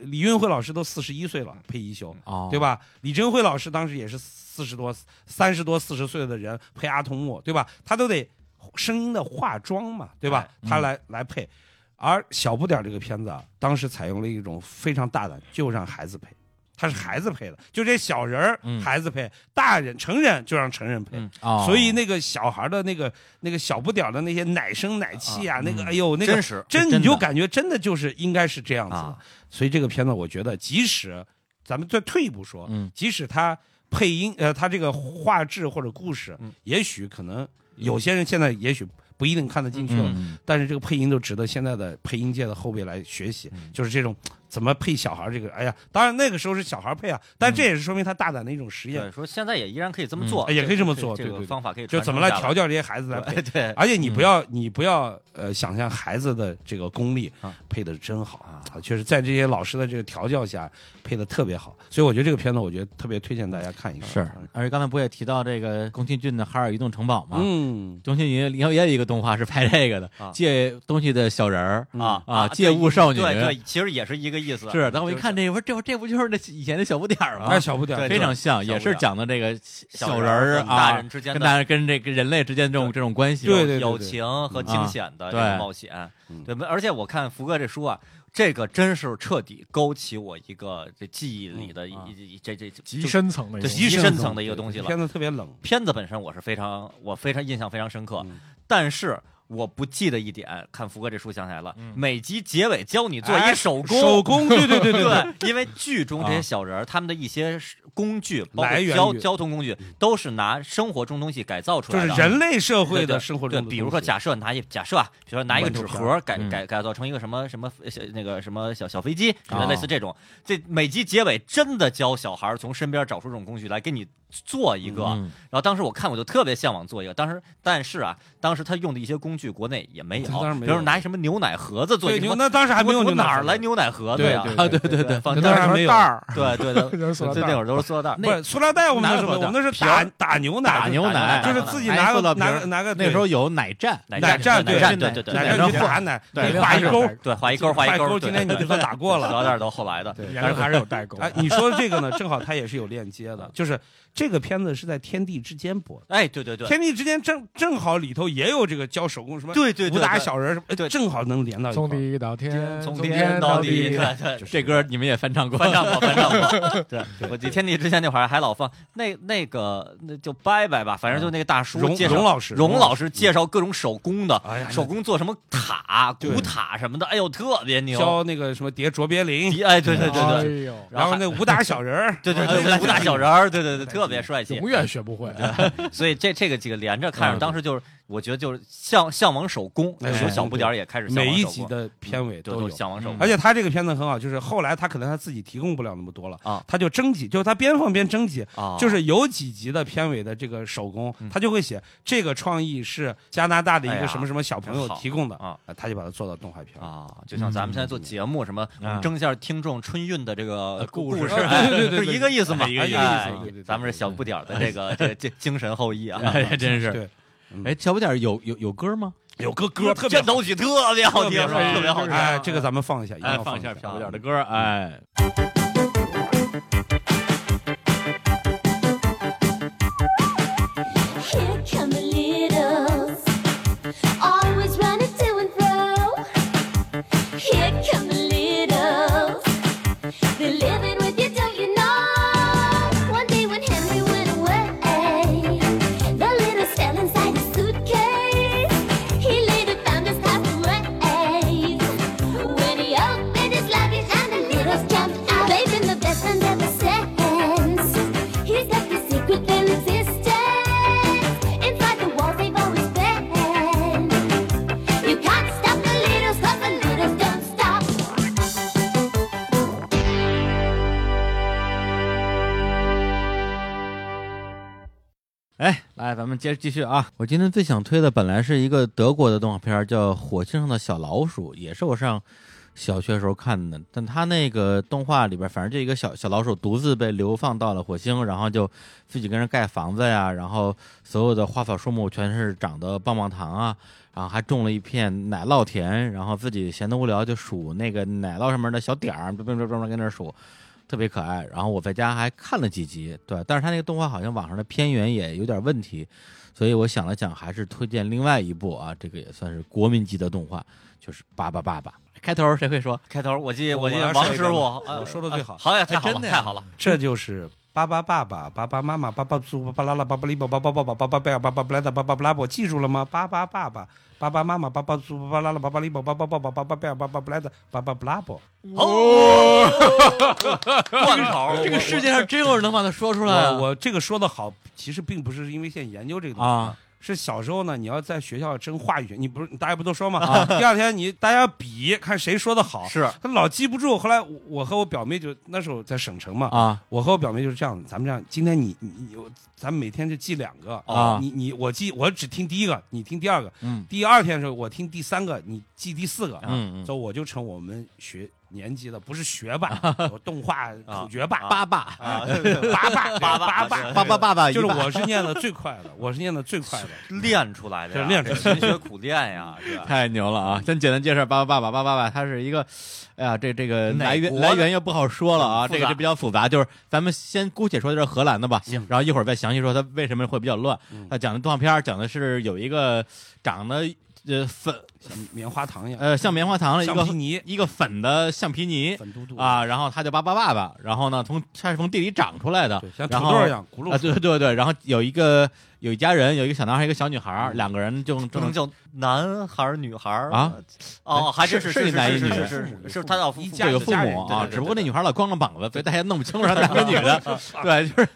Speaker 4: 李运辉老师都四十一岁了，配一休，
Speaker 1: 哦，
Speaker 4: 对？吧？李珍辉老师当时也是四十多、三十多、四十岁的人配阿童木，对吧？他都得声音的化妆嘛，对吧？
Speaker 1: 哎
Speaker 4: 他
Speaker 1: 嗯
Speaker 4: 来、来配。而小不点儿这个片子啊，当时采用了一种非常大胆，就让孩子配，他是孩子配的，就这小人儿、
Speaker 1: 嗯
Speaker 4: 孩子配，大人成人就让成人配。
Speaker 2: 嗯
Speaker 1: 哦，
Speaker 4: 所以那个小孩儿的那个那个小不点儿的那些奶声奶气啊，那个
Speaker 1: 嗯
Speaker 4: 哎呦，那个
Speaker 2: 真实
Speaker 4: 真
Speaker 1: 真
Speaker 4: 你就
Speaker 1: 的
Speaker 4: 感觉真的就是应该是这样子的
Speaker 2: 啊。
Speaker 4: 所以这个片子，我觉得即使咱们再退一步说，
Speaker 1: 嗯
Speaker 4: 即使它配音呃，它这个画质或者故事，
Speaker 2: 嗯
Speaker 4: 也许可能有些人现在也许不一定看得进去了。
Speaker 1: 嗯，
Speaker 4: 但是这个配音都值得现在的配音界的后辈来学习，就是这种怎么配小孩儿这个，哎呀，当然那个时候是小孩儿配啊，但这也是说明他大胆的一种实验
Speaker 2: 对，，说现在也依然可以这么做，
Speaker 4: 哎嗯也可以这么做
Speaker 2: 这
Speaker 4: 对
Speaker 2: 个
Speaker 4: 对对
Speaker 2: 方法可以
Speaker 4: 就怎么来调教这些孩子来
Speaker 2: 传承下
Speaker 4: 配
Speaker 2: 来？。对，
Speaker 4: 而且你不要，你不要，呃，想象孩子的这个功力
Speaker 2: 啊
Speaker 4: 配的真好啊，确实在这些老师的这个调教下配的特别好，所以我觉得这个片子，我觉得特别推荐大家看一看。啊
Speaker 1: 是。而且刚才不也提到这个宫崎骏的《哈尔移动城堡》吗？
Speaker 4: 嗯，
Speaker 1: 宫崎骏也有一个动画是拍这个的
Speaker 2: 啊，
Speaker 1: 借东西的小人儿
Speaker 4: 嗯
Speaker 2: 啊
Speaker 1: 啊借物少女
Speaker 2: 对对，其实也是一个意思。
Speaker 1: 是，但我一
Speaker 2: 就是
Speaker 1: 看这，我说这不这不就是那以前的小不点儿吗
Speaker 4: 哎，？小不点儿，
Speaker 2: 啊对
Speaker 1: 非常像，
Speaker 2: 小
Speaker 1: 也
Speaker 2: 不
Speaker 1: 是
Speaker 2: 点儿
Speaker 1: 讲的这个
Speaker 2: 小
Speaker 1: 小人
Speaker 2: 人儿
Speaker 1: 儿
Speaker 2: 跟
Speaker 1: 啊，
Speaker 2: 大人之间
Speaker 1: 跟
Speaker 2: 的
Speaker 1: 大人跟这个人类之间这种这种关系，
Speaker 4: 对对
Speaker 2: 友情和惊险的这
Speaker 1: 啊对
Speaker 2: 种冒险
Speaker 4: 嗯，
Speaker 2: 对，而且我看福哥这书啊，这个真是彻底勾起我一个这记忆里的一
Speaker 1: 嗯啊
Speaker 2: 一一这这这
Speaker 3: 极深层的一
Speaker 2: 对
Speaker 3: 个
Speaker 2: 极深层的一个东西了
Speaker 4: 片子特别冷，
Speaker 2: 片子本身我是非常我非常印象非常深刻
Speaker 4: 嗯，
Speaker 2: 但是我不记得一点，看福哥这书想起来了
Speaker 1: 嗯，
Speaker 2: 每集结尾教你做
Speaker 4: 哎
Speaker 2: 一手工，
Speaker 4: 手工，对
Speaker 2: (laughs)
Speaker 4: 对对对，啊
Speaker 2: 对，因为剧中这些小人儿，他们的一些工具，包
Speaker 4: 来
Speaker 2: 括
Speaker 4: 源
Speaker 2: 交
Speaker 4: 于嗯
Speaker 2: 交通工具，都是拿生活中东西改造出
Speaker 4: 就
Speaker 2: 来
Speaker 4: 是
Speaker 2: 的。啊
Speaker 4: 人类
Speaker 2: 对
Speaker 4: 社会
Speaker 2: 对
Speaker 4: 的生活中
Speaker 2: 对，
Speaker 4: 的
Speaker 2: 比如
Speaker 4: 东
Speaker 2: 说
Speaker 4: 西
Speaker 2: 假设拿一假设啊，比如说拿一个
Speaker 4: 豌豆
Speaker 2: 纸
Speaker 4: 片
Speaker 2: 盒
Speaker 4: 儿
Speaker 2: 儿改
Speaker 1: 嗯
Speaker 2: 改改造成一个什么什么小那个什么小小飞机，
Speaker 4: 哦
Speaker 1: 啊
Speaker 2: 类似这种。这每集结尾真的教小孩儿从身边找出这种工具来给你做一个。
Speaker 1: 嗯
Speaker 2: 然后当时我看我就特别向往做一个，当时但是啊，当时他用的一些工具国内也没有，
Speaker 4: 当然没
Speaker 2: 比如说
Speaker 4: 有
Speaker 2: 拿一什么牛奶盒子做一
Speaker 4: 对
Speaker 2: 个什
Speaker 4: 牛，
Speaker 2: 么，
Speaker 4: 那当时还没有
Speaker 2: 我
Speaker 4: 牛奶
Speaker 2: 哪儿
Speaker 4: 盒
Speaker 2: 来牛奶盒子 (laughs)
Speaker 4: 对
Speaker 2: 呀？
Speaker 1: 啊，对
Speaker 4: 对
Speaker 1: 对对，
Speaker 2: 放
Speaker 4: 那当时还没有
Speaker 2: 对对对，
Speaker 4: (laughs)
Speaker 3: 就是塑料
Speaker 2: 对
Speaker 3: 袋
Speaker 2: 那
Speaker 3: 儿
Speaker 2: 会儿都是塑料袋儿，
Speaker 4: 不是塑料袋，我们那
Speaker 1: 拿
Speaker 4: 什么？
Speaker 1: 塑料袋
Speaker 4: 我们那是
Speaker 1: 瓶
Speaker 4: 打
Speaker 1: 儿
Speaker 4: 打牛奶，
Speaker 1: 打牛奶，
Speaker 4: 就是自己拿
Speaker 1: 个
Speaker 4: 个拿个拿个
Speaker 1: 那时候有奶站，
Speaker 2: 奶
Speaker 4: 奶
Speaker 2: 站
Speaker 4: 站
Speaker 2: 奶
Speaker 4: 对
Speaker 2: 站
Speaker 1: 奶
Speaker 2: 对对对，
Speaker 1: 奶
Speaker 4: 奶
Speaker 1: 站
Speaker 4: 上去打奶，
Speaker 2: 对
Speaker 4: 你画一
Speaker 3: 对
Speaker 4: 勾，
Speaker 2: 对，画一勾，画一
Speaker 4: 画一
Speaker 2: 勾，
Speaker 4: 勾
Speaker 2: 对
Speaker 4: 今天你就算打过了
Speaker 2: 塑料袋儿都后来的，
Speaker 3: 原来还是有代沟。
Speaker 4: 哎，你说的这个呢，正好它也是有链接
Speaker 2: (laughs)
Speaker 4: 的，就是这个片子是在天地之间播的，
Speaker 2: 哎，对对对，
Speaker 4: 天地之间正正好里头也有这个教手工什么
Speaker 2: 对对对，
Speaker 4: 武打
Speaker 2: 对
Speaker 4: 小人什么，
Speaker 2: 对
Speaker 4: 哎正好能连到一
Speaker 3: 从
Speaker 4: 块儿。
Speaker 3: 地到天，
Speaker 2: 从
Speaker 3: 天
Speaker 2: 天到
Speaker 3: 地
Speaker 2: 地，，对对。
Speaker 1: 这歌你们也翻唱
Speaker 2: (laughs)
Speaker 4: (laughs)
Speaker 1: 过，
Speaker 2: 翻唱过，翻 (laughs) 唱过。对，我记得天地之前那会儿还老放那那个那就拜拜吧，反正就那个大叔
Speaker 4: 嗯荣
Speaker 2: 介绍
Speaker 4: 荣老师
Speaker 2: 荣
Speaker 4: 荣
Speaker 2: 老
Speaker 4: 老
Speaker 2: 师介绍各种手工的，
Speaker 4: 哎呀
Speaker 2: 手工做什么塔、
Speaker 4: 对
Speaker 2: 古塔什么的，哎呦特别牛。
Speaker 4: 教那个什么叠卓别林，
Speaker 2: 哎，对对对
Speaker 3: 哎
Speaker 2: 对，
Speaker 3: 呦，
Speaker 4: 然后
Speaker 2: 还
Speaker 4: 那武打小人儿，
Speaker 2: (laughs) 对对对，武打小人儿，对对对，特别帅气
Speaker 3: 永。远学不会。
Speaker 2: 所以这这个几个连着看着，当时就是我觉得就是向向往手工，
Speaker 4: 嗯哎
Speaker 2: 有小不点儿也开始向往
Speaker 4: (laughs) 每一
Speaker 2: 手
Speaker 4: 集
Speaker 2: 工
Speaker 4: 的片尾
Speaker 2: 对
Speaker 4: 都
Speaker 2: 嗯都
Speaker 4: 有。嗯哎
Speaker 2: 向往手
Speaker 4: 而
Speaker 2: 工
Speaker 4: 且他这个片子很好，就是后来他可能他自己提供不了那么多了
Speaker 2: 啊
Speaker 4: 他就征集，就是他边放边征集，
Speaker 2: 啊，
Speaker 4: 就是有几集的片尾的这个手工
Speaker 2: 嗯，
Speaker 4: 他就会写这个创意是加拿大的一
Speaker 2: 哎
Speaker 4: 个
Speaker 2: 呀
Speaker 4: 什么什么小朋友
Speaker 2: 真好
Speaker 4: 提供的
Speaker 2: 啊，
Speaker 4: 他就把它做到动画片。
Speaker 2: 啊，就像咱们现在做节目什么
Speaker 1: 嗯，
Speaker 2: 争一下听众春运的这个故故事，
Speaker 4: 对
Speaker 2: 哎
Speaker 4: 对对对
Speaker 2: 是一个意思嘛，
Speaker 1: 一个意思
Speaker 2: 哎
Speaker 4: 对对对
Speaker 2: 咱们是小不点儿的这个这这精神后裔啊，
Speaker 1: 哎， (laughs) 真是。
Speaker 4: 对，
Speaker 1: 哎，小不点儿有有有歌吗？
Speaker 4: 有个歌特别
Speaker 2: 片
Speaker 4: 好
Speaker 2: 头曲特别好
Speaker 4: 特
Speaker 2: 听，是
Speaker 4: 别好
Speaker 2: 吧
Speaker 4: 听
Speaker 2: 特别好听。
Speaker 4: 哎，这个咱们放一下，一定
Speaker 1: 哎，
Speaker 4: 要
Speaker 1: 放一
Speaker 4: 一下
Speaker 1: 下。小不点儿的
Speaker 2: 嗯
Speaker 1: 歌，哎，
Speaker 8: Here come the littles, always running to and fro. Here come the littles, they're living with you, don't you know? One day when Henry went away, the littles fell inside his suitcase. He later found his pathways. When he opened his luggage and the littles jumped out, they've been the best friends ever since. He's got the secret their existence. Inside the walls they've always been. You can't stop the littles, cause the littles don't stop.
Speaker 1: 哎，来，咱们接着继续啊！我今天最想推的本来是一个德国的动画片儿，叫《火星上的小老鼠》，也是我上小学时候看的。但它那个动画里边，反正这一个小小老鼠独自被流放到了火星，然后就自己跟人盖房子呀，然后所有的花草树木全是长的棒棒糖啊，然后还种了一片奶酪田，然后自己闲得无聊就数那个奶酪上面的小点儿，叭叭叭叭跟那儿数。特别可爱。然后我在家还看了几集，对，但是它那个动画好像网上的片源也有点问题，所以我想了想，还是推荐另外一部啊，这个也算是国民级的动画，就是《爸爸爸爸》。开头谁会说？
Speaker 2: 开头我记我记
Speaker 4: 我
Speaker 2: 得
Speaker 4: 要
Speaker 2: 王
Speaker 4: 说一
Speaker 2: 师
Speaker 4: 遍
Speaker 2: 傅
Speaker 4: 吧我说得最好
Speaker 2: 好呀，太好了，
Speaker 1: 真的呀
Speaker 2: 太好了，
Speaker 4: 这就是巴巴爸爸、巴巴妈妈、巴巴猪、巴巴拉拉、巴巴利巴、巴巴爸爸、巴巴贝尔、巴巴布莱达、巴巴布拉伯，记住了吗？巴巴爸爸、巴巴妈妈、巴巴猪、巴巴拉拉、巴巴利巴、巴巴爸爸、巴巴贝尔、巴巴布莱达、巴巴布拉伯。 (laughs)
Speaker 2: 贯头
Speaker 1: 哦 (laughs) 这个世界上真有人能把它说出来、啊
Speaker 4: 我我这个说的好，其实并不是因为现在研究这个东西。
Speaker 1: 啊，
Speaker 4: 是小时候呢，你要在学校争话语权，你不是大家不都说吗？第二天你大家比看谁说的好，
Speaker 2: 是
Speaker 4: 他老记不住。后来我我和我表妹就那时候在省城嘛，
Speaker 1: 啊，
Speaker 4: 我和我表妹就是这样，咱们这样，今天你你你，我咱们每天就记两个
Speaker 1: 啊
Speaker 4: 你你我记我只听第一个，你听第二个，
Speaker 1: 嗯
Speaker 4: 第二天的时候我听第三个，你记第四个，
Speaker 1: 嗯嗯，
Speaker 4: 所以我就成我们学年级的不是学霸，
Speaker 1: (laughs)
Speaker 4: 我动画口诀霸，
Speaker 1: 爸爸，
Speaker 4: 啊，对对对八霸
Speaker 2: 八霸
Speaker 4: 八
Speaker 1: 爸
Speaker 2: 对
Speaker 4: 霸，
Speaker 1: 爸爸爸，
Speaker 4: (laughs) 就是
Speaker 1: 一爸
Speaker 4: 我是念的最快的，我是念的
Speaker 1: (laughs)
Speaker 4: 最快的。
Speaker 2: 练出来的呀，
Speaker 4: 是练出来的
Speaker 2: 勤学苦练呀，是吧？
Speaker 1: 太牛了啊！先简单介绍《爸爸爸爸爸爸爸》，它是一个，哎呀，这这个
Speaker 2: 哪
Speaker 1: 来源
Speaker 2: 国的
Speaker 1: 来源又不好说了啊，
Speaker 2: 复杂
Speaker 1: 这个就比较复杂。就是咱们先姑且说这是荷兰的吧，
Speaker 2: 行
Speaker 1: 然后一会儿再详细说它为什么会比较乱
Speaker 4: 嗯。
Speaker 1: 它讲的动画片儿讲的是有一个长得呃粉
Speaker 4: 像棉花糖一样，
Speaker 1: 呃像棉花糖的一
Speaker 4: 橡皮
Speaker 1: 个 (laughs)
Speaker 4: 泥，
Speaker 1: 一个粉的橡皮泥
Speaker 4: 粉嘟嘟
Speaker 1: 啊，，然后它叫巴巴爸爸，然后呢从它是从地里长出来的
Speaker 4: 对，，像土
Speaker 1: 然后
Speaker 4: 豆一样轱
Speaker 1: 啊，
Speaker 4: 辘
Speaker 1: 对对对，然后有一个有一家人，有一个小男孩，一个小女孩
Speaker 4: 嗯
Speaker 1: 儿，两个人就
Speaker 2: 不
Speaker 1: 正
Speaker 2: 能叫男孩儿女孩儿
Speaker 1: 啊？
Speaker 2: 哦，
Speaker 1: 哎
Speaker 2: 还真
Speaker 1: 是
Speaker 2: 是
Speaker 1: 是一男一
Speaker 2: 是
Speaker 1: 女
Speaker 2: 是是是是，他要
Speaker 4: 一
Speaker 1: 就
Speaker 4: 家
Speaker 1: 有
Speaker 4: 是
Speaker 1: 父
Speaker 4: 家
Speaker 1: 母
Speaker 4: 人
Speaker 1: 啊，
Speaker 4: 对对对
Speaker 1: 只不过那女孩老光着膀子，所以大家弄不清楚是男的女的。对，就是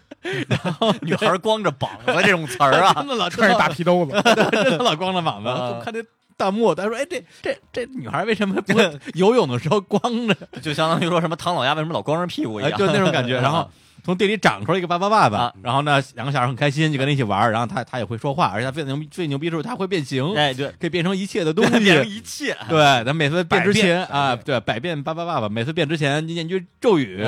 Speaker 2: 女孩儿光着膀子这种词儿啊，
Speaker 1: 真的老
Speaker 3: 穿着大皮兜子，
Speaker 1: 真的老光着膀子，
Speaker 2: 啊
Speaker 1: 就看这弹幕，他说：“哎，这这这女孩为什么不游泳的时候光着？
Speaker 2: 就相当于说什么唐老鸭为什么老光着屁股一
Speaker 1: 哎，
Speaker 2: 样， (laughs)
Speaker 1: 就那种感觉。”然后从地里长出来一个巴巴爸爸
Speaker 2: 啊，
Speaker 1: 然后呢，两个小孩很开心，就跟他一起玩儿，然后他他也会说话，而且他最牛逼最牛逼的是他会变形，
Speaker 2: 哎，对，
Speaker 1: 可以变成一切的
Speaker 2: (laughs)
Speaker 1: 东西，
Speaker 2: 变成一切，
Speaker 1: 对，咱每次变之
Speaker 4: 啊百变啊
Speaker 1: 前啊，对，百变巴巴爸爸，每次变之前念句咒语，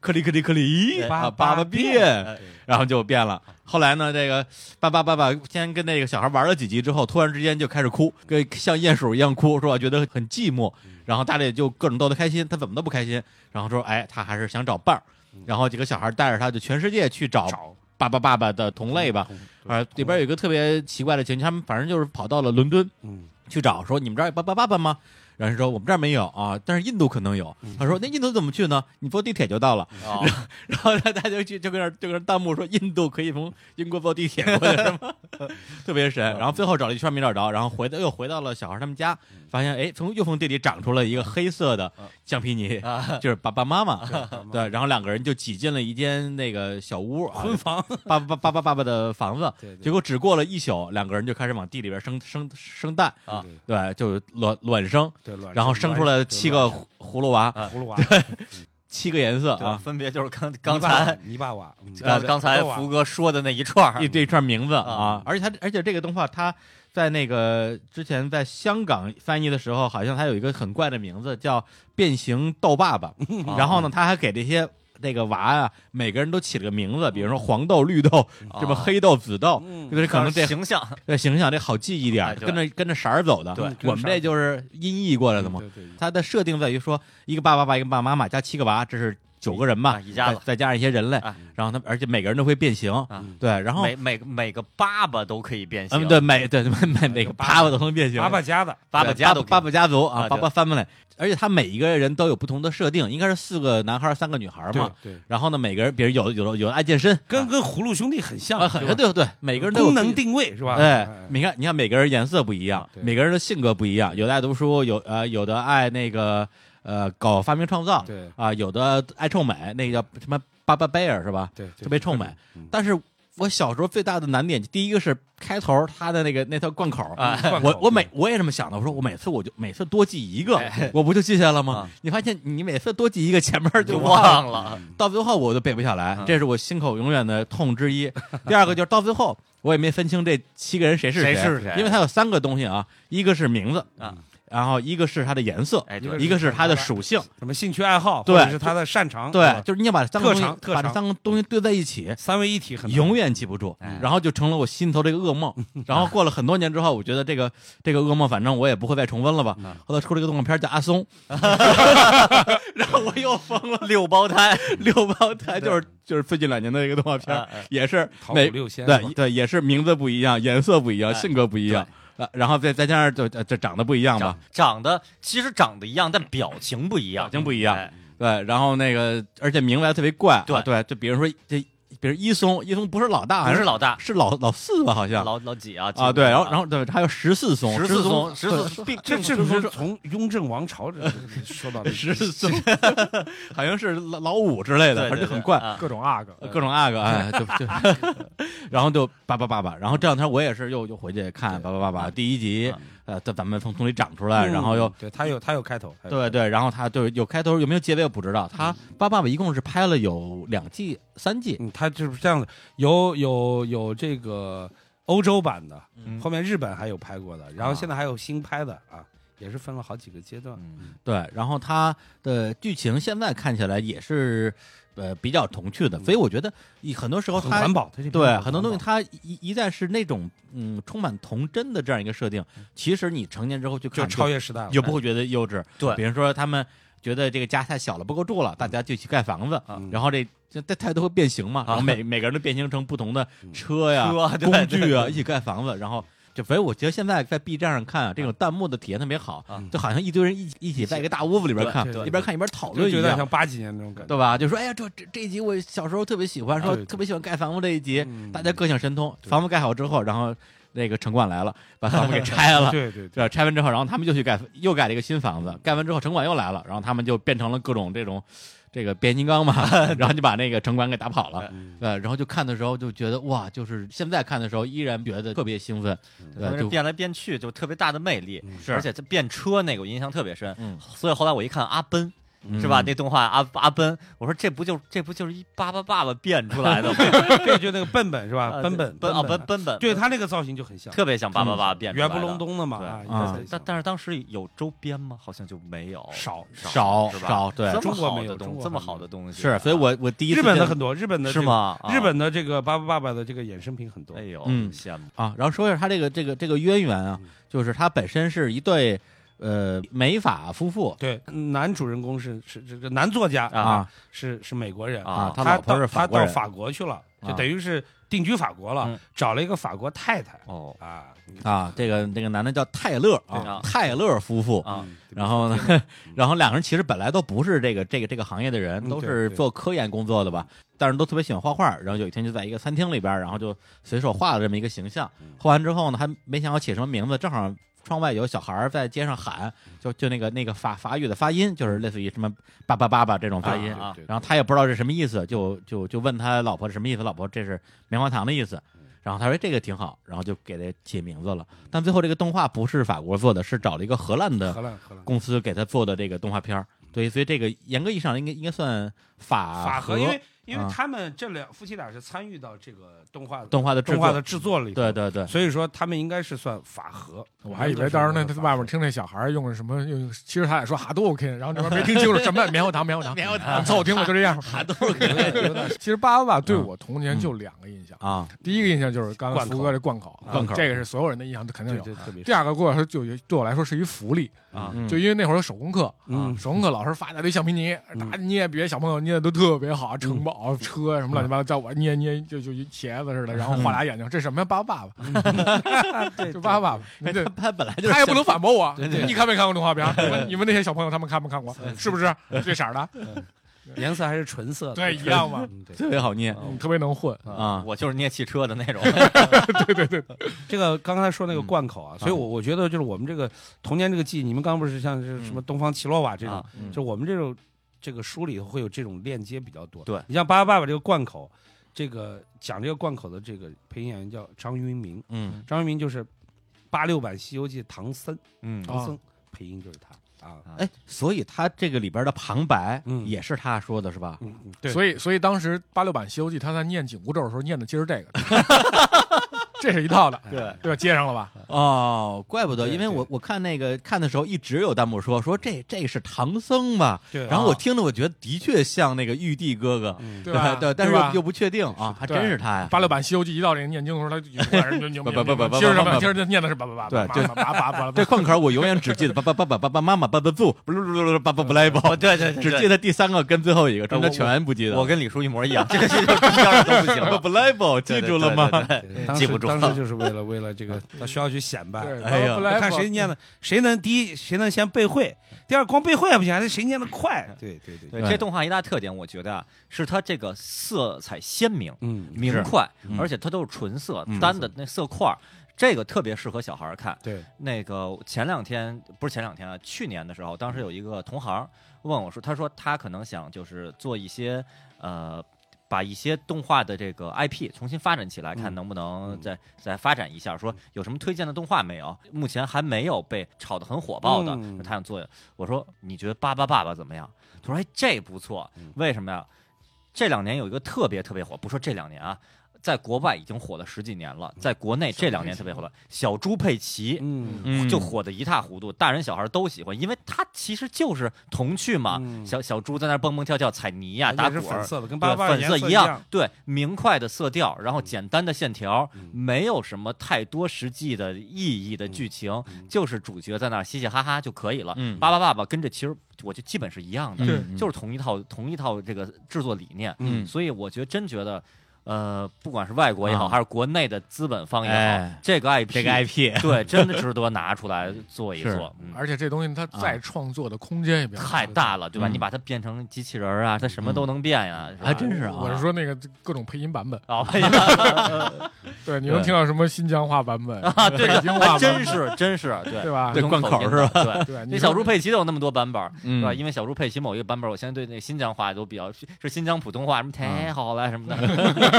Speaker 1: 克里克里克里，
Speaker 2: 对
Speaker 1: 啊，
Speaker 4: 巴
Speaker 1: 爸爸
Speaker 4: 巴
Speaker 1: 变，然后就变了。后来呢，这个爸爸爸爸先跟那个小孩玩了几集之后，突然之间就开始哭，跟像鼹鼠一样哭，说我觉得很寂寞。然后大力就各种逗他开心，他怎么都不开心。然后说，哎，他还是想找伴儿。然后几个小孩带着他就全世界去找
Speaker 4: 找
Speaker 1: 爸爸爸爸的同类
Speaker 4: 嗯
Speaker 1: 吧。啊，里边有一个特别奇怪的情景，他们反正就是跑到了伦敦，
Speaker 4: 嗯，
Speaker 1: 去找说你们这儿有巴巴爸爸吗？然后人说我们这儿没有啊，但是印度可能有。他说那印度怎么去呢？你坐地铁就到了。
Speaker 2: 哦
Speaker 1: 然后他他就去就跟那儿就跟那儿弹幕说印度可以从英国坐地铁过去是吗？ (laughs) 特别神。然后最后找了一圈没找着，然后回到又回到了小孩他们家，发现哎从又从地里长出了一个黑色的橡皮泥，
Speaker 2: 啊，
Speaker 1: 就是爸爸妈
Speaker 4: 嗯
Speaker 1: 妈。 (laughs) 对，然后两个人就挤进了一间那个小屋啊，
Speaker 4: 婚房
Speaker 1: 爸爸爸爸爸爸的房子
Speaker 4: 对，对
Speaker 1: 结果只过了一宿，两个人就开始往地里边生生生蛋
Speaker 2: 啊，
Speaker 1: 对，就是卵卵生，
Speaker 4: 对，乱
Speaker 1: 然后生出来了七个
Speaker 4: 乱
Speaker 1: 葫葫芦娃，
Speaker 4: 啊葫
Speaker 1: (laughs)
Speaker 4: 芦娃
Speaker 1: 七个颜色
Speaker 2: 对，
Speaker 1: 啊，
Speaker 2: 分别就是刚
Speaker 4: 泥
Speaker 2: 刚
Speaker 4: 巴
Speaker 2: 才
Speaker 4: 泥巴娃，嗯
Speaker 1: 呃
Speaker 2: 刚刚才福哥说的那一串儿
Speaker 1: 一这一串名字
Speaker 2: 啊
Speaker 1: 啊，而且它而且这个动画它在那个之前在香港翻译的时候，好像它有一个很怪的名字叫《变形豆爸爸》，
Speaker 2: 啊
Speaker 1: 然后呢，他还给这些。那个娃啊，每个人都起了个名字，比如说黄豆、绿豆，什么
Speaker 2: 嗯啊
Speaker 1: 黑豆、紫豆，
Speaker 4: 嗯
Speaker 1: 就是
Speaker 2: (laughs)
Speaker 1: 可能这
Speaker 2: 形象
Speaker 1: 这形象这好记一点儿，
Speaker 2: 哎对
Speaker 1: 跟着跟着色儿走的。
Speaker 2: 对
Speaker 1: 我们这就是音译过来的嘛
Speaker 4: 对。
Speaker 1: (laughs)
Speaker 4: 对对
Speaker 1: 它的设定在于说，一个爸爸、爸一个爸爸妈妈加七个娃，这是九个人吧，
Speaker 2: 啊一家子
Speaker 1: 再再加上一些人类
Speaker 2: 啊，
Speaker 1: 然后他们而且每个人都会变形，
Speaker 2: 啊，
Speaker 1: 对，然后
Speaker 2: 每每每个爸爸都可以变形，
Speaker 1: 嗯对每对每每每个爸爸都能变形，
Speaker 4: 爸爸家的
Speaker 2: 爸
Speaker 1: 对
Speaker 2: 家都可以
Speaker 1: 爸爸家族
Speaker 2: 啊
Speaker 1: 啊，爸
Speaker 2: 对
Speaker 1: 爸 family，而且他每一个人都有不同的设定，应该是四个男孩儿三个女孩儿
Speaker 4: 对
Speaker 1: 嘛。
Speaker 4: 对，
Speaker 1: 然后呢，每个人，比如有的有的有的爱健身
Speaker 4: 跟跟葫芦兄弟很像
Speaker 1: 啊，，很对对对，每个人都有
Speaker 4: 功
Speaker 1: 自己
Speaker 4: 能定位是吧？
Speaker 1: 哎，你看，你看，每个人颜色不一样
Speaker 4: 啊，对
Speaker 1: 每个人的性格不一样，有的爱读书，有呃，有的爱那个呃搞发明创造，
Speaker 4: 对
Speaker 1: 啊、有的爱臭美，那个叫什么巴巴贝尔是吧？
Speaker 4: 对，
Speaker 1: 特别臭美。
Speaker 4: 嗯
Speaker 1: 但是我小时候最大的难点，第一个是开头他的那个那条贯口
Speaker 2: 啊
Speaker 4: 贯口嗯
Speaker 1: 我我每我也这么想的，我说我每次我就每次多记一个，我不就记下来了吗？
Speaker 2: 啊
Speaker 1: 你发现你每次多记一个，前面就
Speaker 2: 就
Speaker 1: 忘了。嗯
Speaker 2: 忘了
Speaker 1: 到最后我都背不下来
Speaker 2: 嗯，
Speaker 1: 这是我心口永远的痛之一。第二个就是到最后我也没分清这七个人谁是
Speaker 2: 谁
Speaker 1: 是
Speaker 2: 是谁
Speaker 1: 因为它有三个东西啊，一个是名字
Speaker 2: 啊，
Speaker 1: 然后一个是它的颜色，
Speaker 2: 哎对
Speaker 1: 一个是它的属性，
Speaker 4: 什么兴趣爱好，
Speaker 1: 对
Speaker 4: 或者是他的擅长，是
Speaker 1: 对
Speaker 4: 吧，
Speaker 1: 就是你要把这三个东
Speaker 4: 特长
Speaker 1: 西
Speaker 4: 特
Speaker 1: 把
Speaker 4: 长
Speaker 1: 这三个东西对在一起。
Speaker 4: 三位一体很难
Speaker 1: 永远记不住
Speaker 2: 哎，
Speaker 1: 然后就成了我心头这个噩
Speaker 2: (laughs)
Speaker 1: 梦。然后过了很多年之后，我觉得这个这个噩梦，反正我也不会再重温了吧。后来出了一个动画片叫《阿松》，然后我又疯了。
Speaker 2: 六胞胎，
Speaker 1: 六胞胎就是就是最近两年的一个动画片儿
Speaker 2: 嗯嗯，
Speaker 1: 也是
Speaker 4: 桃
Speaker 1: 每
Speaker 4: 谷六仙是吧
Speaker 1: 对对，也是名字不一样，颜色不一样，
Speaker 2: 哎
Speaker 1: 性格不一样，呃然后再再加上就呃这长得不一样吧
Speaker 2: 长，长得其实长得一样，但表情不一样，
Speaker 1: 表情不一样
Speaker 2: 哎
Speaker 1: 对，然后那个而且名字还特别怪，
Speaker 2: 对
Speaker 1: 啊对，就比如说这，比如一松，一松不是老大，好
Speaker 2: 不
Speaker 1: 像
Speaker 2: 是老大，
Speaker 1: 是老老四吧，好像
Speaker 2: 老老几啊？
Speaker 1: 啊对，然后然
Speaker 2: 后
Speaker 1: 后对，还有十四松，
Speaker 2: 十
Speaker 1: 四
Speaker 2: 四松，十四并
Speaker 4: 这
Speaker 2: 并
Speaker 4: 这不是从雍正王朝
Speaker 1: (laughs)
Speaker 4: 这说到的
Speaker 1: 十四松， (laughs) 好像是老老五之类
Speaker 2: 对
Speaker 1: 的，反
Speaker 2: 对
Speaker 1: 正
Speaker 2: 对
Speaker 1: 就很怪。
Speaker 2: 啊
Speaker 3: 各种 UP
Speaker 1: 呃各种阿哥，哎，就就， (laughs) 然后就叭叭叭叭，然后这两天我也是又又回去看叭叭叭叭第一集
Speaker 2: 啊，
Speaker 1: 呃，咱咱们从从里长出来，然后又
Speaker 4: 嗯对他有他有开头，他有
Speaker 1: 对对，然后他就有开头有没有结尾我不知道，
Speaker 2: 嗯
Speaker 1: 他叭叭叭一共是拍了有两季三季，
Speaker 4: 嗯，它就是这样的，有有有这个欧洲版的，
Speaker 2: 嗯
Speaker 4: 后面日本还有拍过的，然后
Speaker 2: 啊
Speaker 4: 现在还有新拍的啊，也是分了好几个阶段。
Speaker 2: 嗯
Speaker 1: 对，然后它的剧情现在看起来也是呃比较童趣的，所以我觉得以很多时候哦
Speaker 4: 很
Speaker 1: 它
Speaker 4: 环保，它这
Speaker 1: 对很多
Speaker 4: 嗯
Speaker 1: 东西，它一一旦是那种嗯充满童真的这样一个设定，其实你成年之后去
Speaker 4: 就
Speaker 1: 看
Speaker 4: 超越时代了。
Speaker 1: 就不会觉得幼稚。
Speaker 2: 对
Speaker 1: 比如说他们觉得这个家太小了，不够住了，大家就去盖房子，
Speaker 4: 嗯
Speaker 2: 啊
Speaker 1: 然后这这这太多会变形嘛，然后每每个人都变形成不同的车呀、 (laughs)
Speaker 2: 车对
Speaker 1: 工具啊，
Speaker 2: 对
Speaker 1: 一起盖房子，然后。就反正我觉得现在在 B 站上看啊，这种弹幕的体验特别好
Speaker 2: 啊，
Speaker 1: 就好像一堆人一起一起在一个大屋子里边看，
Speaker 4: 对对
Speaker 1: 一边看一边讨
Speaker 4: 就
Speaker 1: 论
Speaker 4: 有
Speaker 1: 一
Speaker 4: 点
Speaker 1: 样，
Speaker 4: 像八几年那种感觉。
Speaker 1: 对吧？就说哎呀，这这这一集我小时候特别喜欢，说
Speaker 4: 对对
Speaker 1: 特别喜欢盖房子这一集，
Speaker 4: 嗯
Speaker 1: 大家各显神通。房子盖好之后，然后那个城管来了，把房子给拆了，(laughs)
Speaker 4: 对对对，
Speaker 1: 对吧？拆完之后，然后他们就去盖，又盖了一个新房子。盖完之后，城管又来了，然后他们就变成了各种这种，这个变形金刚嘛，然后就把那个城管给打跑了。
Speaker 4: 嗯
Speaker 1: 对，然后就看的时候就觉得哇，就是现在看的时候依然觉得特别兴奋，
Speaker 2: 他
Speaker 1: 对，
Speaker 2: 们嗯这
Speaker 1: 呃就
Speaker 2: 变来变去就特别大的魅力，
Speaker 1: 是
Speaker 2: 而且这变车那个我印象特别深
Speaker 1: 嗯，
Speaker 2: 所以后来我一看阿奔。是吧？
Speaker 1: 嗯
Speaker 2: 那动画阿阿奔，我说这不就这不就是一巴巴爸爸变出来的吗？
Speaker 4: 对，就那个笨笨是吧？
Speaker 2: (laughs) 啊对
Speaker 4: 笨笨
Speaker 2: 奔啊奔
Speaker 4: 笨，
Speaker 2: 奔奔，
Speaker 4: 对他那个造型就很像，
Speaker 2: 特别像巴巴爸爸变出来
Speaker 4: 圆
Speaker 2: 的
Speaker 4: 不隆。咚的嘛。
Speaker 2: 对
Speaker 4: 啊
Speaker 1: 啊
Speaker 4: 一个造
Speaker 2: 但
Speaker 4: 型
Speaker 2: 但是当时有周边吗？好像就没有，
Speaker 4: 少
Speaker 1: 少
Speaker 2: 是吧
Speaker 1: 少对
Speaker 2: 这么
Speaker 4: 中国
Speaker 2: 好
Speaker 4: 没
Speaker 2: 的
Speaker 4: 有
Speaker 2: 东
Speaker 4: 中国
Speaker 2: 这么
Speaker 4: 没
Speaker 2: 好
Speaker 4: 有
Speaker 2: 的东西啊，
Speaker 1: 是，所以我我第一次
Speaker 4: 日本的
Speaker 1: 见
Speaker 4: 很多，日本的
Speaker 2: 是
Speaker 4: 这个？
Speaker 2: 吗？啊
Speaker 4: 日本的这个巴巴爸爸的这个衍生品很多
Speaker 2: 哎，呦，
Speaker 1: 嗯
Speaker 2: 羡慕
Speaker 1: 啊，然后说一下他这个这个这个渊源啊，就是他本身是一对呃美法夫妇
Speaker 4: 对，男主人公是是这个男作家
Speaker 1: 啊，
Speaker 4: 是是美国人
Speaker 1: 啊
Speaker 2: 啊，
Speaker 1: 他
Speaker 4: 他
Speaker 1: 老婆
Speaker 4: 到
Speaker 1: 是
Speaker 4: 他
Speaker 1: 法国
Speaker 4: 到
Speaker 1: 人
Speaker 4: 法国去了，就
Speaker 1: 啊
Speaker 4: 等于是定居法国了
Speaker 2: 嗯，
Speaker 4: 找了一个法国太太
Speaker 2: 哦
Speaker 4: 啊
Speaker 1: 啊，这个这个男的叫泰勒
Speaker 2: 对
Speaker 1: 啊
Speaker 2: 啊，
Speaker 1: 泰勒夫妇
Speaker 2: 啊，
Speaker 4: 嗯
Speaker 1: 然后呢， (laughs) 然后两个人其实本来都不是这个这个这个行业的人，
Speaker 4: 嗯
Speaker 1: 都
Speaker 4: 对
Speaker 1: 是
Speaker 4: 对
Speaker 1: 做科研工作的吧，但是都特别喜欢画画。然后有一天就在一个餐厅里边，然后就随手画了这么一个形象。
Speaker 4: 嗯
Speaker 1: 画完之后呢，还没想好起什么名字，正好窗外有小孩儿在街上
Speaker 4: 嗯
Speaker 1: 喊，就就那个那个法法语的发音，就是类似于什么爸爸爸爸这种发音。
Speaker 2: 啊
Speaker 1: 然后他也不知道是什么意思，就就就问他老婆是什么意思，老婆这是棉花糖的意思。
Speaker 4: 嗯
Speaker 1: 然后他说这个挺好，然后就给他起名字了。但最后这个动画不是法国做的，是找了一个荷兰的
Speaker 4: 荷兰荷兰
Speaker 1: 公司给他做的这个动画片儿。对，所以这个严格意义上应该应该算法
Speaker 4: 法
Speaker 1: 和
Speaker 4: 和，因为因
Speaker 1: 啊
Speaker 4: 为他们这两夫妻俩是参与到这个动画
Speaker 1: 动画的制
Speaker 4: 动画
Speaker 1: 作
Speaker 4: 的制作里，
Speaker 1: 对，对对，
Speaker 4: 所以说他们应该是算法和。
Speaker 3: 我还以为当时那
Speaker 4: 他
Speaker 3: 他外面听那小孩儿用什么用，其实他也说哈都 OK，然后这边没听清楚什么棉花糖棉花糖棉花糖，凑合听吧，就这样。哈都 OK。其实巴巴爸对我童年就两个印象，
Speaker 1: 啊，
Speaker 3: 第一个印象就是刚才
Speaker 4: 贯口
Speaker 3: 福哥这贯口，
Speaker 1: 贯口
Speaker 3: 这个是所有人的印象，肯定
Speaker 4: 对
Speaker 3: 有。
Speaker 4: 对特别 (laughs)
Speaker 3: 第二个过来说就有对我来说是一福利，
Speaker 2: 啊
Speaker 1: 嗯
Speaker 3: 就因为那会儿有手工课，
Speaker 4: 嗯
Speaker 3: 手工课老师发一大堆橡皮泥，
Speaker 4: 嗯
Speaker 3: 打捏别的小朋友捏的都特别好，城堡、啊车什么乱七八糟，叫我捏捏就就一茄子似的，然后画俩眼睛，这什么呀？巴巴爸爸， (laughs) 就巴巴爸爸，哎对哎
Speaker 1: 他。他本来就
Speaker 3: 他也不能反驳我，
Speaker 2: 对对
Speaker 3: 你看没看过
Speaker 1: (laughs)
Speaker 3: 动画片？你们你们那些小朋友他们看没看过？是不是这色
Speaker 1: (laughs)
Speaker 3: 儿的？
Speaker 4: 颜色还是纯色的，
Speaker 3: 对一样嘛
Speaker 4: 嗯。 (laughs) 对，
Speaker 1: 特别好念
Speaker 3: 你特别能混，
Speaker 1: 啊，
Speaker 2: 我就是捏汽车的那种，
Speaker 4: 这个刚才说那个
Speaker 1: 嗯
Speaker 4: 贯口啊，所以我我觉得就是我们这个童年这个记忆，你们刚刚不是像是什么东方奇洛瓦这种
Speaker 2: 啊，
Speaker 1: 嗯
Speaker 4: 就我们这种这个书里头会有这种链接比较多。
Speaker 2: 对
Speaker 4: 你像《巴巴爸爸》这个贯口，这个讲这个贯口的这个配音演员叫张云明，
Speaker 1: 嗯
Speaker 4: 张云明就是八六版《西游记》唐僧，
Speaker 2: 嗯
Speaker 4: 唐僧配音就是他啊。
Speaker 1: 哎，所以他这个里边的旁白
Speaker 4: 嗯
Speaker 1: 也是他说的是吧？
Speaker 4: 嗯，嗯对，
Speaker 3: 所以所以当时八六版《西游记》他在念紧箍咒的时候念的就是这个， (laughs) 这是一套的，
Speaker 2: 对
Speaker 3: 对吧？接上了吧？
Speaker 1: 哦，怪不得，
Speaker 4: 对
Speaker 1: 因为我我看那个看的时候一直有弹幕说说这这是唐僧吧，
Speaker 4: 对啊
Speaker 1: 然后我听着我觉得的确像那个玉帝哥哥，
Speaker 4: 嗯
Speaker 3: 对吧？
Speaker 1: (laughs) 对，但是
Speaker 3: 对
Speaker 1: 又
Speaker 3: 吧
Speaker 1: 又不确定啊，还
Speaker 3: 对
Speaker 1: 真是他呀。
Speaker 3: 八六版《西游记》一到这个念经的时候，
Speaker 1: (laughs)
Speaker 3: 他就有点人就牛
Speaker 1: 不不不不不
Speaker 3: 今儿什
Speaker 1: 不不
Speaker 3: 么？今儿念的是叭叭叭，
Speaker 1: 对
Speaker 3: 叭
Speaker 1: (laughs)
Speaker 3: 叭叭叭叭，
Speaker 1: 这贯口我永远只记得爸爸爸爸爸爸妈妈爸爸不不不不不爸爸不来宝，
Speaker 2: 哦对对对
Speaker 1: 只
Speaker 2: 对
Speaker 1: 记得第三个跟最后一个，中间
Speaker 2: 我
Speaker 1: 全不记得。
Speaker 2: 我跟李叔一模一样，这个这个一样都不行
Speaker 1: 爸
Speaker 2: 了
Speaker 1: 爸。不来宝
Speaker 2: 对
Speaker 1: 记住了？吗？
Speaker 2: 对对对对
Speaker 4: 当
Speaker 2: 记
Speaker 4: 时
Speaker 2: 不住
Speaker 4: 当时就是为了为了这个到学校去显摆，
Speaker 3: 对
Speaker 1: 哎呀
Speaker 3: 不来
Speaker 4: 看谁念的，谁能第一，谁能先背会，第二光背会还不行，还是谁念的快？对对对，
Speaker 2: (laughs) 对，这动画一大特点，我觉得啊，是它这个色彩鲜明、
Speaker 4: 嗯，
Speaker 2: 明快
Speaker 1: 嗯，
Speaker 2: 而且它都是纯色
Speaker 1: 嗯
Speaker 2: 单的那色块儿，这个特别适合小孩儿看。
Speaker 4: 对，
Speaker 2: 那个前两天不是前两天啊，去年的时候，当时有一个同行问我说，他说他可能想就是做一些呃。把一些动画的这个 IP 重新发展起来，看
Speaker 4: 嗯
Speaker 2: 能不能再再发展一下。说有什么推荐的动画没有？目前还没有被炒得很火爆的
Speaker 4: 嗯，
Speaker 2: 他想做。我说你觉得《巴巴爸爸》怎么样？他说哎，这不错。
Speaker 4: 嗯
Speaker 2: 为什么呀？这两年有一个特别特别火，不说这两年啊，在国外已经火了十几年了，在国内这两年特别火了。小猪佩奇，
Speaker 4: 嗯
Speaker 1: 嗯
Speaker 2: 就火的一塌糊涂，大人小孩都喜欢，因为它其实就是童趣嘛。
Speaker 4: 嗯
Speaker 2: 啊小小猪在那儿蹦蹦跳跳、踩泥呀、打
Speaker 4: 也是
Speaker 2: 滚
Speaker 4: 粉
Speaker 2: 儿，
Speaker 4: 色的，跟八
Speaker 2: 对，
Speaker 4: 八
Speaker 2: 粉
Speaker 4: 颜色
Speaker 2: 一
Speaker 4: 一
Speaker 2: 样，，对，明快的色调，然后简单的线条，
Speaker 4: 嗯
Speaker 2: 没有什么太多实际的意义的剧情，
Speaker 4: 嗯
Speaker 2: 就是主角在那儿嘻嘻哈哈就可以了。
Speaker 1: (laughs) 嗯
Speaker 2: 巴巴爸爸跟这其实我就基本是一样的，
Speaker 1: 对嗯
Speaker 2: 就是同一套同一套这个制作理念。
Speaker 1: 嗯
Speaker 2: 所以我觉得真觉得。呃，不管是外国也好，
Speaker 1: 啊
Speaker 2: 还是国内的资本方也好，
Speaker 1: 哎
Speaker 2: 这个 IP
Speaker 1: 这个 (laughs)
Speaker 2: (laughs)
Speaker 1: IP
Speaker 2: 对，真的值得拿出来做一
Speaker 1: 是
Speaker 2: 做，嗯
Speaker 3: 而且这东西
Speaker 1: 啊
Speaker 3: 它再创作的空间也比较
Speaker 2: 太大了，对吧？
Speaker 1: 嗯
Speaker 2: 你把它变成机器人儿啊，它什么都能变呀，是吧
Speaker 1: 还真是啊。
Speaker 3: 我
Speaker 2: (laughs)
Speaker 3: 是说那个各种配音版本，
Speaker 1: (laughs)
Speaker 2: 啊，哎呀
Speaker 3: 对，你能听到什么新疆话版本
Speaker 2: 啊，对
Speaker 3: 北
Speaker 2: 的，
Speaker 3: 京话
Speaker 2: 还真是真是，
Speaker 3: 对
Speaker 2: 对
Speaker 3: 吧
Speaker 2: 不
Speaker 1: (laughs)
Speaker 2: 同
Speaker 1: 对贯
Speaker 2: 口
Speaker 1: 口
Speaker 2: 音
Speaker 1: 是
Speaker 2: 的？对。
Speaker 4: (laughs)
Speaker 3: 对，
Speaker 2: 那
Speaker 3: 你
Speaker 2: 小猪
Speaker 3: 说
Speaker 2: 佩奇都有那么多版本儿，
Speaker 1: 嗯
Speaker 2: 是吧？因为
Speaker 1: 嗯 (laughs)
Speaker 2: 小猪佩奇某一个版本儿，我现在对那新疆话都比较是新疆普通话，什么太好了什么的，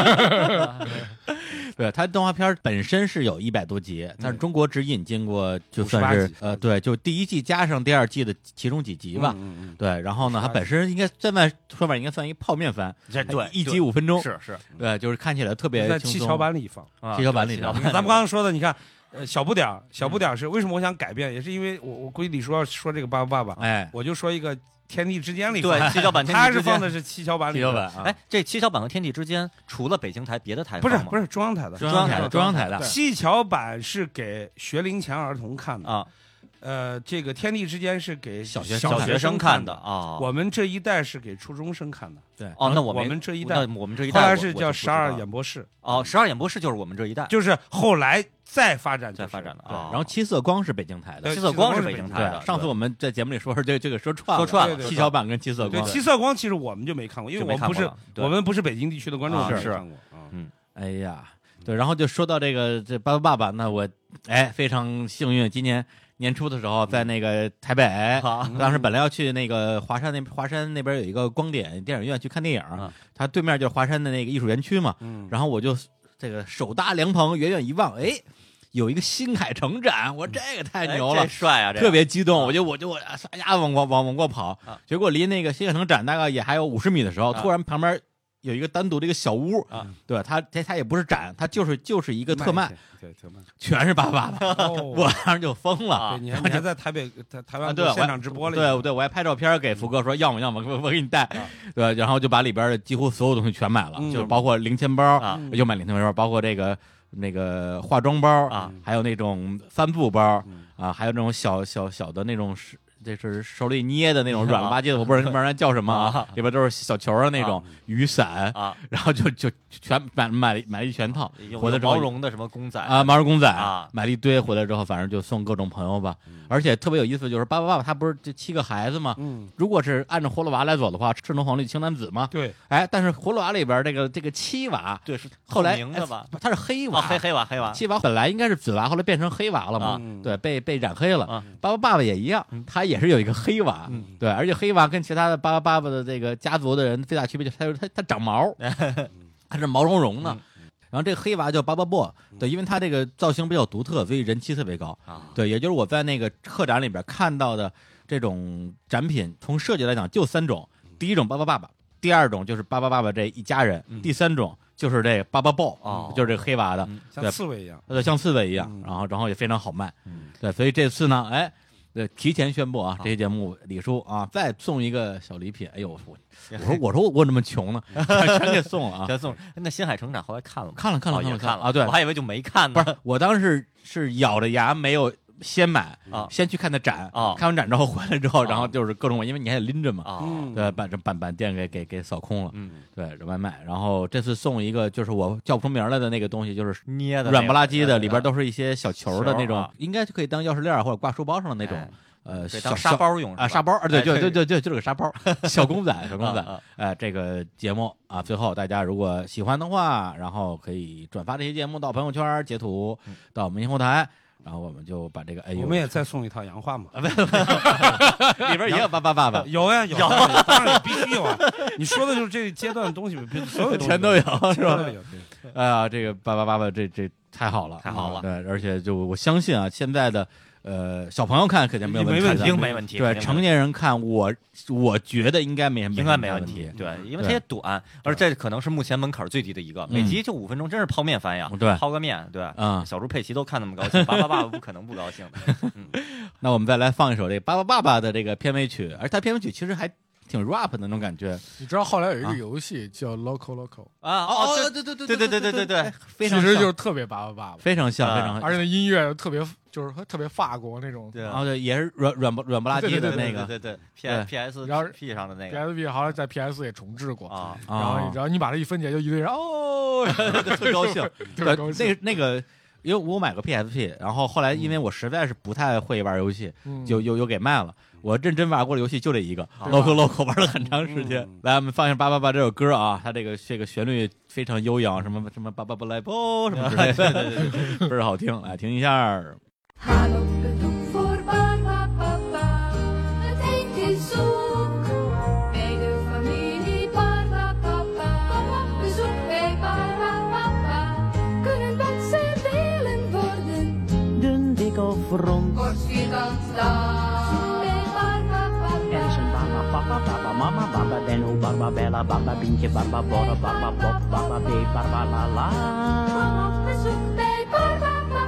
Speaker 1: 对，它动画片儿本身是有一百多集，但
Speaker 2: 嗯
Speaker 1: 是中国只引进过就算
Speaker 4: 58
Speaker 1: 是
Speaker 4: 集
Speaker 1: 呃，对，就第一季加上第二季的其中几集吧。
Speaker 4: 嗯嗯
Speaker 1: 对，然后呢，它
Speaker 4: 58
Speaker 1: 本身应该现在说法应该算一泡面番，
Speaker 4: 哎
Speaker 2: 这对
Speaker 1: 一集五分钟，
Speaker 2: 是是，
Speaker 1: 对，就是看起来特
Speaker 4: 嗯
Speaker 1: 别
Speaker 4: 在
Speaker 1: 轻
Speaker 4: 七
Speaker 1: 松。
Speaker 4: 巧板 (laughs) 里放。
Speaker 2: 啊
Speaker 1: 七巧板里
Speaker 2: 七
Speaker 1: 的
Speaker 2: 巧板
Speaker 4: 咱们刚刚说的，你看，呃，小不点儿，小不点儿是为什么我想改变，也是因为我我估计李叔要说这个爸爸爸爸，
Speaker 1: (laughs) 哎，
Speaker 4: 我就说一个天地之间里放，
Speaker 2: 对七巧
Speaker 4: (laughs)
Speaker 2: 板，
Speaker 4: 他是放的是七巧板
Speaker 1: 七
Speaker 4: 里
Speaker 1: 巧
Speaker 4: 放，
Speaker 1: 板啊，
Speaker 2: 哎，这七巧板和天地之间，除了北京台，别的台
Speaker 4: 不是
Speaker 2: 放吗
Speaker 4: 不是中央台的，
Speaker 1: 中央台的，中央台的，
Speaker 4: 七巧板是给学龄前儿童看的，
Speaker 2: 啊，
Speaker 4: 呃，这个天地之间是给小
Speaker 1: 学
Speaker 4: 小
Speaker 1: 小
Speaker 2: 学
Speaker 4: 生
Speaker 2: 生
Speaker 4: 看
Speaker 2: 的。啊。
Speaker 4: 我们这一代是给初中生看的，
Speaker 1: 对，
Speaker 2: 哦，那
Speaker 4: 我
Speaker 2: 我没
Speaker 4: 们这一代
Speaker 2: 那，我们这一
Speaker 4: 后
Speaker 2: 代
Speaker 4: 来
Speaker 2: 我
Speaker 4: 是
Speaker 2: 我就
Speaker 4: 叫
Speaker 2: 不
Speaker 4: 十
Speaker 2: 知
Speaker 4: 二
Speaker 2: 道
Speaker 4: 演播室，
Speaker 2: 哦，十二演播室就是我们这一代
Speaker 4: 就是后来再发展
Speaker 2: 在发展
Speaker 4: 的
Speaker 2: 的
Speaker 1: 对
Speaker 2: 啊。
Speaker 1: 然后七色光是北京台的
Speaker 4: 对。
Speaker 2: 七色光是北京台的，
Speaker 1: 上次我们在节目里说说这这个说串
Speaker 2: 说串
Speaker 4: 了
Speaker 1: 七巧板跟七色
Speaker 4: 对
Speaker 1: 光，
Speaker 4: 七色光，其实我们就没看过，因为
Speaker 2: 就
Speaker 4: 我
Speaker 2: 没
Speaker 4: 们
Speaker 2: 看
Speaker 4: 不
Speaker 2: 过
Speaker 4: 是
Speaker 2: 了对
Speaker 4: 我们不是北京地区的观众
Speaker 2: 啊
Speaker 4: 是没
Speaker 2: 是
Speaker 4: 看过啊。
Speaker 1: 哎呀，对，然后就说到这个这巴巴爸爸，那我哎非常幸运，今年年初的时候在那个台北，
Speaker 2: 啊
Speaker 1: 当时本来要去那个华山那华山那边有一个光点电影院去看电影，
Speaker 2: 啊
Speaker 1: 它对面就是华山的那个艺术园区嘛，
Speaker 4: 嗯
Speaker 1: 然后我就这个手搭凉棚，远远一望，哎，有一个新海诚展，我说这个太牛了
Speaker 2: 哎这。帅啊，这个
Speaker 1: 特别激动，
Speaker 2: 啊
Speaker 1: 我就我就我唰呀往往往往过跑
Speaker 2: 啊，
Speaker 1: 结果离那个新海诚展大概也还有五十米的时候，
Speaker 2: 啊
Speaker 1: 突然旁边有一个单独的一个小屋
Speaker 2: 啊，
Speaker 1: 对它它它也不是展，它就是就是一个特卖，
Speaker 4: 对特卖，
Speaker 1: 全是巴巴的，我
Speaker 4: 哦，
Speaker 1: 当时就疯
Speaker 2: 啊
Speaker 1: 了。
Speaker 4: 对，你还你还在台北台台湾
Speaker 1: 对，我还
Speaker 4: 现场直播了一
Speaker 1: 对
Speaker 4: 个，
Speaker 1: 对，我还拍照片给福哥
Speaker 2: 嗯
Speaker 1: 说要么要么，我我给你
Speaker 2: 啊
Speaker 1: 带， (laughs) 对，然后就把里边的几乎所有东西全买了，
Speaker 4: 嗯
Speaker 1: 就是包括零钱包，
Speaker 2: 啊
Speaker 1: 我就买零钱包，包括这个那个化妆包
Speaker 2: 啊，
Speaker 1: 还有那种帆布包
Speaker 4: 嗯
Speaker 1: 啊，还有那种小小小的那种是。这是手里捏的那种软了吧唧的，我不知道那玩意儿叫什么啊
Speaker 2: 嗯啊，
Speaker 1: 里边都是小球的那种雨伞，
Speaker 2: 啊，
Speaker 1: 然后就就全买买了买了一全套，
Speaker 2: 有
Speaker 1: 回来
Speaker 2: 啊有
Speaker 1: 之后
Speaker 2: 毛绒的什么公仔
Speaker 1: 啊，毛绒公仔
Speaker 2: 啊嗯
Speaker 1: 买了一堆回来之后，反正就送各种朋友吧。而且特别有意思，就是爸爸爸爸他不是这七个孩子吗？
Speaker 4: 嗯，
Speaker 1: 如果是按照葫芦娃来走的话，赤橙黄绿青蓝紫嘛。
Speaker 4: 对，
Speaker 1: 哎，但是葫芦娃里边这个这个七娃，
Speaker 2: 对是
Speaker 1: 后来
Speaker 2: 透明的吧
Speaker 1: 哎？不他是黑娃，
Speaker 2: 啊，黑黑娃黑娃
Speaker 1: 七娃本来应该是紫娃，后来变成黑娃了嘛
Speaker 2: 啊？
Speaker 1: 对，被被染黑了。
Speaker 2: 啊
Speaker 1: 爸爸爸爸也一样，他也是有一个黑娃，对，而且黑娃跟其他的爸爸爸爸的这个家族的人最大区别就是他他他长毛，他是毛茸茸的。然后这个黑娃叫巴巴布，对，因为他这个造型比较独特，所以人气特别高。
Speaker 2: 啊
Speaker 1: 对，也就是我在那个特展里边看到的这种展品，从设计来讲就三种：第一种巴巴爸爸，第二种就是巴巴爸爸这一家人，第三种就是这巴巴布，
Speaker 2: 哦
Speaker 1: 就是这个黑娃的。
Speaker 2: 嗯
Speaker 4: 像
Speaker 1: 对
Speaker 4: 刺猬一样。
Speaker 1: 呃，像刺猬一样，
Speaker 4: 嗯
Speaker 1: 然后然后也非常好卖，
Speaker 2: 嗯
Speaker 1: 对，所以这次呢，哎，呃，提前宣布啊，
Speaker 2: 好
Speaker 1: 这期节目李叔啊，再送一个小礼品，哎呦，我我
Speaker 2: (laughs)
Speaker 1: 说我说我怎么穷呢，全给送了啊，
Speaker 2: 全送。那新海诚展后来看了吗？
Speaker 1: 看了看了
Speaker 2: 哦
Speaker 1: 看
Speaker 2: 也
Speaker 1: 了
Speaker 2: 看
Speaker 1: 啊，对
Speaker 2: 我，还以为就没看
Speaker 1: 不
Speaker 2: 呢。
Speaker 1: 是，我当时是咬着牙没有先买
Speaker 2: 啊
Speaker 1: 先去看的展
Speaker 2: 啊
Speaker 1: 看完展之后回来之后，
Speaker 2: 啊
Speaker 1: 然后就是各种，因为你还得拎着嘛，
Speaker 2: 啊，
Speaker 4: 嗯
Speaker 1: 对，把这把把店给给给扫空了，
Speaker 2: 嗯，
Speaker 1: 对，外卖，然后这次送一个就是我叫不出名儿来的那个东西，就是
Speaker 2: 捏的
Speaker 1: 软不拉几的，里边
Speaker 2: 都
Speaker 1: 都是一些小球的那
Speaker 2: 球
Speaker 1: 种
Speaker 2: 啊，
Speaker 1: 应该就可以当钥匙链儿或者挂书包上的那种
Speaker 2: 哎，
Speaker 1: 呃，
Speaker 2: 对
Speaker 1: 小
Speaker 2: 当沙
Speaker 1: 小
Speaker 2: 包用
Speaker 1: 啊，
Speaker 2: 是吧
Speaker 1: 沙包啊，对
Speaker 2: 哎
Speaker 1: 对
Speaker 2: 对
Speaker 1: 对对对，就是个沙包，小公仔，小公
Speaker 2: 啊
Speaker 1: 仔
Speaker 2: 啊。
Speaker 1: 哎，这个节目啊，最后大家如果喜欢的话，然后可以转发这些节目到朋友圈，截图到我们音后台，然后我们就把这个哎呦，
Speaker 4: 我们也再送一套洋画嘛，
Speaker 1: 里边也有爸爸爸爸，
Speaker 4: 有呀有呀，当然必须有啊！你说的就是这阶段的东西，必所 (laughs) 有东西
Speaker 1: 全都有 (laughs) 是吧
Speaker 4: 全都有对
Speaker 1: 哎呀，这个爸爸爸爸，这这太好了，
Speaker 2: 太好了
Speaker 1: 啊对，而且就我相信啊，现在的呃小朋友看肯定没有问题的，
Speaker 2: 肯定没问题，
Speaker 1: 对，
Speaker 2: 肯定没问题
Speaker 1: 成年人看我，我觉得应该没什么
Speaker 2: 应该没
Speaker 1: 问
Speaker 2: 问
Speaker 1: 题。
Speaker 2: 对，因为它也短，而这可能是目前门槛最低的一个，每集就五分钟，真是泡面番呀，
Speaker 1: 对
Speaker 2: 泡个面，对，
Speaker 1: 嗯
Speaker 2: 小猪佩奇都看那么高兴，巴巴爸爸不可能不高兴的，
Speaker 1: 那我们再来放一首这个《爸爸爸爸》的这个片尾曲，而它片尾曲其实还挺 rap 的那种感觉。
Speaker 3: 你知道后来有一
Speaker 1: 啊
Speaker 3: 个游戏叫 Loco Loco，
Speaker 2: 啊，
Speaker 1: 哦，
Speaker 2: 对
Speaker 1: 对对
Speaker 2: 对对对对对对，
Speaker 1: 非
Speaker 3: 其
Speaker 1: 常
Speaker 3: 实就是
Speaker 1: 像
Speaker 3: 特别巴巴爸爸，
Speaker 1: 非常像，
Speaker 2: 啊
Speaker 1: 非常
Speaker 3: 而且那音乐特别就是特别法国那种。
Speaker 2: 对
Speaker 1: 然后对也是软软不软不拉几的那个
Speaker 2: 对对，P S P S
Speaker 3: 然后
Speaker 2: P 上的那个
Speaker 3: PSP 好像在 PS 也重置过，
Speaker 2: 啊，
Speaker 3: 然后
Speaker 1: 啊，
Speaker 3: 然后你把它一分解，就一堆人哦，
Speaker 1: 特高兴。
Speaker 3: 特
Speaker 1: 对
Speaker 3: 别高，
Speaker 1: 那
Speaker 3: 兴。
Speaker 1: 个那个，因为我买过 PSP，然后后来因为我实在是不太会玩游戏，
Speaker 3: 嗯
Speaker 1: 就又又给卖了。我认真玩过的游戏就这一个
Speaker 2: 好
Speaker 1: ，Loco Loco 玩了很长时间
Speaker 4: 嗯。
Speaker 1: 来，我们放一下《八八八》这首歌啊，它这个这个旋律非常悠扬，什么什么八八八来波什么之类的， (laughs) 倍儿好听。来听一下儿，
Speaker 9: Haloppetok for Barbapapa. Een eindje zoek. Bij de familie Barbapapa. Bezoek bij Barbapapa.
Speaker 10: baba bella baba binche baba bora baba bop baba be baba la la.
Speaker 9: Ba-ba-ba-ba.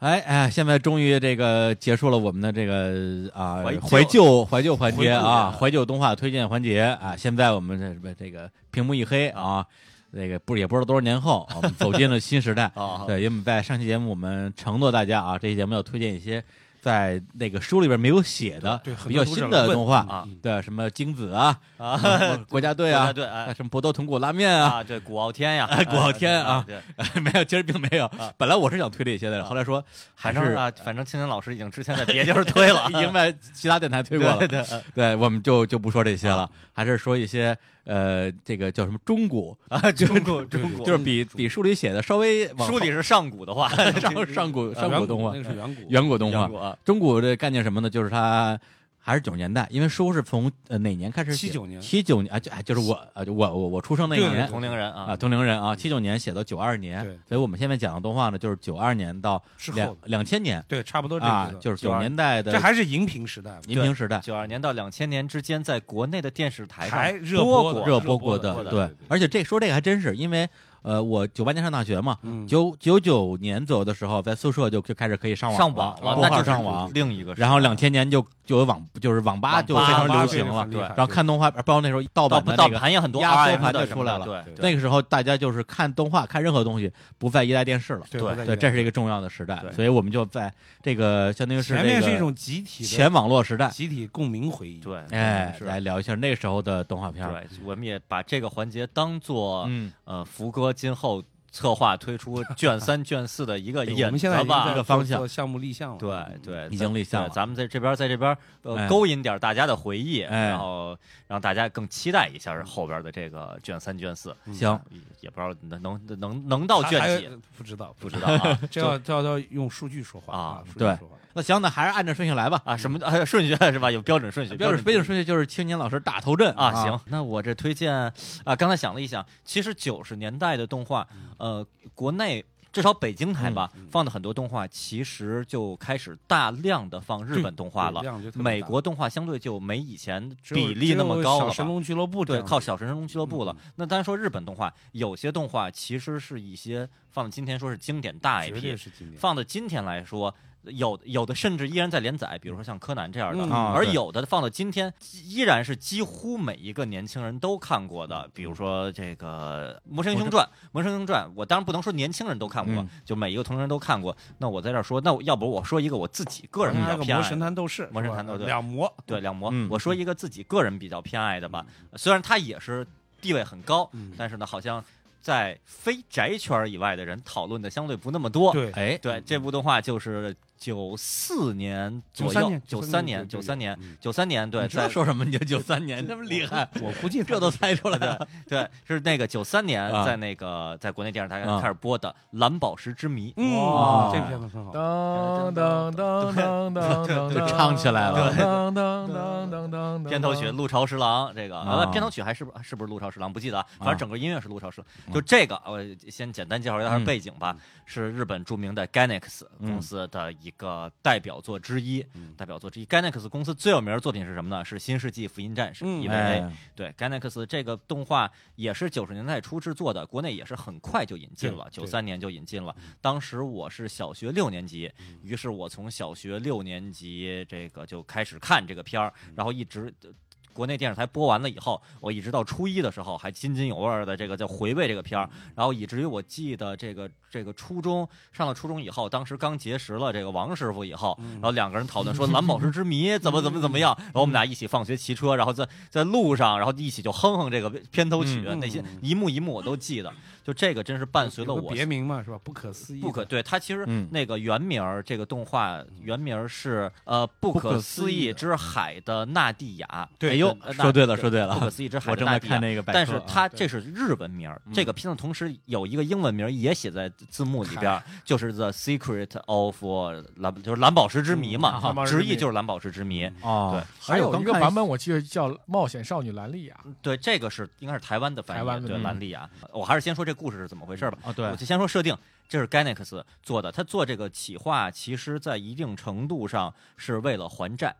Speaker 1: 哎哎，现在终于这个结束了我们的这个啊
Speaker 2: 怀旧
Speaker 1: 怀旧怀旧环节
Speaker 2: 回顾
Speaker 1: 啊，
Speaker 2: 啊
Speaker 1: 怀旧动画推荐环节啊。现在我们这不这个屏幕一黑啊，这个不也不知道多少年后，我们走进了新时代
Speaker 2: 哦
Speaker 1: 对，因为我们在上期节目我们承诺大家啊，这期节目要推荐一些在那个书里边没有写的
Speaker 4: 对很
Speaker 1: 比较
Speaker 4: 多读者
Speaker 1: 新
Speaker 4: 来
Speaker 1: 的
Speaker 4: 问
Speaker 1: 动画
Speaker 2: 啊
Speaker 1: 对，什么精子啊，
Speaker 2: 啊，
Speaker 1: 国家队
Speaker 2: (laughs) 国
Speaker 1: 啊，
Speaker 2: 家队哎
Speaker 1: 什么搏斗豚骨拉面 (laughs) 啊，
Speaker 2: 啊，对，古傲天呀，
Speaker 1: 哎古傲天啊
Speaker 2: 对，
Speaker 1: (laughs) 没有，其实并没有。本来我是想推这些的，后来说还
Speaker 2: 反
Speaker 1: 是 (laughs)，
Speaker 2: 正啊，反正青青老师已经之前在别地儿 (laughs) 推了
Speaker 1: 已经在其他电台推过了。
Speaker 2: 啊对对对
Speaker 1: 对我们就就不说这些了，还是说一些呃，这个叫什么中古啊，就
Speaker 2: 中国中国
Speaker 1: (laughs) 就是比比书里写的稍微往后
Speaker 2: 书里是上古的话，
Speaker 1: (laughs) 上上古上
Speaker 4: 啊远
Speaker 1: 古动画
Speaker 4: 那，个是远古，
Speaker 1: 远古动画
Speaker 2: 上古。啊，
Speaker 1: 中古这概念什么呢？就是它还是九十年代，因为书是从呃哪年开始写？
Speaker 4: 79年
Speaker 1: 七九年啊，就哎就是我啊，就我我我出生那一
Speaker 4: 对
Speaker 1: 年，
Speaker 2: 同龄人啊
Speaker 1: 啊，，同龄人啊，七九年写到九二年
Speaker 4: 对，
Speaker 1: 所以我们现在讲的动画呢，就是九二年到
Speaker 4: 之后
Speaker 1: 两
Speaker 4: 的
Speaker 1: 两千年
Speaker 4: 对，差不多这个
Speaker 1: 啊
Speaker 4: 阶，段
Speaker 1: 就是九
Speaker 4: 92
Speaker 1: 十年代的
Speaker 4: 这还是荧屏时代嘛，
Speaker 1: 银屏时代
Speaker 2: 九二年到两千年之间，在国内的电视台
Speaker 4: 还
Speaker 2: 上
Speaker 4: 热
Speaker 2: 播
Speaker 4: 播
Speaker 2: 过
Speaker 4: 的
Speaker 1: 热
Speaker 4: 播
Speaker 1: 过
Speaker 4: 的
Speaker 1: 的，
Speaker 4: 对
Speaker 1: 对
Speaker 4: 对对。
Speaker 1: 而且这说这个还真是，因为呃，我九八年上大学嘛，
Speaker 4: 嗯
Speaker 1: 九九九年左右的时候，在宿舍就就开始可以上网
Speaker 2: 上
Speaker 1: 网
Speaker 2: 网
Speaker 1: 了，
Speaker 2: 了，
Speaker 1: 拨
Speaker 2: 那
Speaker 1: 号
Speaker 2: 就是
Speaker 1: 上网。
Speaker 2: 另一个时代，
Speaker 1: 然后两千年就就有网就是网吧
Speaker 2: 网
Speaker 1: 就
Speaker 2: 吧
Speaker 1: 非常
Speaker 2: 网吧
Speaker 1: 流行了，
Speaker 4: 对
Speaker 1: 然后看动画，包括那时候盗
Speaker 2: 盗
Speaker 1: 版的
Speaker 2: 盗
Speaker 1: 那个
Speaker 2: 盘也很多，
Speaker 1: 压缩
Speaker 2: RM
Speaker 1: 盘
Speaker 2: 的
Speaker 1: 就
Speaker 2: 什
Speaker 1: 出
Speaker 2: 么
Speaker 1: 来
Speaker 2: 的
Speaker 1: 了。
Speaker 2: 对
Speaker 1: 那个时候大家就是看动画、看任何东西不在一台电视了，
Speaker 4: 对
Speaker 2: 对
Speaker 1: 对，
Speaker 4: 对
Speaker 1: 这是一个重要的时代，
Speaker 2: 对
Speaker 1: 所以我们就在这个相当于是
Speaker 4: 前
Speaker 1: 这
Speaker 4: 面
Speaker 1: 个
Speaker 4: 是一种集体的
Speaker 1: 前网络时代，
Speaker 4: 集体共鸣回忆，
Speaker 2: 对
Speaker 1: 哎，
Speaker 4: 是
Speaker 1: 来聊一下那时候的动画片儿。
Speaker 2: 对，我们也把这个环节当做
Speaker 1: 嗯，
Speaker 2: 呃福哥今后策划推出
Speaker 1: (laughs)
Speaker 2: 卷三卷四的一个
Speaker 4: 我
Speaker 2: 引
Speaker 4: 们现
Speaker 2: 子
Speaker 4: 在已经
Speaker 2: 吧，
Speaker 4: 在
Speaker 1: 一个方向
Speaker 4: 做项目立项了，
Speaker 2: 对对，
Speaker 1: 已经立项
Speaker 2: 对
Speaker 1: 了
Speaker 2: 咱们在这边，在这边
Speaker 1: 哎
Speaker 2: 呃勾引点大家的回忆，
Speaker 1: 哎
Speaker 2: 然后让大家更期待一下后边的这个卷三、卷四。
Speaker 1: 嗯
Speaker 2: 嗯
Speaker 1: 行，
Speaker 2: 也不知道能能能能到
Speaker 4: 还
Speaker 2: 卷
Speaker 4: 还
Speaker 2: 几，
Speaker 4: 不知道，
Speaker 2: 不知道啊 (laughs)
Speaker 4: 这要这要要用数据说话
Speaker 2: 啊
Speaker 4: 数据
Speaker 1: 对
Speaker 4: 说话
Speaker 1: 那行，那还是按照顺序来吧。
Speaker 2: 啊，什么啊顺序是吧？有标准顺序，
Speaker 1: 标准
Speaker 2: 标
Speaker 1: 标
Speaker 2: 准
Speaker 1: 准顺序就是青年老师大头阵
Speaker 2: 啊，行，那我这推荐啊，刚才想了一想，其实九十年代的动画，呃，国内。至少北京台吧，放的很多动画，其实就开始大量的放日本动画了
Speaker 4: 对。量就特别大
Speaker 2: 美国动画相对就没以前
Speaker 4: 只有
Speaker 2: 比例那么高
Speaker 4: 只有
Speaker 2: 了嗯
Speaker 4: 小神
Speaker 2: 吧？
Speaker 4: 龙俱乐部这
Speaker 2: 对，
Speaker 4: 样
Speaker 2: 靠小神龙俱乐部了。那当然说日本动画，有些动画其实是一些放到今天说是经典大
Speaker 4: 绝对
Speaker 2: IP，
Speaker 4: 是经典，
Speaker 2: 放到今天来说，有有的甚至依然在连载，比如说像柯南这样的，
Speaker 4: 嗯
Speaker 1: 啊
Speaker 2: 而
Speaker 1: 对
Speaker 2: 有的放到今天依然是几乎每一个年轻人都看过的，比如说这个《魔神英雄传》，《魔神英雄传》，我当然不能说年轻人都看过，
Speaker 1: 嗯
Speaker 2: 就每一个同龄人都看过。那我在这儿说，那我要不我说一个我自己个人比
Speaker 4: 嗯那
Speaker 2: 较
Speaker 4: 个
Speaker 2: 偏爱
Speaker 4: 魔
Speaker 2: 的
Speaker 4: 神坛斗士，
Speaker 2: 魔神
Speaker 4: 是吧
Speaker 2: 坛斗士
Speaker 4: 两魔，
Speaker 2: 对，两模。
Speaker 1: 嗯
Speaker 2: 我说一个自己个人比较偏爱的吧，虽然他也是地位很高，
Speaker 4: 嗯
Speaker 2: 但是呢，好像在非宅圈以外的人讨论的相对不那么多。
Speaker 4: 对
Speaker 2: 哎，对，这部动画就是九四年
Speaker 4: 九
Speaker 2: 左
Speaker 4: 三
Speaker 2: 右
Speaker 4: 年，，
Speaker 2: 九三年，九三年，，九三年，对，
Speaker 1: 你知道
Speaker 2: 在
Speaker 1: 说什么？你就九三年，这么厉害，
Speaker 4: 我估
Speaker 2: (laughs)
Speaker 4: 计
Speaker 1: 这都猜出来了。
Speaker 2: 对，是那个九三年
Speaker 1: 啊
Speaker 2: 在那个在国内电视台
Speaker 1: 啊
Speaker 2: 开始播的《蓝宝石之谜》。
Speaker 4: 嗯
Speaker 1: 哇，
Speaker 4: 这片子很
Speaker 3: 嗯
Speaker 4: 好，
Speaker 3: 当当当当当当，
Speaker 1: 就唱起来了
Speaker 3: 当当当当当，
Speaker 2: 片头曲《
Speaker 3: 当
Speaker 2: 陆潮十郎》这个，
Speaker 1: 啊
Speaker 2: 啊，片头曲还是不是不是陆潮十郎不记得啊，反
Speaker 1: 啊
Speaker 2: 正整个音乐是陆潮十郎。就这个，我先简单介绍一下它
Speaker 1: 嗯
Speaker 2: 的背景吧，是日本著名的 Gainax
Speaker 1: 嗯
Speaker 2: 公司的一个代表作之一。
Speaker 4: 嗯
Speaker 2: 代表作之一，Gainax 公司最有名的作品是什么呢？是《新世纪福音战士》
Speaker 4: 嗯
Speaker 2: EVA
Speaker 1: 哎。
Speaker 2: 对，Gainax 这个动画也是九十年代初制作的，国内也是很快就引进了，
Speaker 4: 对嗯
Speaker 2: 九
Speaker 4: 对
Speaker 2: 三年就引进了。当时我是小学六年级，于是我从小学六年级这个就开始看这个片儿，
Speaker 4: 嗯
Speaker 2: 然后一直。呃国内电视台播完了以后，我一直到初一的时候还津津有味的这个在回味这个片儿，
Speaker 4: 嗯
Speaker 2: 然后以至于我记得这个这个初中上了初中以后，当时刚结识了这个王师傅以后，
Speaker 4: 嗯
Speaker 2: 然后两个人讨
Speaker 1: (laughs)
Speaker 2: 论说蓝宝石之谜怎么怎么怎么样，然后我们俩一起放学骑车，然后在在路上，然后一起就哼哼这个片头曲，
Speaker 4: 嗯
Speaker 2: 那些一幕一幕我都记得，就这个真是伴随了
Speaker 4: 有个
Speaker 2: 我
Speaker 4: 别名嘛，是吧？不可思议，
Speaker 2: 不可，对它其实
Speaker 1: 嗯
Speaker 2: 那个原名儿，这个动画原名儿是呃《不可思议之海的纳蒂亚》。
Speaker 4: 对
Speaker 1: 哎呦
Speaker 2: 呃，纳
Speaker 1: 说对了，说对
Speaker 2: 不可
Speaker 1: 了，
Speaker 2: 思议之海
Speaker 1: 我
Speaker 2: 的
Speaker 1: 正
Speaker 2: 纳
Speaker 1: 在
Speaker 2: 蒂
Speaker 1: 看
Speaker 2: 亚。
Speaker 1: 那个百科啊，
Speaker 2: 但是它这是日文名儿，
Speaker 3: 嗯
Speaker 2: 这个片子同时有一个英文名儿也写在字幕里边儿，就是《The Secret of 蓝》，就是蓝宝石之谜嘛，
Speaker 3: 嗯啊蓝宝石之
Speaker 2: 直
Speaker 3: 谜嗯
Speaker 2: 译就是蓝宝石之谜。
Speaker 1: 哦，
Speaker 3: 还有一个
Speaker 1: 哎我刚看
Speaker 3: 版本，我记得叫《冒险少女兰莉亚》，
Speaker 2: 对，这个是应该是台湾的翻译，
Speaker 3: 台湾的
Speaker 2: 对
Speaker 3: 嗯
Speaker 2: 兰莉亚。我还是先说这故事是怎么回事吧。
Speaker 1: 哦对
Speaker 2: 我就先说设定，这是 Ganex 做的，他做这个企划，其实在一定程度上是为了还债。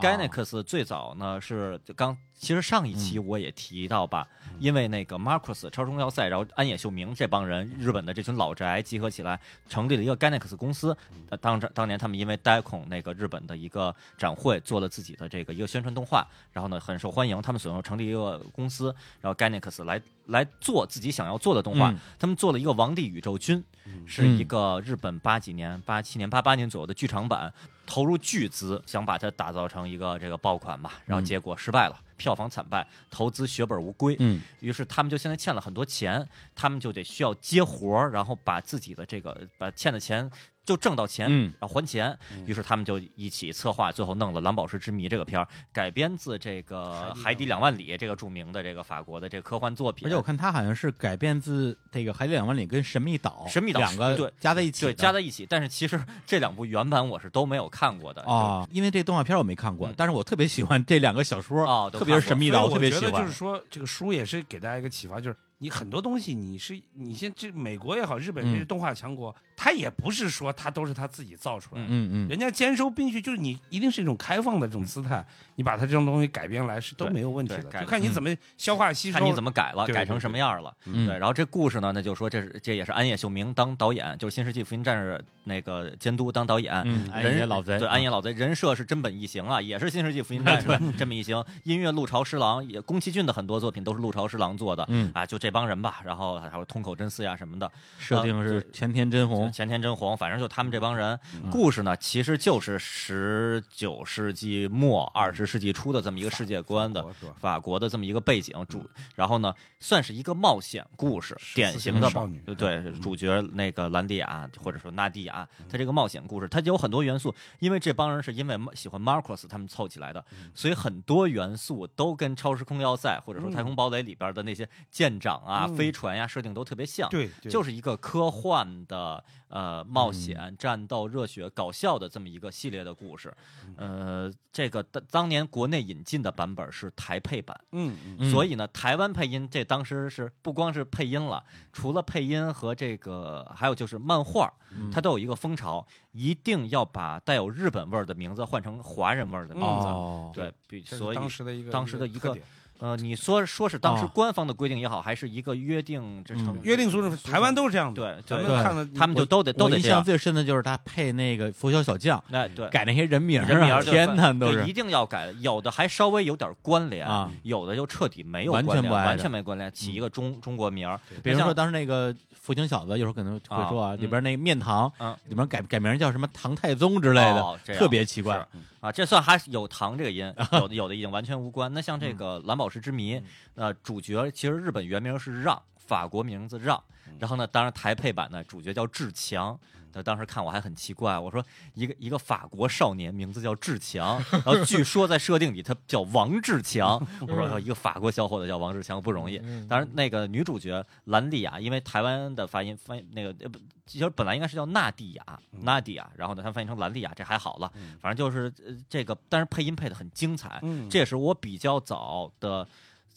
Speaker 2: 该内克斯最早呢是就刚，其实上一期我也提到吧，因为那个 Marcus 超中要塞，然后安野秀明这帮人，日本的这群老宅集合起来，成立了一个 Ganex 公司。呃当时当年他们因为 d 孔那个日本的一个展会，做了自己的这个一个宣传动画，然后呢很受欢迎，他们所用成立一个公司，然后 Ganex 来来做自己想要做的动画。
Speaker 1: 嗯
Speaker 2: 他们做了一个《王帝宇宙军》，是一个日本八几年、八七年、八八年左右的剧场版，投入巨资想把它打造成一个这个爆款吧，
Speaker 1: 嗯
Speaker 2: 然后结果失败了，票房惨败，投资血本无归。
Speaker 1: 嗯，
Speaker 2: 于是他们就现在欠了很多钱，他们就得需要接活儿，然后把自己的这个把欠的钱就挣到钱，
Speaker 1: 嗯
Speaker 2: 然后还钱。于是他们就一起策划，最后弄了《蓝宝石之谜》这个片儿，改编自这个《海底两万里》这个著名的这个法国的这个科幻作
Speaker 1: 而
Speaker 2: 品。
Speaker 1: 且我看他好像是改变自这个《海底两万里》跟《神秘岛》
Speaker 2: 神秘岛
Speaker 1: 两个
Speaker 2: 对
Speaker 1: 加在一起的，
Speaker 2: 对，加在一起。但是其实这两部原版我是都没有看过的
Speaker 1: 啊、因为这动画片我没看过，
Speaker 2: 嗯
Speaker 1: 但是我特别喜欢这两个小说，
Speaker 2: 哦都
Speaker 1: 特别是《神秘岛》，
Speaker 4: 所以
Speaker 1: 特别
Speaker 4: 我
Speaker 1: 喜
Speaker 4: 觉得
Speaker 1: 欢。
Speaker 4: 就是说，这个书也是给大家一个启发，就是你很多东西，你是你现这美国也好，日本
Speaker 1: 嗯
Speaker 4: 这是动画强国，它也不是说它都是它自己造出来的。
Speaker 1: 嗯嗯，
Speaker 4: 人家兼收并蓄，就是你一定是一种开放的这种姿态，你把它这种东西改编来是都
Speaker 2: 对
Speaker 4: 没有问题
Speaker 2: 对改
Speaker 4: 的，就看你怎么消化吸收。
Speaker 2: 看你怎么改了，
Speaker 4: 对对
Speaker 2: 改成什么样了。
Speaker 1: 嗯
Speaker 2: 对，然后这故事呢，那就说这是这也是安野秀明当导演，就是《新世纪福音战士》那个监督当导演。
Speaker 1: 嗯，安
Speaker 2: 哎人
Speaker 1: 野老贼，
Speaker 2: 对安野老贼人设是真本一行啊，也是《新世纪福音战士》真本一行。音乐陆潮师郎也宫崎骏的很多作品都是陆潮师郎做的。
Speaker 1: 嗯
Speaker 2: 啊，就这帮人吧，然后还有通口真司呀什么的，
Speaker 1: 设定是前田真
Speaker 2: 就
Speaker 4: 哦
Speaker 1: 红，
Speaker 2: 前田真弘，反正就他们这帮人。
Speaker 4: 嗯
Speaker 2: 故事呢，其实就是十九世纪末二十世纪初的这么一个世界观的
Speaker 4: 法国嗯是吧
Speaker 2: 法国的这么一个背景主，然后呢，算是一个冒险故事，典型的
Speaker 4: 14少女嗯
Speaker 2: 对对，主角那个兰迪亚或者说纳迪亚，她这个冒险故事，它有很多元素，因为这帮人是因为喜欢 Marcus 他们凑起来的，
Speaker 4: 嗯
Speaker 2: 所以很多元素都跟《超时空要塞》或者说《太空堡垒》里边的那些舰长啊、
Speaker 4: 嗯
Speaker 2: 飞船呀、设定都特别像。
Speaker 4: 对，嗯对
Speaker 2: 就是一个科幻的呃冒险、战斗、热血、搞笑的这么一个系列的故事。
Speaker 4: 嗯
Speaker 2: 呃，这个当当年国内引进的版本是台配版，
Speaker 4: 嗯嗯
Speaker 1: 嗯
Speaker 2: 所以呢，台湾配音这当时是不光是配音了，除了配音和这个，还有就是漫画，
Speaker 4: 嗯
Speaker 2: 它都有一个风潮，一定要把带有日本味儿的名字换成华人味儿的名字。
Speaker 1: 哦，
Speaker 2: 对，比
Speaker 4: 这是
Speaker 2: 所以
Speaker 4: 当时的一个
Speaker 2: 当时的一
Speaker 4: 特
Speaker 2: 个
Speaker 4: 点
Speaker 2: 呃，你说说是当时
Speaker 1: 哦
Speaker 2: 官方的规定也好，还是一个约定之成
Speaker 1: 嗯
Speaker 4: 约定俗成，台湾都是这样的。
Speaker 2: 对
Speaker 4: 咱
Speaker 2: 对
Speaker 4: 们看了
Speaker 2: 他们就都得都
Speaker 1: 我
Speaker 2: 得
Speaker 1: 印
Speaker 2: 这
Speaker 1: 象
Speaker 2: 样。
Speaker 1: 最深的就是他配那个拂晓小将，
Speaker 2: 哎，对，
Speaker 1: 改那些人名儿啊，
Speaker 2: 人名儿就
Speaker 1: 天
Speaker 2: 分
Speaker 1: 呐，都
Speaker 2: 对
Speaker 1: 是
Speaker 2: 一定要改，有的还稍微有点关联
Speaker 1: 啊，
Speaker 2: 有的就彻底没有
Speaker 1: 完全
Speaker 2: 关联，
Speaker 1: 不挨着嗯
Speaker 2: 完全没关联，起一个中中国名儿，
Speaker 1: 比如说
Speaker 2: 像
Speaker 1: 当时那个福清小子，有时候可能会说啊，
Speaker 2: 啊嗯
Speaker 1: 里边那个面堂
Speaker 2: 嗯，
Speaker 1: 里边改改名叫什么唐太宗之类
Speaker 2: 哦这
Speaker 1: 的，
Speaker 2: 样
Speaker 1: 特别奇怪。
Speaker 2: 是啊，这算还是有唐这个音，有的有的已经完全无关。那像这个《蓝宝石之谜》，呃，主角其实日本原名是让，法国名字让，然后呢，当然台配版呢，主角叫志强。他当时看我还很奇怪，我说一个一个法国少年名字叫志强，然后据说在设定里他叫王志强，我说哎一个法国小伙子叫王志强不容易。
Speaker 3: 嗯
Speaker 2: 当然，那个女主角兰蒂亚，因为台湾的发音翻译那个呃不，其实本来应该是叫纳蒂亚，纳蒂亚，然后呢，她翻译成兰蒂亚，这还好了。反正就是呃这个，但是配音配的很精彩，
Speaker 4: 嗯
Speaker 2: 这也是我比较早的。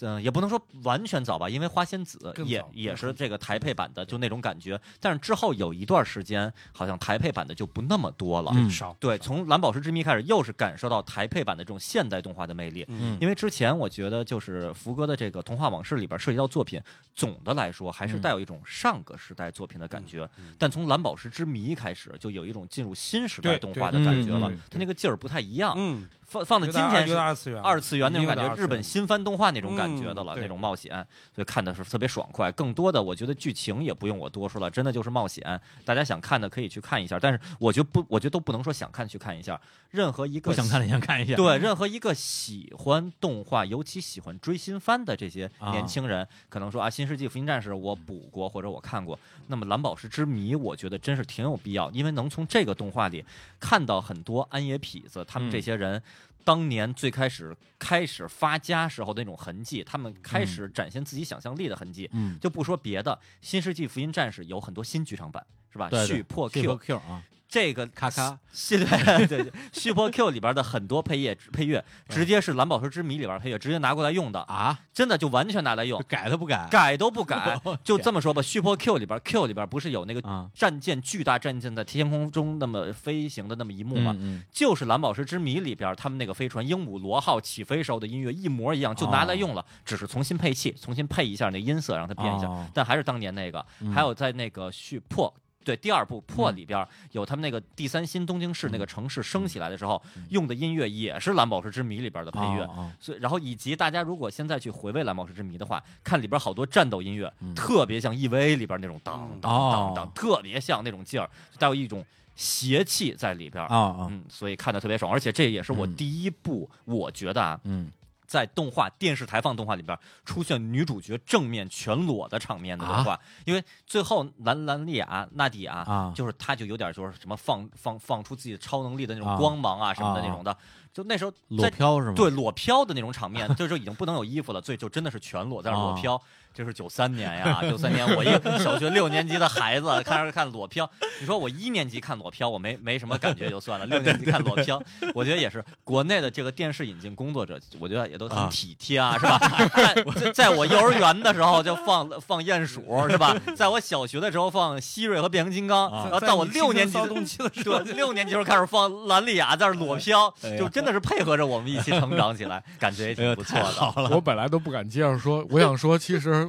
Speaker 2: 嗯，也不能说完全早吧，因为《花仙子
Speaker 4: 更》
Speaker 2: 也
Speaker 4: 早
Speaker 2: 也是这个台配版的，就那种感觉。但是之后有一段时间，好像台配版的就不那么多了。
Speaker 1: 嗯
Speaker 4: 少
Speaker 2: 对，从《蓝宝石之谜》开始，又是感受到台配版的这种现代动画的魅力。
Speaker 1: 嗯
Speaker 2: 因为之前我觉得就是福哥的这个《童话往事》里边涉及到作品，总的来说还
Speaker 4: 嗯
Speaker 2: 是带有一种上个时代作品的感觉。但从《蓝宝石之谜》开始，就有一种进入新时代
Speaker 4: 对
Speaker 2: 动画的
Speaker 1: 对
Speaker 2: 感
Speaker 1: 嗯
Speaker 2: 觉了
Speaker 1: 嗯嗯，
Speaker 2: 它那个劲儿不太一样。
Speaker 4: 嗯，
Speaker 2: 放放到
Speaker 4: 有
Speaker 2: 今
Speaker 4: 点二
Speaker 2: 天
Speaker 4: 有点
Speaker 2: 是
Speaker 4: 二次元，
Speaker 2: 二次元那种感
Speaker 4: 有
Speaker 2: 觉，
Speaker 4: 点二次元
Speaker 2: 日本新番动画那种感觉的
Speaker 4: 嗯
Speaker 2: 了，
Speaker 4: 对
Speaker 2: 那种冒险，所以看的是特别爽快。更多的，我觉得剧情也不用我多说了，真的就是冒险。大家想看的可以去看一下，但是我觉得不，我觉得都不能说想看去看一下，任何一个
Speaker 1: 不想看了，想看一下。
Speaker 2: 对，任何一个喜欢动画，尤其喜欢追新番的这些
Speaker 1: 啊
Speaker 2: 年轻人，可能说啊，《新世纪福音战士》我补过或者我看过，那么《蓝宝石之谜》，我觉得真是挺有必要，因为能从这个动画里看到很多安野痞子他
Speaker 1: 嗯
Speaker 2: 们这些人。当年最开始开始发家时候的那种痕迹，他们开始展现自己想象力的痕迹，
Speaker 1: 嗯，
Speaker 2: 就不说别的，《新世纪福音战士》有很多新剧场版，是吧？
Speaker 1: 对对
Speaker 2: 啊续破
Speaker 1: 这个
Speaker 2: Q，
Speaker 1: Q 啊，
Speaker 2: 这个
Speaker 1: 咔咔，
Speaker 2: 系对对，《续波 Q》里边的很多配乐配乐，直接是《蓝宝石之谜》里边配乐，直接拿过来用的，
Speaker 1: 啊，
Speaker 2: 真的就完全拿来用，
Speaker 1: 改都不改
Speaker 2: 改都
Speaker 1: (laughs)
Speaker 2: 不改
Speaker 1: 我。
Speaker 2: 就这么说吧，《续波 Q》里边 Q 里边不是有那个
Speaker 1: 哦啊，
Speaker 2: (laughs) 战舰巨大战舰在天空中那么飞行的那么一幕
Speaker 1: 嗯
Speaker 2: 吗？
Speaker 1: 嗯，
Speaker 2: 就是《蓝宝石之谜》里边他们那个飞船鹦鹉螺号起飞时候的音乐一模一样，就拿来用了，只是重新配器，重新配一下那音色，让它变一下。
Speaker 1: 哦
Speaker 2: 但还是当年那个，
Speaker 1: 嗯
Speaker 2: 还有在那个续破。对，第二部《破》里边有他们那个第三新东京市那个
Speaker 1: 嗯
Speaker 2: 城市升起来的时候用的音乐，也是《蓝宝石之谜》里边的配乐。
Speaker 1: 哦哦
Speaker 2: 所以，然后以及大家如果现在去回味《蓝宝石之谜》的话，看里边好多战斗音乐，
Speaker 1: 嗯
Speaker 2: 特别像 EVA 里边那种当当当当，
Speaker 1: 哦
Speaker 2: 特别像那种劲儿，带有一种邪气在里边。
Speaker 1: 啊啊，
Speaker 2: 嗯，所以看的特别爽，而且这也是我
Speaker 1: 嗯
Speaker 2: 第一部，我觉得啊，
Speaker 1: 嗯
Speaker 2: 在动画电视台放动画里边出现女主角正面全裸的场面的动画，因为最后兰兰丽亚纳迪亚、
Speaker 1: 啊
Speaker 2: 就是她就有点就是什么放放放出自己的超能力的那
Speaker 1: 啊
Speaker 2: 种光芒啊什么的那种的，就那时候
Speaker 1: 裸
Speaker 2: 在
Speaker 1: 漂是吗？
Speaker 2: 对裸飘的那种场面，就是已经不能有衣服了，所以就真的是全裸在那儿
Speaker 1: 啊
Speaker 2: 裸飘。这是九三年呀，九三年我一个小学六年级的孩子看着看裸飘，你说我一年级看裸飘，我没没什么感觉就算了，六年级看裸飘，我觉得也是国内的这个电视引进工作者，我觉得也都
Speaker 1: 啊
Speaker 2: 很体贴啊，是吧？在在在我幼儿园的时候就放放鼹鼠是吧？在我小学的时候放希瑞和变形金刚，
Speaker 1: 啊
Speaker 2: 然后到我六年级
Speaker 4: 骚
Speaker 2: 的
Speaker 4: 动期的时候
Speaker 2: 对，，六年级时候开始放兰丽雅在那儿裸飘
Speaker 1: 哎呀，
Speaker 2: 就真的是配合着我们一起成长起来，感觉也挺不错
Speaker 1: 哎呦太好
Speaker 2: 的。
Speaker 3: 我本来都不敢接着说，我想说，其实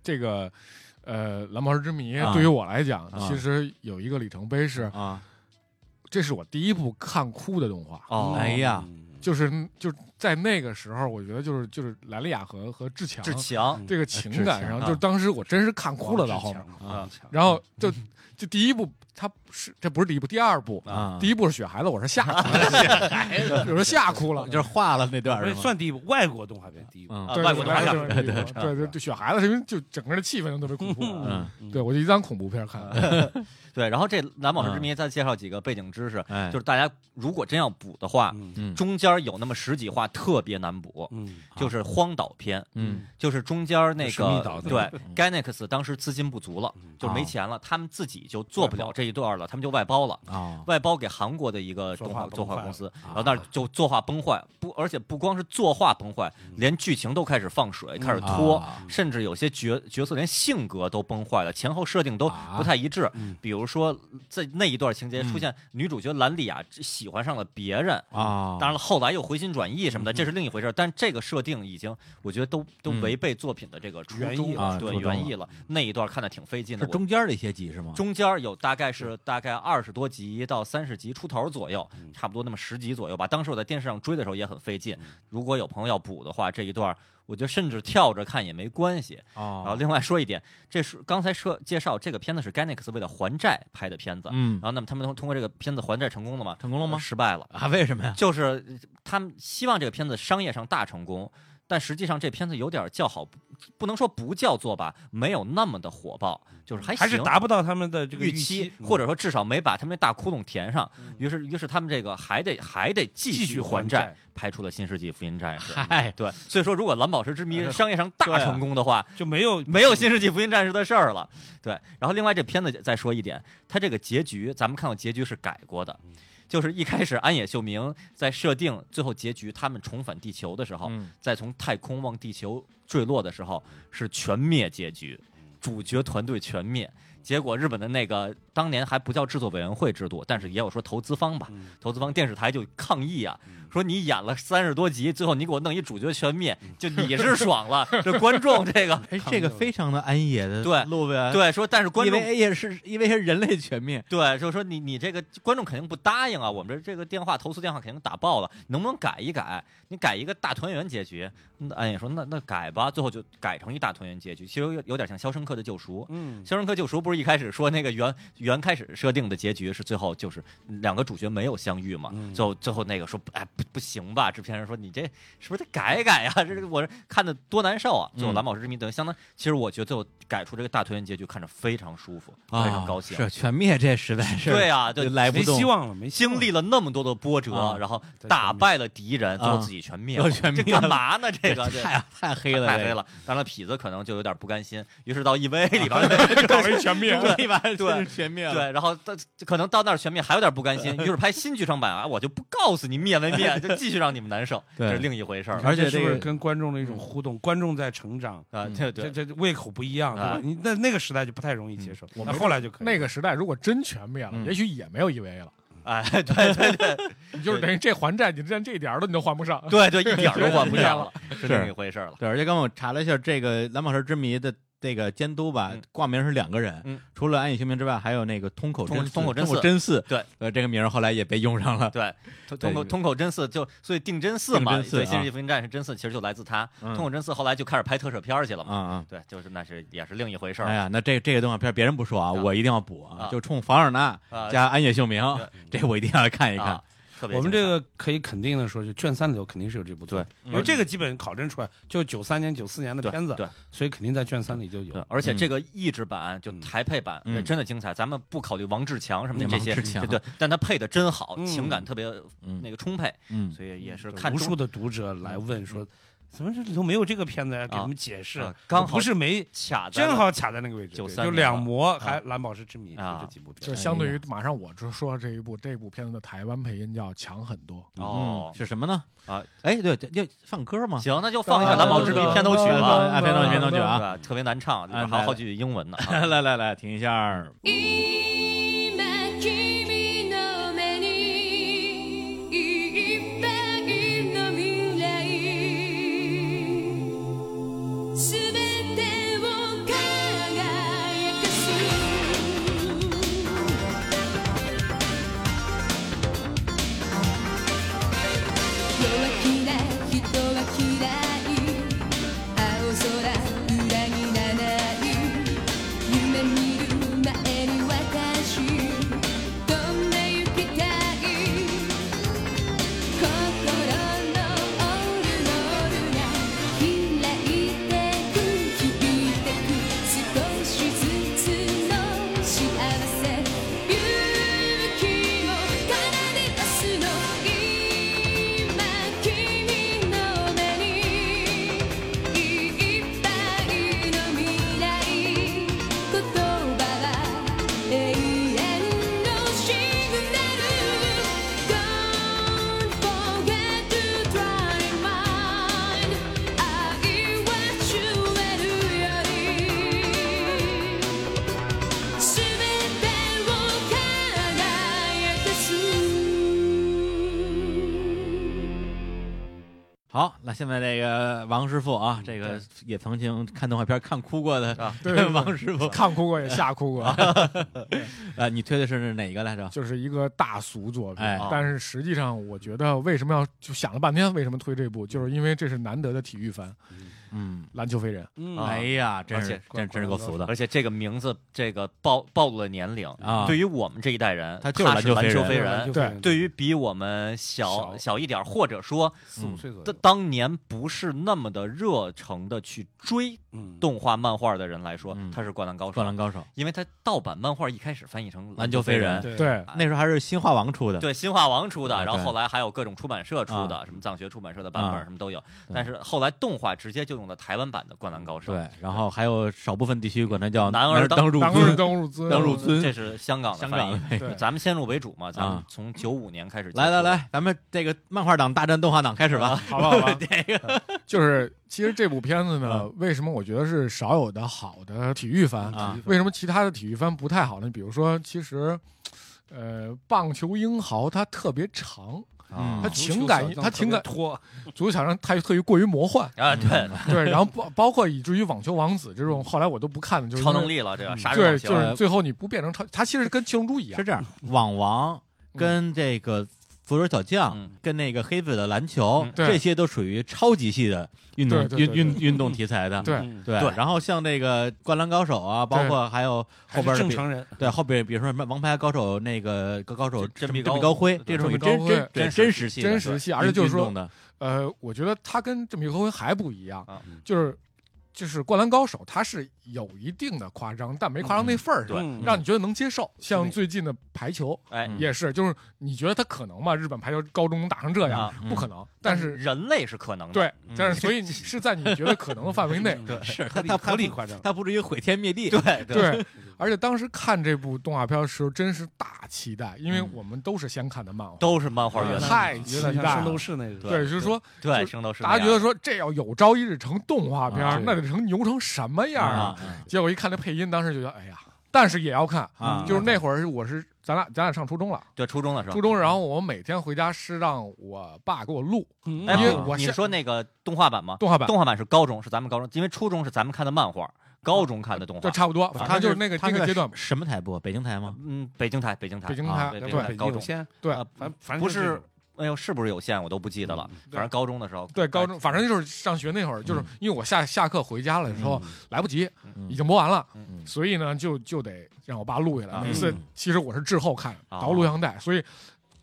Speaker 3: 这个呃《蓝宝石之谜
Speaker 1: 啊》
Speaker 3: 对于我来讲，
Speaker 1: 啊
Speaker 3: 其实有一个里程碑是，
Speaker 1: 啊，
Speaker 3: 这是我第一部看哭的动画。
Speaker 2: 哦，
Speaker 1: 哎呀，
Speaker 4: 嗯
Speaker 3: 就是就是在那个时候，我觉得就是就是莱利亚和和志强
Speaker 2: 志
Speaker 4: 嗯
Speaker 2: 强，
Speaker 3: 这个情感
Speaker 1: 志
Speaker 2: 强
Speaker 3: 上，
Speaker 2: 啊
Speaker 3: 就是当时我真是看哭了到后面。
Speaker 2: 啊
Speaker 4: 嗯
Speaker 1: 嗯
Speaker 3: 然后就就第一部，它是这不是第一部，第二部，
Speaker 1: 啊
Speaker 3: 第一部是雪孩子，
Speaker 1: (laughs)
Speaker 3: 我是吓哭了，有时候吓哭了，
Speaker 1: 就是化了那段
Speaker 4: 我
Speaker 1: 是
Speaker 4: 也
Speaker 1: 吗？
Speaker 4: 算第一部外国动画片第一部，
Speaker 1: 嗯
Speaker 2: 啊
Speaker 3: 对
Speaker 2: 外国动画片
Speaker 3: 对对对对对对，雪孩子是因为就整个的气氛都特别恐怖啊，
Speaker 1: 啊嗯，
Speaker 3: 对我就一当恐怖片看， (laughs)
Speaker 2: 对。然后这《蓝宝石
Speaker 1: 嗯
Speaker 2: 之谜》再介绍几个背景知识，
Speaker 1: 哎，
Speaker 2: 就是大家如果真要补的话，
Speaker 1: 嗯啊
Speaker 2: 中间有那么十几话特别难补，
Speaker 4: 嗯
Speaker 2: 就是荒岛篇，
Speaker 1: 嗯
Speaker 2: 就是中间那
Speaker 4: 神秘岛
Speaker 2: 个对 Ganex 当时资金不足了，就是
Speaker 1: 啊
Speaker 2: 没钱了，他们自己就做不了这一段了，他们就外包了。
Speaker 1: 啊
Speaker 2: 外包给韩国的一个动画
Speaker 4: 作
Speaker 2: 作画
Speaker 4: 画崩坏了
Speaker 2: 公司，然后那儿就作画崩坏，不，而且不光是作画崩坏，连剧情都开始放水，开始拖
Speaker 1: 嗯啊，
Speaker 2: 甚至有些角角色连性格都崩坏了，前后设定都
Speaker 1: 啊
Speaker 2: 不太一致。
Speaker 4: 嗯
Speaker 2: 比如说，在那一段情节
Speaker 1: 嗯
Speaker 2: 出现女主角兰丽亚喜欢上了别人。
Speaker 1: 啊，
Speaker 2: 当然了，后来又回心转意什么的，这是另一回事儿。但这个设定已经，我觉得都都
Speaker 1: 嗯
Speaker 2: 违背作品的这个初
Speaker 4: 原意
Speaker 2: 衷
Speaker 1: 了啊初
Speaker 2: 对
Speaker 1: 衷
Speaker 2: 原
Speaker 1: 了
Speaker 2: 意了。那一段看的挺费劲的，
Speaker 1: 是
Speaker 2: 我
Speaker 1: 中间的一些集是吗？
Speaker 2: 中间儿有大概是大概二十多集到三十集出头左右，差不多那么十集左右吧。当时我在电视上追的时候也很
Speaker 1: 嗯
Speaker 2: 费劲，如果有朋友要补的话，这一段儿我觉得甚至跳着看也没关系。然后
Speaker 1: 啊，
Speaker 2: 另外说一点，这是刚才说介绍这个片子是 Ganex 为了还债拍的片子，
Speaker 1: 嗯
Speaker 2: 然，后那么他们通通过这个片子还债成功了吗？
Speaker 1: 成功了吗？
Speaker 2: 失败了。
Speaker 1: 啊，为什么呀？
Speaker 2: 就是呃他们希望这个片子商业上大成功，但实际上这片子有点儿叫好，不不能说不叫座吧，没有那么的火爆，就是还
Speaker 4: 还是
Speaker 2: 行
Speaker 4: 达不到他们的这个
Speaker 2: 预
Speaker 4: 期
Speaker 2: 期，，
Speaker 4: 嗯
Speaker 2: 或者说至少没把他们那大窟窿填上。于是，于是他们这个还得还得继
Speaker 4: 继续
Speaker 2: 续还
Speaker 4: 还
Speaker 2: 债
Speaker 4: 债，
Speaker 2: 拍出了《新世纪福音战士》。
Speaker 1: 嗨，
Speaker 2: 对，所以说如果《蓝宝石之谜
Speaker 4: 哎呦》
Speaker 2: 商业上大成功的话，
Speaker 4: 就没有
Speaker 2: 没有《新世纪福音战士》的事儿了。对，然后另外这片子再说一点，它这个结局，咱们看到结局是改过的。就是一开始安野秀明在设定最后结局，他们重返地球的时候，
Speaker 1: 嗯
Speaker 2: 在从太空往地球坠落的时候是全灭结局，
Speaker 1: 嗯
Speaker 2: 主角团队全灭。结果日本的那个当年还不叫制作委员会制度，但是也有说投资方吧，
Speaker 4: 嗯
Speaker 2: 投资方电视台就抗议啊，
Speaker 1: 嗯
Speaker 2: 说你演了三十多集，最后你给我弄一主角全灭，
Speaker 1: 嗯
Speaker 2: 就你是爽了，这观众
Speaker 1: (laughs)
Speaker 2: 这个
Speaker 1: 哎，这个非常的安野的
Speaker 2: 对
Speaker 1: 路呗，，
Speaker 2: 对说，但是观
Speaker 1: 因
Speaker 2: 众
Speaker 1: 为也是因为是人类全面，
Speaker 2: 对，就说你你这个观众肯定不答应啊，我们这这个电话投诉电话肯定打爆了，能不能改一改？你改一个大团圆结局？那安也说那那改吧，最后就改成一大团圆结局，其实有有点像《肖申克的救赎》。
Speaker 4: 嗯
Speaker 2: 《肖申克救赎》不是一开始说那个原原开始设定的结局是最后就是两个主角没有相遇嘛？
Speaker 4: 嗯
Speaker 2: 最后最后那个说哎不不行吧？制片人说你这是不是得改一改呀、 (laughs) 这这我看的多难受啊！最后《蓝宝石之谜》等于相当，其实我觉得最后改出这个大团圆结局，看着非常舒服，
Speaker 1: 啊，
Speaker 2: 非常高兴。
Speaker 1: 是全灭，这实在是
Speaker 2: 对啊，对，
Speaker 1: 来不
Speaker 4: 没
Speaker 1: 动
Speaker 4: 希，望了，没希望
Speaker 2: 经历了那么多的波折，
Speaker 1: 啊
Speaker 2: 然后
Speaker 4: 对
Speaker 2: 打败了敌人，最后自己全灭了，
Speaker 1: 都啊全灭
Speaker 2: 这干嘛呢？这个
Speaker 1: (laughs)
Speaker 2: 这
Speaker 1: 太太黑了，
Speaker 2: 太
Speaker 1: 这
Speaker 2: 黑
Speaker 1: 个。
Speaker 2: 了。当然了，痞子可能就有点不甘心，于是到
Speaker 1: (laughs)
Speaker 2: EVA 里边
Speaker 1: 啊
Speaker 2: 儿
Speaker 3: 搞了一全灭，
Speaker 1: 对吧？
Speaker 2: 对
Speaker 1: 全灭了。
Speaker 2: 对，然后到可能到那儿全灭还有点不甘心，于是拍新剧场版啊，我就不告诉你灭没灭，就继续让你们难受，
Speaker 1: 对嗯
Speaker 2: 这是另一回事儿了
Speaker 1: 而且
Speaker 4: 这嗯是不
Speaker 1: 这
Speaker 4: 是
Speaker 1: 个
Speaker 4: 跟观众的一种互动？观众在成长，
Speaker 2: 啊！
Speaker 1: 嗯
Speaker 2: 对
Speaker 4: 这
Speaker 2: 对，
Speaker 4: 这胃口不一样，对
Speaker 2: 啊嗯
Speaker 4: 吧？你那那个时代就不太容易接受，那后来就可以了。
Speaker 3: 那个时代如果真全灭了，
Speaker 1: 嗯
Speaker 3: 也许也没有 EVA 了。
Speaker 2: 哎，对对
Speaker 3: 你就是等于这还债，你连这一点儿都你都还不上。
Speaker 2: 对对，一点儿都换不上了，是
Speaker 1: (laughs) 是
Speaker 2: 另一回事儿了。
Speaker 1: 对，而且刚刚我查了一下这个《蓝宝石之谜》的这个监督吧
Speaker 2: 嗯，
Speaker 1: 挂名是两个人，
Speaker 2: 嗯
Speaker 1: 除了安野秀明之外，还有那个通口
Speaker 2: 通
Speaker 1: 真
Speaker 2: 通口真
Speaker 1: 真
Speaker 2: 嗣
Speaker 1: 真嗣，
Speaker 2: 对，
Speaker 1: 呃，这个名儿后来也被用 (laughs) 上了。
Speaker 2: 对，通通口
Speaker 1: 对
Speaker 2: 通口真嗣就所以定真寺嘛，
Speaker 1: 定真寺
Speaker 2: 对，
Speaker 1: 啊
Speaker 2: 新世纪福音战士真嗣其实就来自他。
Speaker 1: 嗯
Speaker 2: 通口真嗣后来就开始拍特摄片儿去了
Speaker 1: 啊
Speaker 2: 嘛，
Speaker 1: 啊！
Speaker 2: 对，就是那是也是另一回事儿
Speaker 1: 哎
Speaker 2: 了。
Speaker 1: 呀，那这这个动画片别人不说啊，
Speaker 2: 啊
Speaker 1: 我一定要补啊
Speaker 2: 啊，
Speaker 1: 就冲房尔纳
Speaker 2: 啊
Speaker 1: 加安野秀明， (laughs) 这我一定要看一看
Speaker 2: 啊。，特别
Speaker 4: 我们
Speaker 2: 精
Speaker 4: 这
Speaker 2: 彩
Speaker 4: 个可以肯定的说，就卷三里头肯定是有这部作品，因为这个基本考证出来，就九三年、九四年的
Speaker 2: 对
Speaker 4: 片子，
Speaker 2: 对
Speaker 4: 所以肯定在卷三里就有
Speaker 2: 对，。而且这个译制版就台配版
Speaker 1: 嗯
Speaker 2: 对真的精彩，咱们不考虑王志强什么的
Speaker 1: 嗯
Speaker 2: 这些，
Speaker 1: 王志强
Speaker 2: 对对，但他配的真好，
Speaker 4: 嗯
Speaker 2: 情感特别
Speaker 1: 嗯
Speaker 2: 那个充沛，
Speaker 1: 嗯，
Speaker 2: 所以也是
Speaker 4: 有
Speaker 2: 看
Speaker 4: 无
Speaker 2: 中嗯
Speaker 4: 数的读者来问说，怎么这里头没有这个片子呀？给
Speaker 2: 啊
Speaker 4: 他们解释
Speaker 2: 啊，刚好
Speaker 4: 不是没，
Speaker 2: 卡在了
Speaker 4: 正好卡在那个位置，对
Speaker 2: 93
Speaker 4: 就
Speaker 2: 年了
Speaker 4: 两模
Speaker 2: 啊
Speaker 4: 还蓝宝石之谜
Speaker 2: 啊
Speaker 4: 就这几部片
Speaker 3: 就
Speaker 4: 子
Speaker 3: 是。相对于马上我就说这一部这部片子的台湾配音就要强很多。
Speaker 2: 哦
Speaker 1: 嗯是什么呢？
Speaker 2: 啊，
Speaker 1: 哎，对，这要放歌吗？
Speaker 2: 行，那就放一下《蓝宝之谜》片头曲吧，
Speaker 1: 啊，片头曲，片头曲
Speaker 2: 对
Speaker 1: 啊，
Speaker 2: 吧？特别难唱，里边还有好几句
Speaker 1: (laughs)
Speaker 2: 英文呢。啊
Speaker 1: 来来来，听一下。
Speaker 8: 今君の目にいっぱいの未来すべてを輝かす夜は嫌い人は嫌い青空裏切らない夢見る前に私飛んで行きたい心のオルゴールが開いてく響いてく少しずつの幸せ勇気を奏で出すの今君の目にいっぱいの未来言葉は永遠のシグナル Don't forget to try mine 愛は終えるより「すべてを輝かす」
Speaker 1: 好，那现在这个王师傅啊，这个也曾经看动画片看哭过的
Speaker 2: 嗯啊
Speaker 1: 王师
Speaker 2: (laughs)
Speaker 1: 傅，
Speaker 3: 看哭过也吓哭过，
Speaker 1: (laughs) 呃，你推的是哪一个来着？
Speaker 3: 就是一个大俗作品。
Speaker 1: 哎
Speaker 3: 但是实际上，我觉得为什么要就想了半天，为什么推这部，就是因为这是难得的体育番，《
Speaker 1: 嗯，
Speaker 3: 篮球飞人》。
Speaker 4: 嗯
Speaker 2: 啊
Speaker 1: 哎呀，真
Speaker 2: 而
Speaker 1: 是
Speaker 2: 且
Speaker 1: 真真是够俗的
Speaker 2: 而且这个名字，这个暴暴露了年龄
Speaker 1: 啊
Speaker 2: 对于我们这一代人，
Speaker 1: 他
Speaker 2: 他
Speaker 1: 就是篮球
Speaker 2: 是篮球
Speaker 1: 飞
Speaker 2: 飞
Speaker 1: 人
Speaker 2: 人。
Speaker 3: 对
Speaker 2: 对于比我们小
Speaker 4: 小
Speaker 2: 小一点儿，或者说
Speaker 4: 四五岁左
Speaker 2: 当
Speaker 4: 右，
Speaker 2: 当年不是那么的热诚的去追
Speaker 4: 嗯，
Speaker 2: 动画漫画的人来说
Speaker 1: 嗯，
Speaker 2: 他是《灌篮高
Speaker 1: 《
Speaker 2: 手
Speaker 1: 灌》，篮高手》，
Speaker 2: 因为他盗版漫画一开始翻译成《
Speaker 1: 篮
Speaker 2: 篮
Speaker 1: 球
Speaker 2: 球
Speaker 1: 飞
Speaker 2: 飞
Speaker 1: 人
Speaker 2: 人》，
Speaker 4: 对
Speaker 3: 对，
Speaker 1: 那时候还是新画王出的，
Speaker 2: 对，新画王出的，
Speaker 1: 哎
Speaker 2: 然后
Speaker 1: 对
Speaker 2: 后来还有各种出版社出
Speaker 1: 啊
Speaker 2: 的，什么藏学出版社的版
Speaker 1: 啊
Speaker 2: 本什么都有。
Speaker 1: 对
Speaker 2: 但是后来动画直接就用了台湾版的《灌篮高手》，
Speaker 1: 对，然后还有少部分地区管它叫
Speaker 2: 男儿当
Speaker 1: 当入
Speaker 3: 嗯当日
Speaker 1: 樽，
Speaker 3: 登入资，
Speaker 1: 当入樽，
Speaker 2: 嗯这是香港的
Speaker 1: 香
Speaker 2: 翻
Speaker 1: 港
Speaker 2: 译
Speaker 1: 的。那个。
Speaker 3: 对
Speaker 2: 咱们先入为主嘛，咱们
Speaker 1: 啊
Speaker 2: 从九五年开始。，
Speaker 1: 来来，来，咱们这个漫画党大战动画党开始吧。
Speaker 3: 啊好吧，好
Speaker 1: (laughs)
Speaker 3: 吧，
Speaker 1: 这个
Speaker 3: 就是其实这部片子呢，为什么我觉得是少有的好的体育番？
Speaker 1: 啊
Speaker 3: 为什么其他的体育番不太好呢？比如说，其实，呃，棒球英豪它特别长，
Speaker 1: 嗯
Speaker 3: 他
Speaker 4: 足
Speaker 3: 情
Speaker 4: 球
Speaker 3: 感
Speaker 4: 小将
Speaker 3: 他
Speaker 4: 特
Speaker 3: 情
Speaker 4: 别
Speaker 3: 感
Speaker 4: 拖，
Speaker 3: 足球场上太特于过于魔幻
Speaker 2: 啊，
Speaker 1: 嗯
Speaker 2: 对，
Speaker 3: 对，然后包包括以至于网球王子这种，后来我都不看的，就是
Speaker 2: 超
Speaker 3: 因为
Speaker 2: 能。力了，这个
Speaker 1: 嗯
Speaker 2: 啥人
Speaker 3: 对，
Speaker 2: 都行
Speaker 3: 就是最后你不变成超，他其实跟七龙珠一样
Speaker 1: 是，这样，网王跟这个佛手小将、
Speaker 2: 嗯
Speaker 1: 跟那个黑子的篮球，
Speaker 2: 嗯
Speaker 3: 对
Speaker 1: 这些都属于超级系的运动
Speaker 3: 对对
Speaker 1: 运运
Speaker 3: 对
Speaker 1: 运动题材的。
Speaker 3: 对
Speaker 4: 嗯
Speaker 1: 对
Speaker 2: 对
Speaker 1: 然后像这个《灌篮高手》啊，包括还有后
Speaker 4: 还
Speaker 1: 边的
Speaker 4: 是正
Speaker 1: 比
Speaker 4: 常人，
Speaker 1: 对后边，比如说什么《王牌高手》那个高高手
Speaker 2: 真
Speaker 1: 真
Speaker 2: 真比
Speaker 1: 高
Speaker 2: 高
Speaker 1: 辉，这
Speaker 2: 对
Speaker 1: 种
Speaker 3: 真比
Speaker 1: 真
Speaker 3: 高辉
Speaker 1: 真对
Speaker 2: 真
Speaker 1: 真
Speaker 2: 实
Speaker 1: 实系的
Speaker 3: 真实系，
Speaker 1: 运
Speaker 3: 而且就是
Speaker 1: 运
Speaker 3: 说
Speaker 1: 动，的
Speaker 3: 呃，我觉得他跟这么一个婚还不一样
Speaker 2: 啊，
Speaker 3: 就是就是《灌篮高手》，他是有一定的夸张，但没夸张那份儿上，
Speaker 4: 嗯
Speaker 3: 让你觉得能接受。像
Speaker 4: 那
Speaker 3: 最近的排球
Speaker 2: 哎，
Speaker 1: 嗯
Speaker 3: 也是，就是你觉得他可能吗？日本排球高中能打成这样
Speaker 2: 啊，
Speaker 1: 嗯
Speaker 3: 不可能。但是
Speaker 2: 人类是可能的，
Speaker 3: 对
Speaker 1: 嗯，
Speaker 3: 但是所以你是在你觉得可能的范围
Speaker 4: (laughs)
Speaker 3: 内。
Speaker 4: 对，
Speaker 1: 是
Speaker 4: 合理
Speaker 1: 他他
Speaker 4: 合理夸张，嗯
Speaker 1: 他不至于毁天灭地。
Speaker 2: 对
Speaker 3: 对，而且当时看这部动画片的时候，真是大期待，因为我们都是先看的漫画，
Speaker 2: 都是漫画
Speaker 1: 嗯
Speaker 2: 原来，
Speaker 3: 太
Speaker 4: 有
Speaker 3: 期
Speaker 4: 点
Speaker 3: 待
Speaker 4: 像圣斗
Speaker 3: 了。
Speaker 4: 士那种。
Speaker 3: 对，就是说，
Speaker 2: 对，
Speaker 3: 就
Speaker 2: 圣斗士那
Speaker 3: 大
Speaker 2: 样，
Speaker 3: 家觉得说这要有朝一日成动画片
Speaker 1: 啊
Speaker 3: 儿
Speaker 1: 对，
Speaker 3: 那得成牛成什么样啊？
Speaker 1: 啊
Speaker 3: 结果一看这配音，当时就觉得，哎呀，但是也要看，
Speaker 1: 啊，
Speaker 3: 就是那会儿我是咱俩咱俩上初中了，
Speaker 2: 对初中的时候，
Speaker 3: 初中，然后我每天回家是让我爸给我录
Speaker 4: 嗯
Speaker 2: 哎，
Speaker 3: 因为
Speaker 2: 不
Speaker 3: 我
Speaker 2: 你
Speaker 3: 是
Speaker 2: 说那个动画版吗？
Speaker 3: 动画版，
Speaker 2: 动画版是高中，是咱们高中，因为初中是咱们看的漫画，高中看的动
Speaker 3: 就
Speaker 2: 画。
Speaker 3: 差不多，反正就是那个
Speaker 1: 他
Speaker 3: 那个阶段，
Speaker 1: 什么台播？北京台吗？
Speaker 2: 嗯，北京台，北京台，
Speaker 3: 北京
Speaker 2: 啊对，
Speaker 3: 台对
Speaker 2: 北京台
Speaker 4: 北京
Speaker 2: 高
Speaker 4: 有
Speaker 2: 中。
Speaker 4: 线，
Speaker 3: 对
Speaker 2: 啊
Speaker 4: 反反正
Speaker 2: 不
Speaker 4: 就这
Speaker 2: 是
Speaker 4: 种，
Speaker 2: 哎呦，是不是有线？我都不记得了。
Speaker 4: 嗯
Speaker 2: 反正高中的时候，
Speaker 3: 对高中，反正就是上学那会儿，就是因为我下下课回家了之后来不及，
Speaker 1: 嗯
Speaker 3: 已经播完了
Speaker 1: 嗯，
Speaker 3: 所以呢就就得让我爸录下来。
Speaker 2: 啊
Speaker 3: 每次
Speaker 1: 嗯
Speaker 3: 其实我是滞后看，
Speaker 2: 哦
Speaker 3: 倒录像带，所以。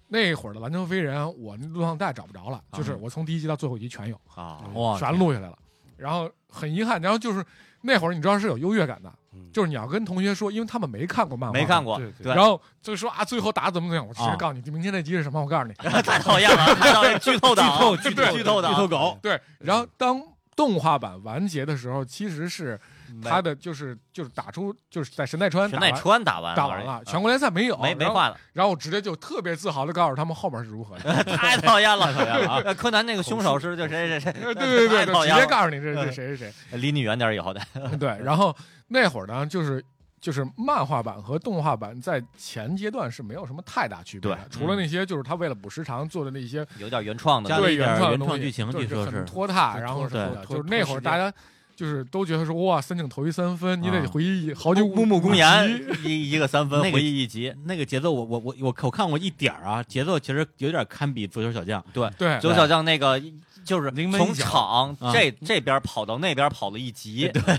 Speaker 3: 那会儿的《篮球飞人》，我录像带找不着了，就是我从第一集到最后一集全有。
Speaker 2: 啊，
Speaker 1: 哇，
Speaker 3: 全录下来了。然后很遗憾，然后就是那会儿你知道是有优越感的，
Speaker 4: 嗯
Speaker 3: 就是你要跟同学说，因为他们没看过漫画，
Speaker 2: 没看。过 (laughs)
Speaker 4: 对，对
Speaker 2: 对，
Speaker 3: 然后就说啊，最后打得怎么怎么样，我直接
Speaker 1: 啊
Speaker 3: 告诉你，明天这集是什么，我告诉你。
Speaker 2: 太讨厌了，太讨厌剧透党，剧
Speaker 3: 对
Speaker 2: 剧透党，
Speaker 1: 剧透啊狗，
Speaker 3: 对，然
Speaker 2: 嗯
Speaker 3: 后当动画版完结的时候，其实是他的就是就是打出就是在神奈川
Speaker 2: 神
Speaker 3: 打
Speaker 2: 奈
Speaker 3: 完
Speaker 2: 川打完哎
Speaker 3: 打完了，全国哦联赛没有，
Speaker 2: 没没
Speaker 3: 然后
Speaker 2: 话了，
Speaker 3: 然后我直接就特别自豪的告诉他们后面是如何的，
Speaker 2: (laughs) 太讨厌了，讨厌了。呃 (laughs) 柯南那个凶手是就谁谁谁，
Speaker 3: 对对对
Speaker 2: 太
Speaker 3: 对，
Speaker 2: 讨
Speaker 3: 就
Speaker 2: 厌
Speaker 3: 直接
Speaker 2: 了。嗯
Speaker 3: 告诉你这这谁
Speaker 2: (laughs)
Speaker 3: 谁谁。
Speaker 2: 离你远点以后的，
Speaker 3: 对，然后那会儿呢，就是就是漫画版和动画版在前阶段是没有什么太大区别的
Speaker 2: 对，嗯
Speaker 3: 除了那些就是他为了补时长做的那些
Speaker 2: 有点原创
Speaker 1: 加
Speaker 2: 的
Speaker 1: 了
Speaker 3: 对
Speaker 1: 一点
Speaker 3: 创
Speaker 1: 原
Speaker 3: 的
Speaker 1: 创
Speaker 3: 东西
Speaker 1: 剧情
Speaker 3: 就
Speaker 1: 据说
Speaker 3: 是
Speaker 1: 是
Speaker 3: 很拖沓，然后什么的，就
Speaker 4: 拖
Speaker 3: 是
Speaker 4: 拖
Speaker 3: 那
Speaker 4: 拖
Speaker 3: 会儿
Speaker 4: 时
Speaker 3: 大家。就是都觉得说哇，三井投一三分，你得
Speaker 1: 啊
Speaker 3: 回忆好久啊
Speaker 2: 木木公园一一个三分
Speaker 1: 那个
Speaker 2: 回忆一集，
Speaker 1: 那个节奏我，我我我我看过一点儿啊，节奏其实有点堪比足球小将。
Speaker 2: 对，
Speaker 3: 对
Speaker 2: 九小将那个就是
Speaker 4: 临门一
Speaker 2: 从
Speaker 4: 脚
Speaker 2: 场
Speaker 1: 啊
Speaker 2: 这这边跑到那边跑了一集，哎对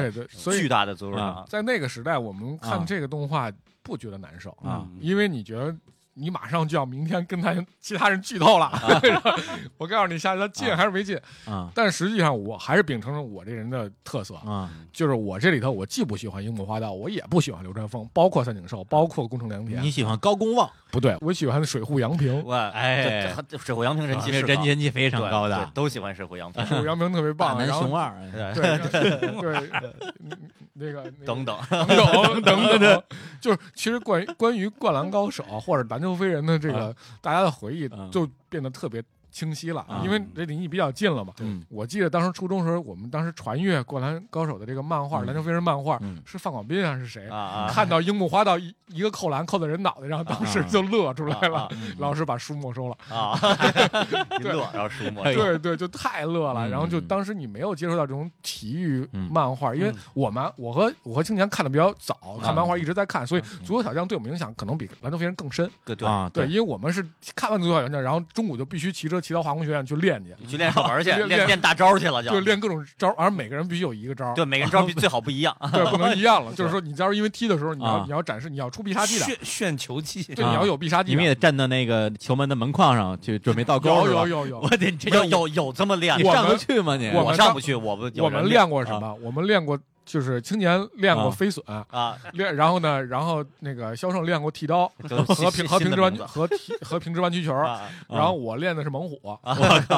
Speaker 3: 对对，所
Speaker 2: 巨
Speaker 3: 以
Speaker 2: 大的足球
Speaker 1: 啊
Speaker 2: 场，
Speaker 3: 在那个时代，我们
Speaker 1: 啊
Speaker 3: 看这个动画不觉得难受
Speaker 1: 啊
Speaker 4: 嗯
Speaker 3: 因为你觉得你马上就要明天跟他 (laughs) 其他人剧透了，然后 (laughs) 我告诉你下一他进还是没进，
Speaker 1: 啊
Speaker 3: 但实际上我还是秉承着我这人的特色，
Speaker 1: 啊
Speaker 3: 就是我这里头我既不喜欢樱木花道，我也不喜欢流川枫，包括三井寿，包括宫城良田
Speaker 1: 你，喜欢高公望，
Speaker 3: 不对，我喜欢水户洋平，
Speaker 2: 我
Speaker 1: 哎
Speaker 2: 这这水户洋平
Speaker 3: 啊
Speaker 2: 人气是
Speaker 1: 人
Speaker 2: 高
Speaker 1: 气人气非常
Speaker 2: 对
Speaker 1: 高
Speaker 2: 对
Speaker 1: 的，
Speaker 2: 都喜欢水户洋平，
Speaker 3: 水户洋平特别
Speaker 1: 大
Speaker 3: 棒，
Speaker 1: 男
Speaker 3: 然后
Speaker 1: 熊二。啊
Speaker 2: 对
Speaker 3: 对对对，嗯那个那个
Speaker 2: 等 (laughs) 等，
Speaker 3: (laughs) 等等等等，就是其实关于关于《灌篮高手》啊或者《篮球飞人》的这个大家的回忆
Speaker 1: 嗯
Speaker 3: 就变得特别清晰了，啊
Speaker 1: 嗯
Speaker 3: 因为这离你比较近了嘛。
Speaker 1: 嗯
Speaker 3: 我记得当时初中时候，我们当时传阅《灌篮高手》的这个漫画，
Speaker 1: 嗯
Speaker 3: 篮球飞人》漫画
Speaker 1: 嗯
Speaker 3: 是范广斌还是谁
Speaker 2: 啊？
Speaker 3: (laughs)
Speaker 2: 啊，
Speaker 3: 看到樱木花道一一个扣篮扣在人脑袋上，当时就乐出来
Speaker 2: 啊啊
Speaker 3: 了。
Speaker 1: 嗯
Speaker 3: 老师把书没收了，
Speaker 2: 啊， (laughs) 一乐，然后书墨，
Speaker 3: 对对，就太乐了。
Speaker 1: 嗯
Speaker 3: 然后就
Speaker 1: 嗯
Speaker 3: 当时你没有接触到这种体育
Speaker 1: 嗯
Speaker 3: 漫画，因为我们我和我和青年看的比较早，看漫画一直在看，所以
Speaker 1: 嗯
Speaker 3: 足球小将对我们影响可能比篮球飞人更深。
Speaker 2: 对对，
Speaker 1: 啊
Speaker 3: 对，因为我们是看完足球小将，然后中午就必须骑车骑到化工学院去练去，
Speaker 2: 你去练手玩去，
Speaker 3: 啊练
Speaker 2: 练
Speaker 3: 练
Speaker 2: 练大招去了就
Speaker 3: 就，练各种招，而每个人必须有一个招。
Speaker 2: 对，每个人招最好不一样，
Speaker 3: (laughs) 对，不能一样了。就是说，你要是因为踢的时候，你要、
Speaker 1: 啊
Speaker 3: 你要展示，你要出必杀技的，
Speaker 4: 炫炫球技，
Speaker 3: 对，
Speaker 1: 啊
Speaker 3: 你要有必杀技
Speaker 1: 你
Speaker 3: 的。
Speaker 1: 们也站到那个球门的门框上去准备倒钩
Speaker 3: 有
Speaker 1: 是吧
Speaker 3: 有有有，
Speaker 1: (laughs) 我得这叫
Speaker 2: 有有有这么练
Speaker 1: 你
Speaker 2: 的，
Speaker 3: 我
Speaker 1: 上得
Speaker 3: 们
Speaker 1: 去吗你？
Speaker 3: 我
Speaker 2: 我
Speaker 3: 们
Speaker 2: 上
Speaker 3: 上
Speaker 2: 不去，我不，有
Speaker 3: 我
Speaker 2: 人
Speaker 3: 们
Speaker 2: 练
Speaker 3: 练过什么？我们练过就是青年练过飞隼，
Speaker 2: 啊，
Speaker 3: 练然后呢，然后那个肖胜练过剃刀
Speaker 2: 都是
Speaker 3: 和
Speaker 2: 新
Speaker 3: 平和
Speaker 2: 新
Speaker 3: 平
Speaker 2: 的
Speaker 3: 直弯
Speaker 2: 名字
Speaker 3: 和踢和平直弯曲球，
Speaker 2: 啊
Speaker 3: 然后我练的是猛虎。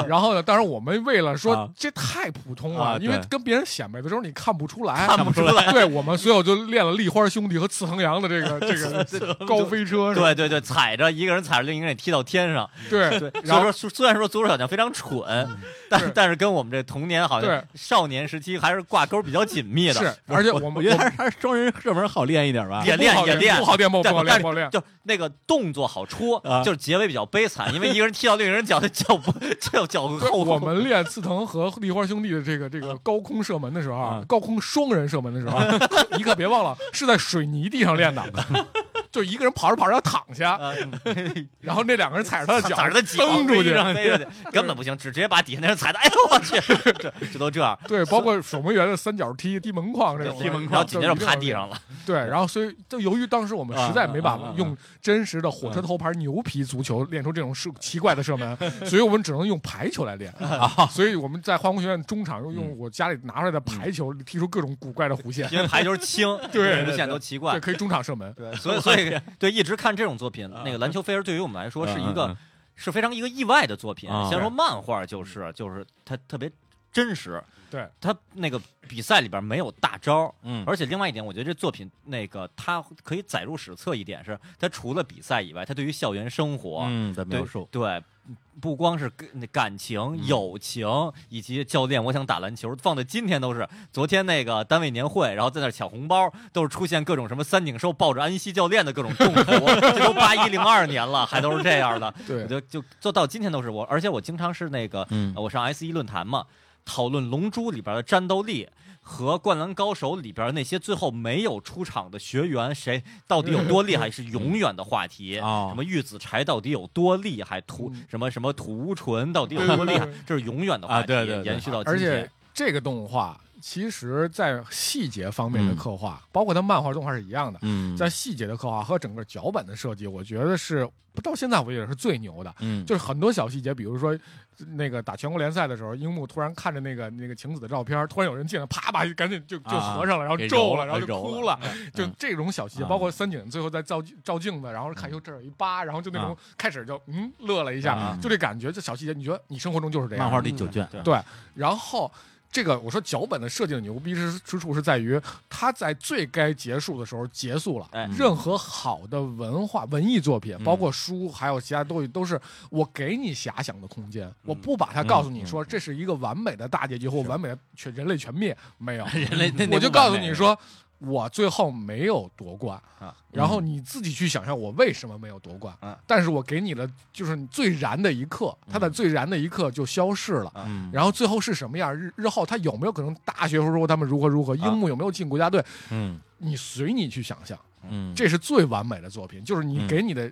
Speaker 3: 然后呢，当然我们为了
Speaker 1: 啊
Speaker 3: 说这太普通
Speaker 1: 啊
Speaker 3: 了，因为
Speaker 1: 对
Speaker 3: 跟别人显摆的时候你看不出来。
Speaker 2: 看不出来，
Speaker 3: 对我们所有就练了立花兄弟和刺藤阳的这个这个高飞车，
Speaker 2: 对对对，踩着一个人踩着另一个人给踢到天上，
Speaker 3: 对
Speaker 2: 对，所
Speaker 3: 然
Speaker 2: 以说
Speaker 3: 后
Speaker 2: 虽虽然说足球小将非常蠢，但
Speaker 3: 对
Speaker 2: 但是跟我们这童年好像
Speaker 3: 对
Speaker 2: 少年时期还是挂钩比较紧密的，
Speaker 3: 是，而且我
Speaker 1: 我
Speaker 3: 们
Speaker 1: 觉得
Speaker 3: 我
Speaker 1: 还是还是双人射门好练一点吧。
Speaker 2: 也练
Speaker 3: 不好
Speaker 2: 也练
Speaker 3: 不好练，不好
Speaker 2: 但
Speaker 3: 练，不好练。
Speaker 2: 就那个动作好戳，
Speaker 1: 啊
Speaker 2: 就是结尾比较悲惨，因为一个人踢到另一个人脚 (laughs) 的脚不脚脚 (laughs)
Speaker 3: 对
Speaker 2: 后嗯
Speaker 3: 我们练刺藤和立花兄弟的这个这个高空射门的时候啊
Speaker 1: 嗯，
Speaker 2: 嗯
Speaker 3: (laughs) 高空双人射门的时候啊，你可别忘了是在水泥地上练的， (laughs) 就一个人跑着跑着要躺下，然后那两个人踩着他的脚，
Speaker 2: 踩着他呃脚
Speaker 3: 蹬出去。
Speaker 2: 让飞出去，根本不行，只直接把底下那人踩的，哎呦我去，这这都这样，
Speaker 3: 对，包括守门员的三角踢、踢门 (laughs) 框这种的，
Speaker 2: 踢门
Speaker 3: 然
Speaker 2: 框
Speaker 3: 后
Speaker 2: 紧接着
Speaker 3: 就一定
Speaker 2: 趴
Speaker 3: 要
Speaker 2: 地上了，
Speaker 3: 对，然后所以就由于当时我们实在没办
Speaker 2: 啊啊啊
Speaker 3: 法
Speaker 2: 啊
Speaker 3: 用真实的火车头牌牛皮足
Speaker 2: (laughs)
Speaker 3: 球练出这种射奇怪的射门， (laughs) 所以我们只能用排球来练。
Speaker 2: 啊嗯
Speaker 3: 所以我们在化工学院中场用用我家里拿出来的排球
Speaker 2: 嗯
Speaker 3: 踢出各种古怪的
Speaker 2: (laughs)
Speaker 3: 弧线，
Speaker 2: 因为排球轻，
Speaker 3: (laughs) 对
Speaker 2: 每个线都奇怪
Speaker 3: 对，，啊可以中场射门。
Speaker 2: 所以所以 (laughs) 对一直看这种作品，那个篮球飞儿对于我们来说是一
Speaker 1: 嗯嗯
Speaker 2: 个是非常一个意外的作品
Speaker 1: 啊。
Speaker 2: 先说漫画，就是就是它特别真实，
Speaker 3: 对
Speaker 2: 它那个比赛里边没有大招。
Speaker 1: 嗯，
Speaker 2: 而且另外一点，我觉得这作品那个它可以载入史册一点是，它除了比赛以外，它对于校园生活，
Speaker 1: 嗯的
Speaker 2: 对
Speaker 1: 描述，
Speaker 2: 对，不光是跟感情、友情，以及嗯教练，我想打篮球，放到今天都是。昨天那个单位年会，然后在那儿抢红包，都是出现各种什么三井寿抱着安西教练的各种 (laughs) 动图，这都八一零二年了，还都是这样的。
Speaker 3: 对
Speaker 2: 我就就做到今天都是我，而且我经常是那个，
Speaker 1: 嗯
Speaker 2: 啊我上 S 一论坛嘛。讨论《龙珠》里边的战斗力和《灌篮高手》里边那些最后没有出场的学员，谁到底有多厉害，是永远的话题。
Speaker 1: 嗯哦
Speaker 2: 什么玉子柴到底有多厉害，土
Speaker 3: 嗯
Speaker 2: 什么什么土屋纯到底有多厉害
Speaker 3: 对对对，
Speaker 2: 这是永远的话
Speaker 1: 啊
Speaker 2: 题，
Speaker 1: 对对对
Speaker 2: 延续到今
Speaker 3: 而
Speaker 2: 天
Speaker 3: 且。这个动画其实，在细节方面的
Speaker 1: 嗯
Speaker 3: 刻画，包括它漫画动画是一样的，
Speaker 1: 嗯，
Speaker 3: 在细节的刻画和整个脚本的设计，我觉得是不到现在为止是最牛的。
Speaker 1: 嗯
Speaker 3: 就是很多小细节，比如说那个打全国联赛的时候，樱木突然看着那个那个晴子的照片，突然有人进来，啪把赶紧就就
Speaker 1: 啊
Speaker 3: 合上了，然后
Speaker 1: 给揉
Speaker 3: 皱
Speaker 1: 了
Speaker 3: 了，然后
Speaker 1: 揉
Speaker 3: 就
Speaker 1: 了
Speaker 3: 哭了，就
Speaker 1: 嗯
Speaker 3: 这种小细节，
Speaker 1: 啊
Speaker 3: 包括三井最后在照照镜子，然后看
Speaker 1: 嗯
Speaker 3: 哟这儿有一疤，然后就那
Speaker 1: 啊
Speaker 3: 种开始就嗯乐了一下
Speaker 1: 啊，
Speaker 3: 就这感觉，这小细节，你觉得你生活中就是这样
Speaker 1: 漫，画第九卷，啊
Speaker 2: 对
Speaker 3: 然后。这个我说脚本的设计的牛逼之之处是在于，它在最该结束的时候结束了，
Speaker 1: 嗯
Speaker 2: 哎，
Speaker 3: 任何好的文化文艺作品，包括书，还有其他东西，都是我给你遐想的空
Speaker 1: 嗯
Speaker 3: 间，我不把它告诉你说这是一个完美的大结局或完美的全人类全灭，没有，
Speaker 1: 人类 (laughs) 那那
Speaker 3: 嗯我就
Speaker 1: 不完
Speaker 3: 告诉
Speaker 1: 美
Speaker 3: 你说。我最后没有夺冠
Speaker 1: 嗯
Speaker 2: 啊，
Speaker 3: 然后你自己去想象我为什么没有夺冠
Speaker 2: 啊。
Speaker 3: 但是我给你的就是你最燃的一刻，它在最燃的一刻就消逝了。
Speaker 1: 嗯，
Speaker 3: 然后最后是什么样？日日后他有没有可能大学时候他们如何如何？樱木有没有进国家队？
Speaker 1: 啊嗯
Speaker 3: 你随你去想象。
Speaker 1: 嗯，
Speaker 3: 这是最完美的作品，就是你
Speaker 1: 嗯
Speaker 3: 给你的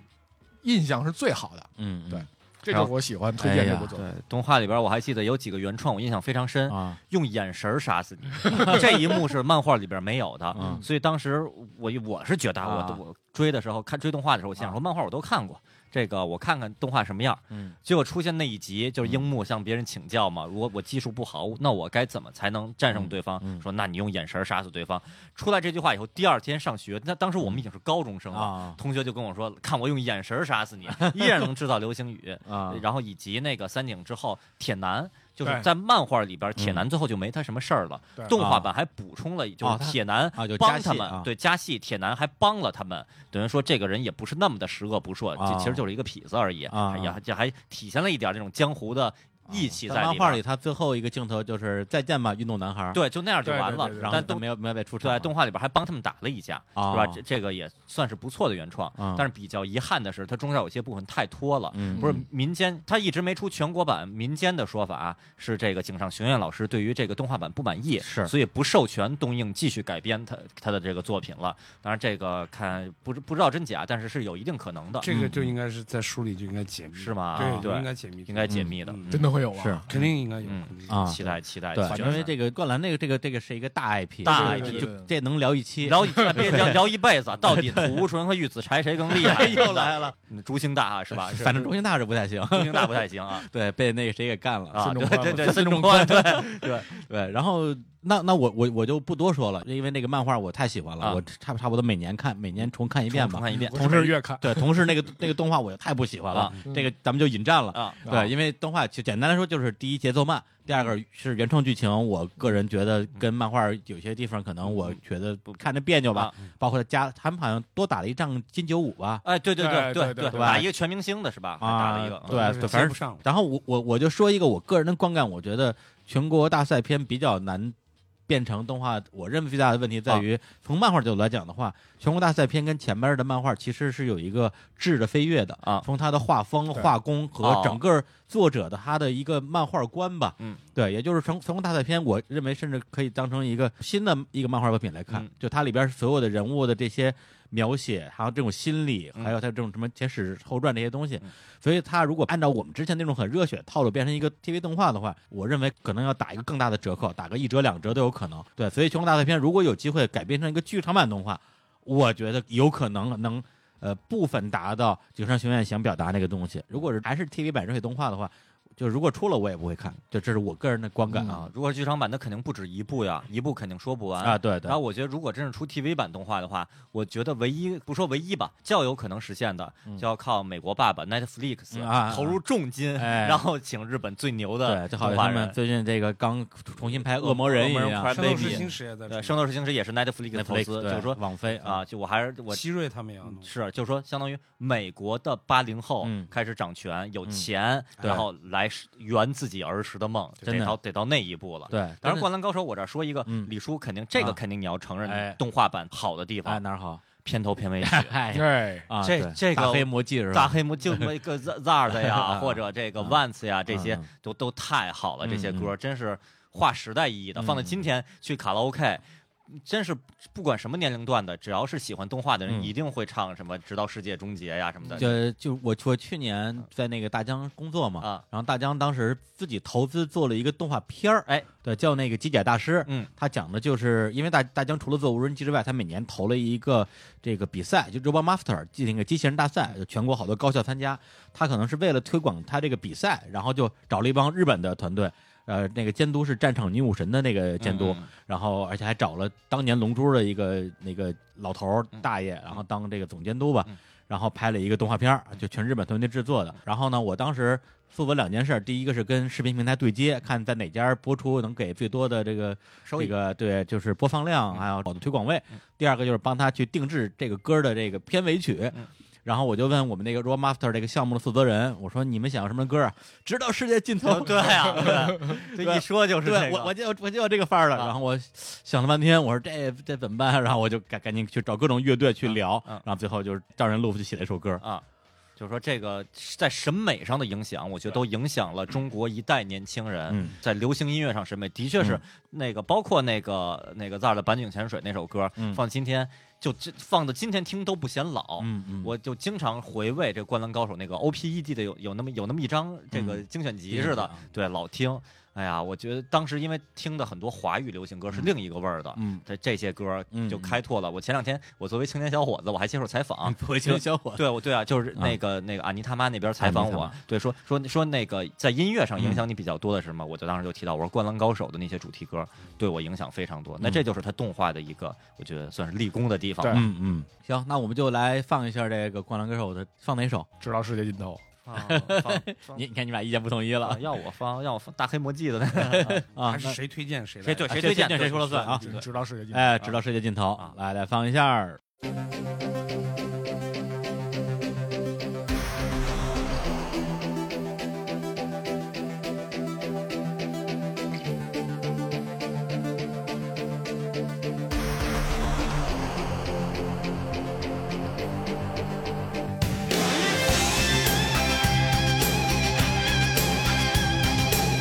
Speaker 3: 印象是最好的，
Speaker 1: 嗯嗯
Speaker 3: 对这就是我喜欢推荐这部作品。
Speaker 2: 对呃动画里边我还记得有几个原创，我印象非常深，
Speaker 1: 啊，
Speaker 2: 用眼神儿杀死你， (laughs) 这一幕是漫画里边没有的。
Speaker 1: 嗯
Speaker 2: 所以当时我我是觉得啊，
Speaker 1: 啊
Speaker 2: 我我追的时候看追动画的时候，我想说漫画我都看过，这个我看看动画什么样。
Speaker 1: 嗯
Speaker 2: 结果出现那一集，就是樱木向别人请教嘛，如果我技术不好，那我该怎么才能战胜对方？
Speaker 1: 嗯嗯
Speaker 2: 说那你用眼神杀死对方。出来这句话以后，第二天上学，那当时我们已经是高中生了，
Speaker 1: 啊
Speaker 2: 同学就跟我说，看我用眼神杀死你，依然能制造流星雨。
Speaker 1: 啊，
Speaker 2: 然后以及那个三井之后，铁男就是
Speaker 3: 对
Speaker 2: 在漫画里边，铁男最后就没他什么事儿了。
Speaker 3: 对
Speaker 2: 动画版还补充了，就
Speaker 1: 嗯啊
Speaker 2: 是
Speaker 1: 他
Speaker 2: 铁男
Speaker 1: 啊就加
Speaker 2: 帮
Speaker 1: 戏
Speaker 2: 他们，
Speaker 1: 啊
Speaker 2: 对加戏，铁男还帮了他们，等于说这个人也不是那么的十恶不赦，
Speaker 1: 啊
Speaker 2: 这其实就是一个痞子而已，
Speaker 1: 啊
Speaker 2: 也还这还体现了一点这种江湖的义气
Speaker 1: 在
Speaker 2: 在
Speaker 1: 漫
Speaker 2: 边
Speaker 1: 画里，他最后一个镜头就是再见吧，运动男孩儿，
Speaker 2: 对，就那样就
Speaker 3: 对对
Speaker 2: 完了
Speaker 3: 对对。
Speaker 1: 然后
Speaker 2: 但
Speaker 1: 他
Speaker 2: 动
Speaker 1: 没有没有被出场
Speaker 2: 对
Speaker 1: 嘛，
Speaker 2: 动画里边还帮他们打了一架，
Speaker 1: 啊
Speaker 2: 是吧？这这个也算是不错的原创
Speaker 1: 啊，
Speaker 2: 但是比较遗憾的是，它中间有些部分太拖了。
Speaker 1: 嗯
Speaker 2: 不是民间，他一直没出全国版。民间的说法、啊、是，这个井上雄彦老师对于这个动画版不满意，
Speaker 1: 是
Speaker 2: 所以不授权东映继续改编他他的这个作品了。当然，这个看不知不知道真假，但是是有一定可能的，
Speaker 4: 这个就应该是在书里就应该解密，
Speaker 2: 是吗？
Speaker 4: 对，
Speaker 2: 对，
Speaker 4: 应该解密，
Speaker 2: 应该解密的，
Speaker 4: 嗯
Speaker 3: 真的会有吗？啊
Speaker 1: 是
Speaker 4: 肯定应该有
Speaker 2: 嗯，
Speaker 4: 肯定有
Speaker 1: 啊
Speaker 2: 期待期待。
Speaker 1: 对，
Speaker 2: 期待
Speaker 1: 因为这个灌篮那个这个这个是一个大 IP，
Speaker 2: 大
Speaker 1: 这个
Speaker 2: IP
Speaker 1: 就就这能聊一期，
Speaker 2: (laughs) 聊一别聊聊一辈子，
Speaker 1: (laughs)
Speaker 2: 到底土屋纯和玉子柴谁更厉害？
Speaker 1: 哎又来了，
Speaker 2: 竹星大啊是吧？是
Speaker 1: 反正中心大是不太
Speaker 2: (laughs)
Speaker 1: 行，
Speaker 2: 竹星大不太行
Speaker 1: (laughs)
Speaker 2: 啊
Speaker 1: 对，被那个谁给干了
Speaker 2: 啊！
Speaker 3: 孙
Speaker 2: 对
Speaker 3: 中宽
Speaker 2: 对对，
Speaker 1: 嘛
Speaker 2: 孙中宽对
Speaker 1: 对，然后那那我我我就不多说了，因为那个漫画我太喜欢了，
Speaker 2: 啊
Speaker 1: 我差不差不多每年看，每年重 (laughs) 看一
Speaker 2: 一
Speaker 1: 遍吧。
Speaker 2: 看一遍
Speaker 3: 我是每月看，
Speaker 1: 对，同时那个那个动画我太不喜欢了
Speaker 2: 啊，
Speaker 1: 这个咱们就引战了。
Speaker 2: 啊！
Speaker 3: 啊
Speaker 1: 对，因为动画就简单来说就是第一节奏慢，第二个是原创剧情，我个人觉得跟漫画有些地方可能我觉得看着别扭吧，包括加他们好像多打了一仗金九五吧，
Speaker 2: 哎，对对
Speaker 3: 对
Speaker 2: 对
Speaker 3: 对
Speaker 2: 对，
Speaker 3: 对
Speaker 2: 打一个全明星的是吧？还打了一个嗯
Speaker 1: 啊，对，反
Speaker 4: 接
Speaker 1: 正
Speaker 4: 不上了。
Speaker 1: 然后我我我就说一个我个人的观感，我觉得全国大赛篇比较难变成动画。我认为最大的问题
Speaker 2: 啊
Speaker 1: 在于，从漫画角度来讲的话，全国大赛篇跟前面的漫画其实是有一个质的飞跃的
Speaker 2: 啊
Speaker 1: 从它的画风、
Speaker 3: 对
Speaker 1: 画工和
Speaker 2: 哦
Speaker 1: 整个作者的他的一个漫画观吧，
Speaker 2: 嗯，
Speaker 1: 对，也就是全全国大赛篇，我认为甚至可以当成一个新的一个漫画作品来看，
Speaker 2: 嗯
Speaker 1: 就它里边所有的人物的这些。描写，还有这种心理，
Speaker 2: 嗯
Speaker 1: 还有他这种什么前史后传这些东西
Speaker 2: 嗯。
Speaker 1: 所以他如果按照我们之前那种很热血套路变成一个 TV 动画的话，我认为可能要打一个更大的折扣，打个一折两折都有可能。对，所以《全国大赛篇》如果有机会改编成一个剧场版动画，我觉得有可能能。呃，部分达到井上雄彦想表达那个东西。如果是还是 TV 版热血动画的话，就如果出了我也不会看，就这是我个人的观感啊
Speaker 2: 啊，如果是剧场版，那肯定不止一部呀，一部肯定说不完
Speaker 1: 啊，。对对
Speaker 2: 然后我觉得，如果真是出 TV 版动画的话，我觉得唯一不说唯一吧，较有可能实现的，
Speaker 1: 嗯
Speaker 2: 就要靠美国爸爸 Netflix、
Speaker 1: 嗯啊
Speaker 2: 投入重金，
Speaker 1: 哎
Speaker 2: 然后请日本最牛的
Speaker 1: 对，就好像
Speaker 2: 动画
Speaker 1: 他
Speaker 2: 人
Speaker 1: 们最近这个刚重新拍《恶魔人》一样，
Speaker 2: Cry
Speaker 4: 圣斗士
Speaker 2: Baby
Speaker 4: 星矢也在出
Speaker 2: 对，《圣斗士星矢》也是 Netflix 投
Speaker 1: Netflix，
Speaker 2: 资，
Speaker 1: 对
Speaker 2: 就是说
Speaker 1: 网飞
Speaker 2: 啊，，就我还是我
Speaker 4: 希瑞他们也要弄，
Speaker 2: 是就是说，相当于美国的八零后
Speaker 1: 嗯
Speaker 2: 开始掌权，有
Speaker 1: 嗯
Speaker 2: 钱，
Speaker 1: 对
Speaker 2: 然后来实圆自己儿时的梦，
Speaker 1: 真
Speaker 2: 得
Speaker 1: 的
Speaker 2: 到得到那一步了。
Speaker 1: 对，
Speaker 2: 当然，《
Speaker 1: 关
Speaker 2: 灌篮高手》我这儿说一个
Speaker 1: 嗯，
Speaker 2: 李叔肯定这
Speaker 1: 啊
Speaker 2: 个肯定你要承
Speaker 1: 哎
Speaker 2: 认，动画版好的地
Speaker 1: 哎
Speaker 2: 方，
Speaker 1: 哪儿好？。
Speaker 2: 片头片尾曲
Speaker 1: (laughs) 哎
Speaker 3: 对，
Speaker 1: 啊，
Speaker 2: 这
Speaker 1: 对
Speaker 2: 这个
Speaker 1: 大黑魔记是
Speaker 2: 大
Speaker 1: 吧？
Speaker 2: 黑幕就那个 Z Zard
Speaker 1: (laughs)
Speaker 2: 呀，
Speaker 1: 啊
Speaker 2: 或者这个
Speaker 1: 啊
Speaker 2: Vance 呀，这些
Speaker 1: 嗯
Speaker 2: 都都太好了，
Speaker 1: 嗯
Speaker 2: 这些歌
Speaker 1: 嗯
Speaker 2: 真是划时代意义的。放到
Speaker 1: 嗯
Speaker 2: 今天去卡拉 OK，真是不管什么年龄段的，只要是喜欢动画的人，
Speaker 1: 嗯
Speaker 2: 一定会唱什么《直到世界终结》呀什么的。
Speaker 1: 就就我我去年在那个大疆工作嘛，
Speaker 2: 啊，
Speaker 1: 然后大疆当时自己投资做了一个动画片儿，
Speaker 2: 哎，
Speaker 1: 对，叫那个《机甲大师》。
Speaker 2: 嗯，
Speaker 1: 他讲的就是，因为大大疆除了做无人机之外，他每年投了一个这个比赛，就 Robot Master 即那个机器人大赛，就全国好多高校参加。他可能是为了推广他这个比赛，然后就找了一帮日本的团队，呃，那个监督是战场女武神的那个监督，
Speaker 2: 嗯
Speaker 1: 然后而且还找了当年《龙珠》的一个那个老头儿
Speaker 2: 嗯
Speaker 1: 大爷，然后当这个总监督吧
Speaker 2: 嗯，
Speaker 1: 然后拍了一个动画片儿，就全日本团队制作的。然后呢，我当时做过两件事儿，第一个是跟视频平台对接，看在哪家播出能给最多的这个
Speaker 2: 收
Speaker 1: 这
Speaker 2: 益
Speaker 1: 个对，就是播放量还有好的推广位
Speaker 2: 嗯。
Speaker 1: 第二个就是帮他去定制这个歌的这个片尾曲
Speaker 2: 嗯。
Speaker 1: 然后我就问我们那个 Raw Master 这个项目的负责人，我说你们想要什么歌啊？直到世界尽头。
Speaker 2: (laughs) 对呀，
Speaker 1: (laughs)
Speaker 2: 对这一说就是
Speaker 1: 对
Speaker 2: 这
Speaker 1: 我
Speaker 2: 个
Speaker 1: 我就我就要这个范儿了。
Speaker 2: 啊
Speaker 1: 然后我想了半天，我说这这怎么办？然后我就赶赶紧去找各种乐队去聊
Speaker 2: 嗯嗯，
Speaker 1: 然后最后就是照人录就写了一首歌。
Speaker 2: 啊。就是说，这个在审美上的影响，我觉得都影响了中国一代年轻人。
Speaker 1: 嗯
Speaker 2: 在流行音乐上审美，的确是
Speaker 1: 嗯
Speaker 2: 那个，包括那个那个 ZAR 的《板井泉水》那首歌，
Speaker 1: 嗯
Speaker 2: 放今天就这放到今天听都不显老。
Speaker 1: 嗯嗯，
Speaker 2: 哦我就经常回味这《灌篮高手》那个 O P E D 的有有那么有那么一张这个
Speaker 1: 嗯
Speaker 2: 精选集似的，
Speaker 1: 嗯
Speaker 2: 对，老听。哎呀，我觉得当时因为听的很多华语流行歌是另一个味儿的，
Speaker 1: 嗯，
Speaker 2: 这这些歌
Speaker 1: 嗯
Speaker 2: 就开拓了。我前两天我作为青年小伙子，我还接受采访，
Speaker 1: 回青小伙子，
Speaker 2: 对，我对啊，就是
Speaker 1: 啊
Speaker 2: 那个、那个安妮他妈那边采
Speaker 1: 安
Speaker 2: 访
Speaker 1: 妮他
Speaker 2: 我
Speaker 1: 妈，嗯
Speaker 2: 对，说说说那个在音乐上影响你比较多的是什么？我就当时就提到，我说《灌篮高手》的那些主题歌对我影响非常多。那这就是它动画的一个，我觉得算是立功的地方吧。
Speaker 1: 嗯嗯，行，那我们就来放一下这个《灌篮高手》的，放哪首？
Speaker 3: 直到世界尽头。
Speaker 4: 啊
Speaker 2: 放放放
Speaker 1: 你你看你俩意见不统一了
Speaker 2: 啊要我放要我放大黑魔记的那个
Speaker 1: 啊
Speaker 4: 还？是
Speaker 1: 那
Speaker 4: 谁推荐谁来？
Speaker 2: 谁 (laughs) 对
Speaker 1: 啊
Speaker 2: 谁推荐
Speaker 1: 谁谁说了算啊？
Speaker 3: 直直嗯到世界尽头。
Speaker 1: 哎，直到世界尽头
Speaker 2: 啊，
Speaker 1: 来来放一下。
Speaker 8: 「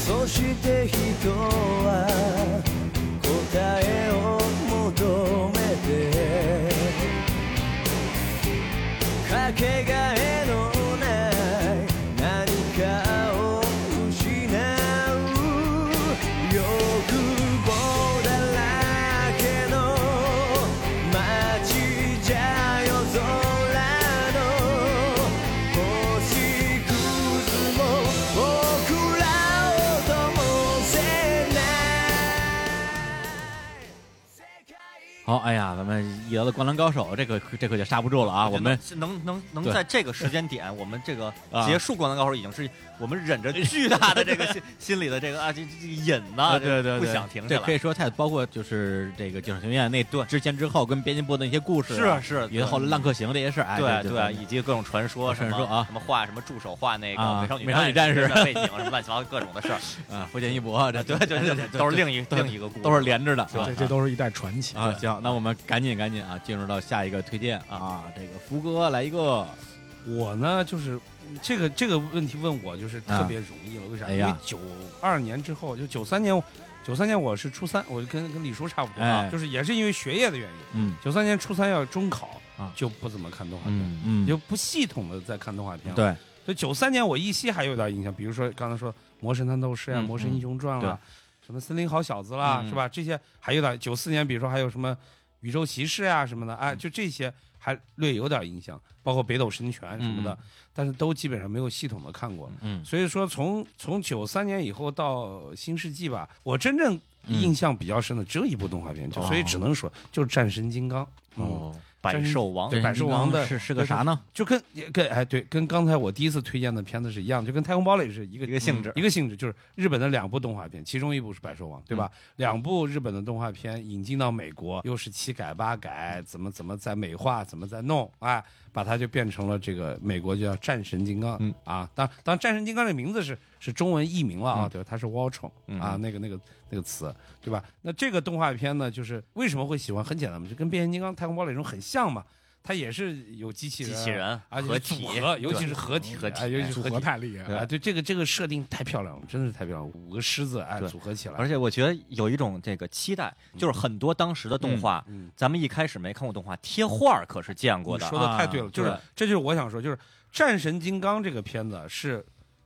Speaker 11: 人は答えを求めてかけがえのない何かを失う欲望だらけの街じゃ夜空の星屑も僕らを灯せない
Speaker 1: 好，哎呀，咱们一聊到《灌篮高手》，这个这可就刹不住了啊！我们
Speaker 2: 能能能
Speaker 1: 对
Speaker 2: 在这个时间点，我们这个
Speaker 1: 啊
Speaker 2: 结束《灌篮高手》已经是我们忍着巨大的这个心心里的这个啊这这这瘾呐，
Speaker 1: 啊，对对对，
Speaker 2: 不想停
Speaker 1: 这
Speaker 2: 下
Speaker 1: 可
Speaker 2: 来。
Speaker 1: 以说太包括就是这个《警上学院》那对之前之后跟边境部的那些故事啊，
Speaker 2: 是是，
Speaker 1: 以后《浪客行》这些事儿，哎，对
Speaker 2: 对对，以及各种传说，什
Speaker 1: 传
Speaker 2: 么
Speaker 1: 说啊
Speaker 2: 什么画什么助手画那
Speaker 1: 啊
Speaker 2: 个美少
Speaker 1: 美少女
Speaker 2: 女
Speaker 1: 战士
Speaker 2: 的背景，什么乱七八糟各种的事儿，
Speaker 1: 啊，福建一博，这
Speaker 2: 对对对对，都是另一
Speaker 1: (laughs) 对
Speaker 2: 另一个故事，
Speaker 1: 都是连着的，
Speaker 3: 这这都是一代传奇
Speaker 1: 啊，行，那我们赶紧赶紧啊，进入到下一个推荐啊，这个福哥来一个，
Speaker 4: 我呢，就是这个这个问题问我就是特别容易了，为啥？
Speaker 1: 哎
Speaker 4: 因
Speaker 1: 呀
Speaker 4: 为九二年之后，就九三年，九三年我是初三，我就跟跟李叔差不多
Speaker 1: 哎
Speaker 4: 啊，就是也是因为学业的原因，
Speaker 1: 嗯
Speaker 4: 九三年初三要中考
Speaker 1: 啊
Speaker 4: 就不怎么看动画片，
Speaker 1: 嗯嗯，
Speaker 4: 就不系统的在看动画片了。
Speaker 1: 对，
Speaker 4: 所以九三年我依稀还有点印象，比如说刚才说《魔神战斗士》啊，
Speaker 1: 嗯
Speaker 4: 魔神英雄传》
Speaker 1: 对
Speaker 4: 啦，什么《森林好小子》啦，
Speaker 1: 嗯
Speaker 4: 是吧？这些还有点。九四年，比如说还有什么《宇宙骑士》啊什么的，哎，
Speaker 1: 嗯
Speaker 4: 就这些还略有点印象，包括《北斗神拳》什么的，但是都基本上没有系统的看过。
Speaker 1: 嗯
Speaker 4: 所以说从，从九三年以后到新世纪吧，我真正
Speaker 1: 嗯
Speaker 4: 印象比较深的只有一部动画片，就所以只能说就是《战神金刚》。嗯，
Speaker 1: 哦，
Speaker 2: 百兽王
Speaker 4: 对百兽王的
Speaker 1: 是是个啥呢？
Speaker 4: 就跟也跟哎对，跟刚才我第一次推荐的片子是一样的，就跟《太空堡垒》是一个嗯
Speaker 2: 一个性质
Speaker 4: 一个性质，就是日本的两部动画片，其中一部是《百兽王》，对吧？
Speaker 2: 嗯
Speaker 4: 两部日本的动画片引进到美国，又是七改八改，怎么怎么在美化，怎么在弄，哎，把它就变成了这个美国就叫《战神金刚》
Speaker 1: 嗯
Speaker 4: 啊。当当然，《战神金刚》这名字是是中文译名了啊，对吧？它是 Watch
Speaker 1: 嗯
Speaker 4: 啊，那个那个那个词，对吧？那这个动画片呢，就是为什么会喜欢？很简单嘛，就跟《变形金刚》《太空堡垒》中很像嘛。它也是有机器人
Speaker 2: 机
Speaker 4: 啊，
Speaker 2: 器人
Speaker 4: 而且
Speaker 2: 合
Speaker 4: 是
Speaker 2: 体
Speaker 4: 组合，尤其是合体，
Speaker 2: 合体
Speaker 4: 哎尤其是
Speaker 3: 组
Speaker 4: 合
Speaker 3: 合
Speaker 4: 体。
Speaker 3: 太厉害了。
Speaker 4: 啊，对这个这个设定太漂亮了，真的是太漂亮了，五个狮子哎
Speaker 2: 对
Speaker 4: 组合起来，
Speaker 2: 而且我觉得有一种这个期待，就是很多当时的动画，
Speaker 4: 嗯，
Speaker 2: 咱们一开始没看过动画，贴画儿可是见过
Speaker 4: 你
Speaker 2: 的
Speaker 4: 说
Speaker 2: 啊。
Speaker 4: 的太对了，就是
Speaker 2: 对
Speaker 4: 这就是我想说，就是《战神金刚》这个片子是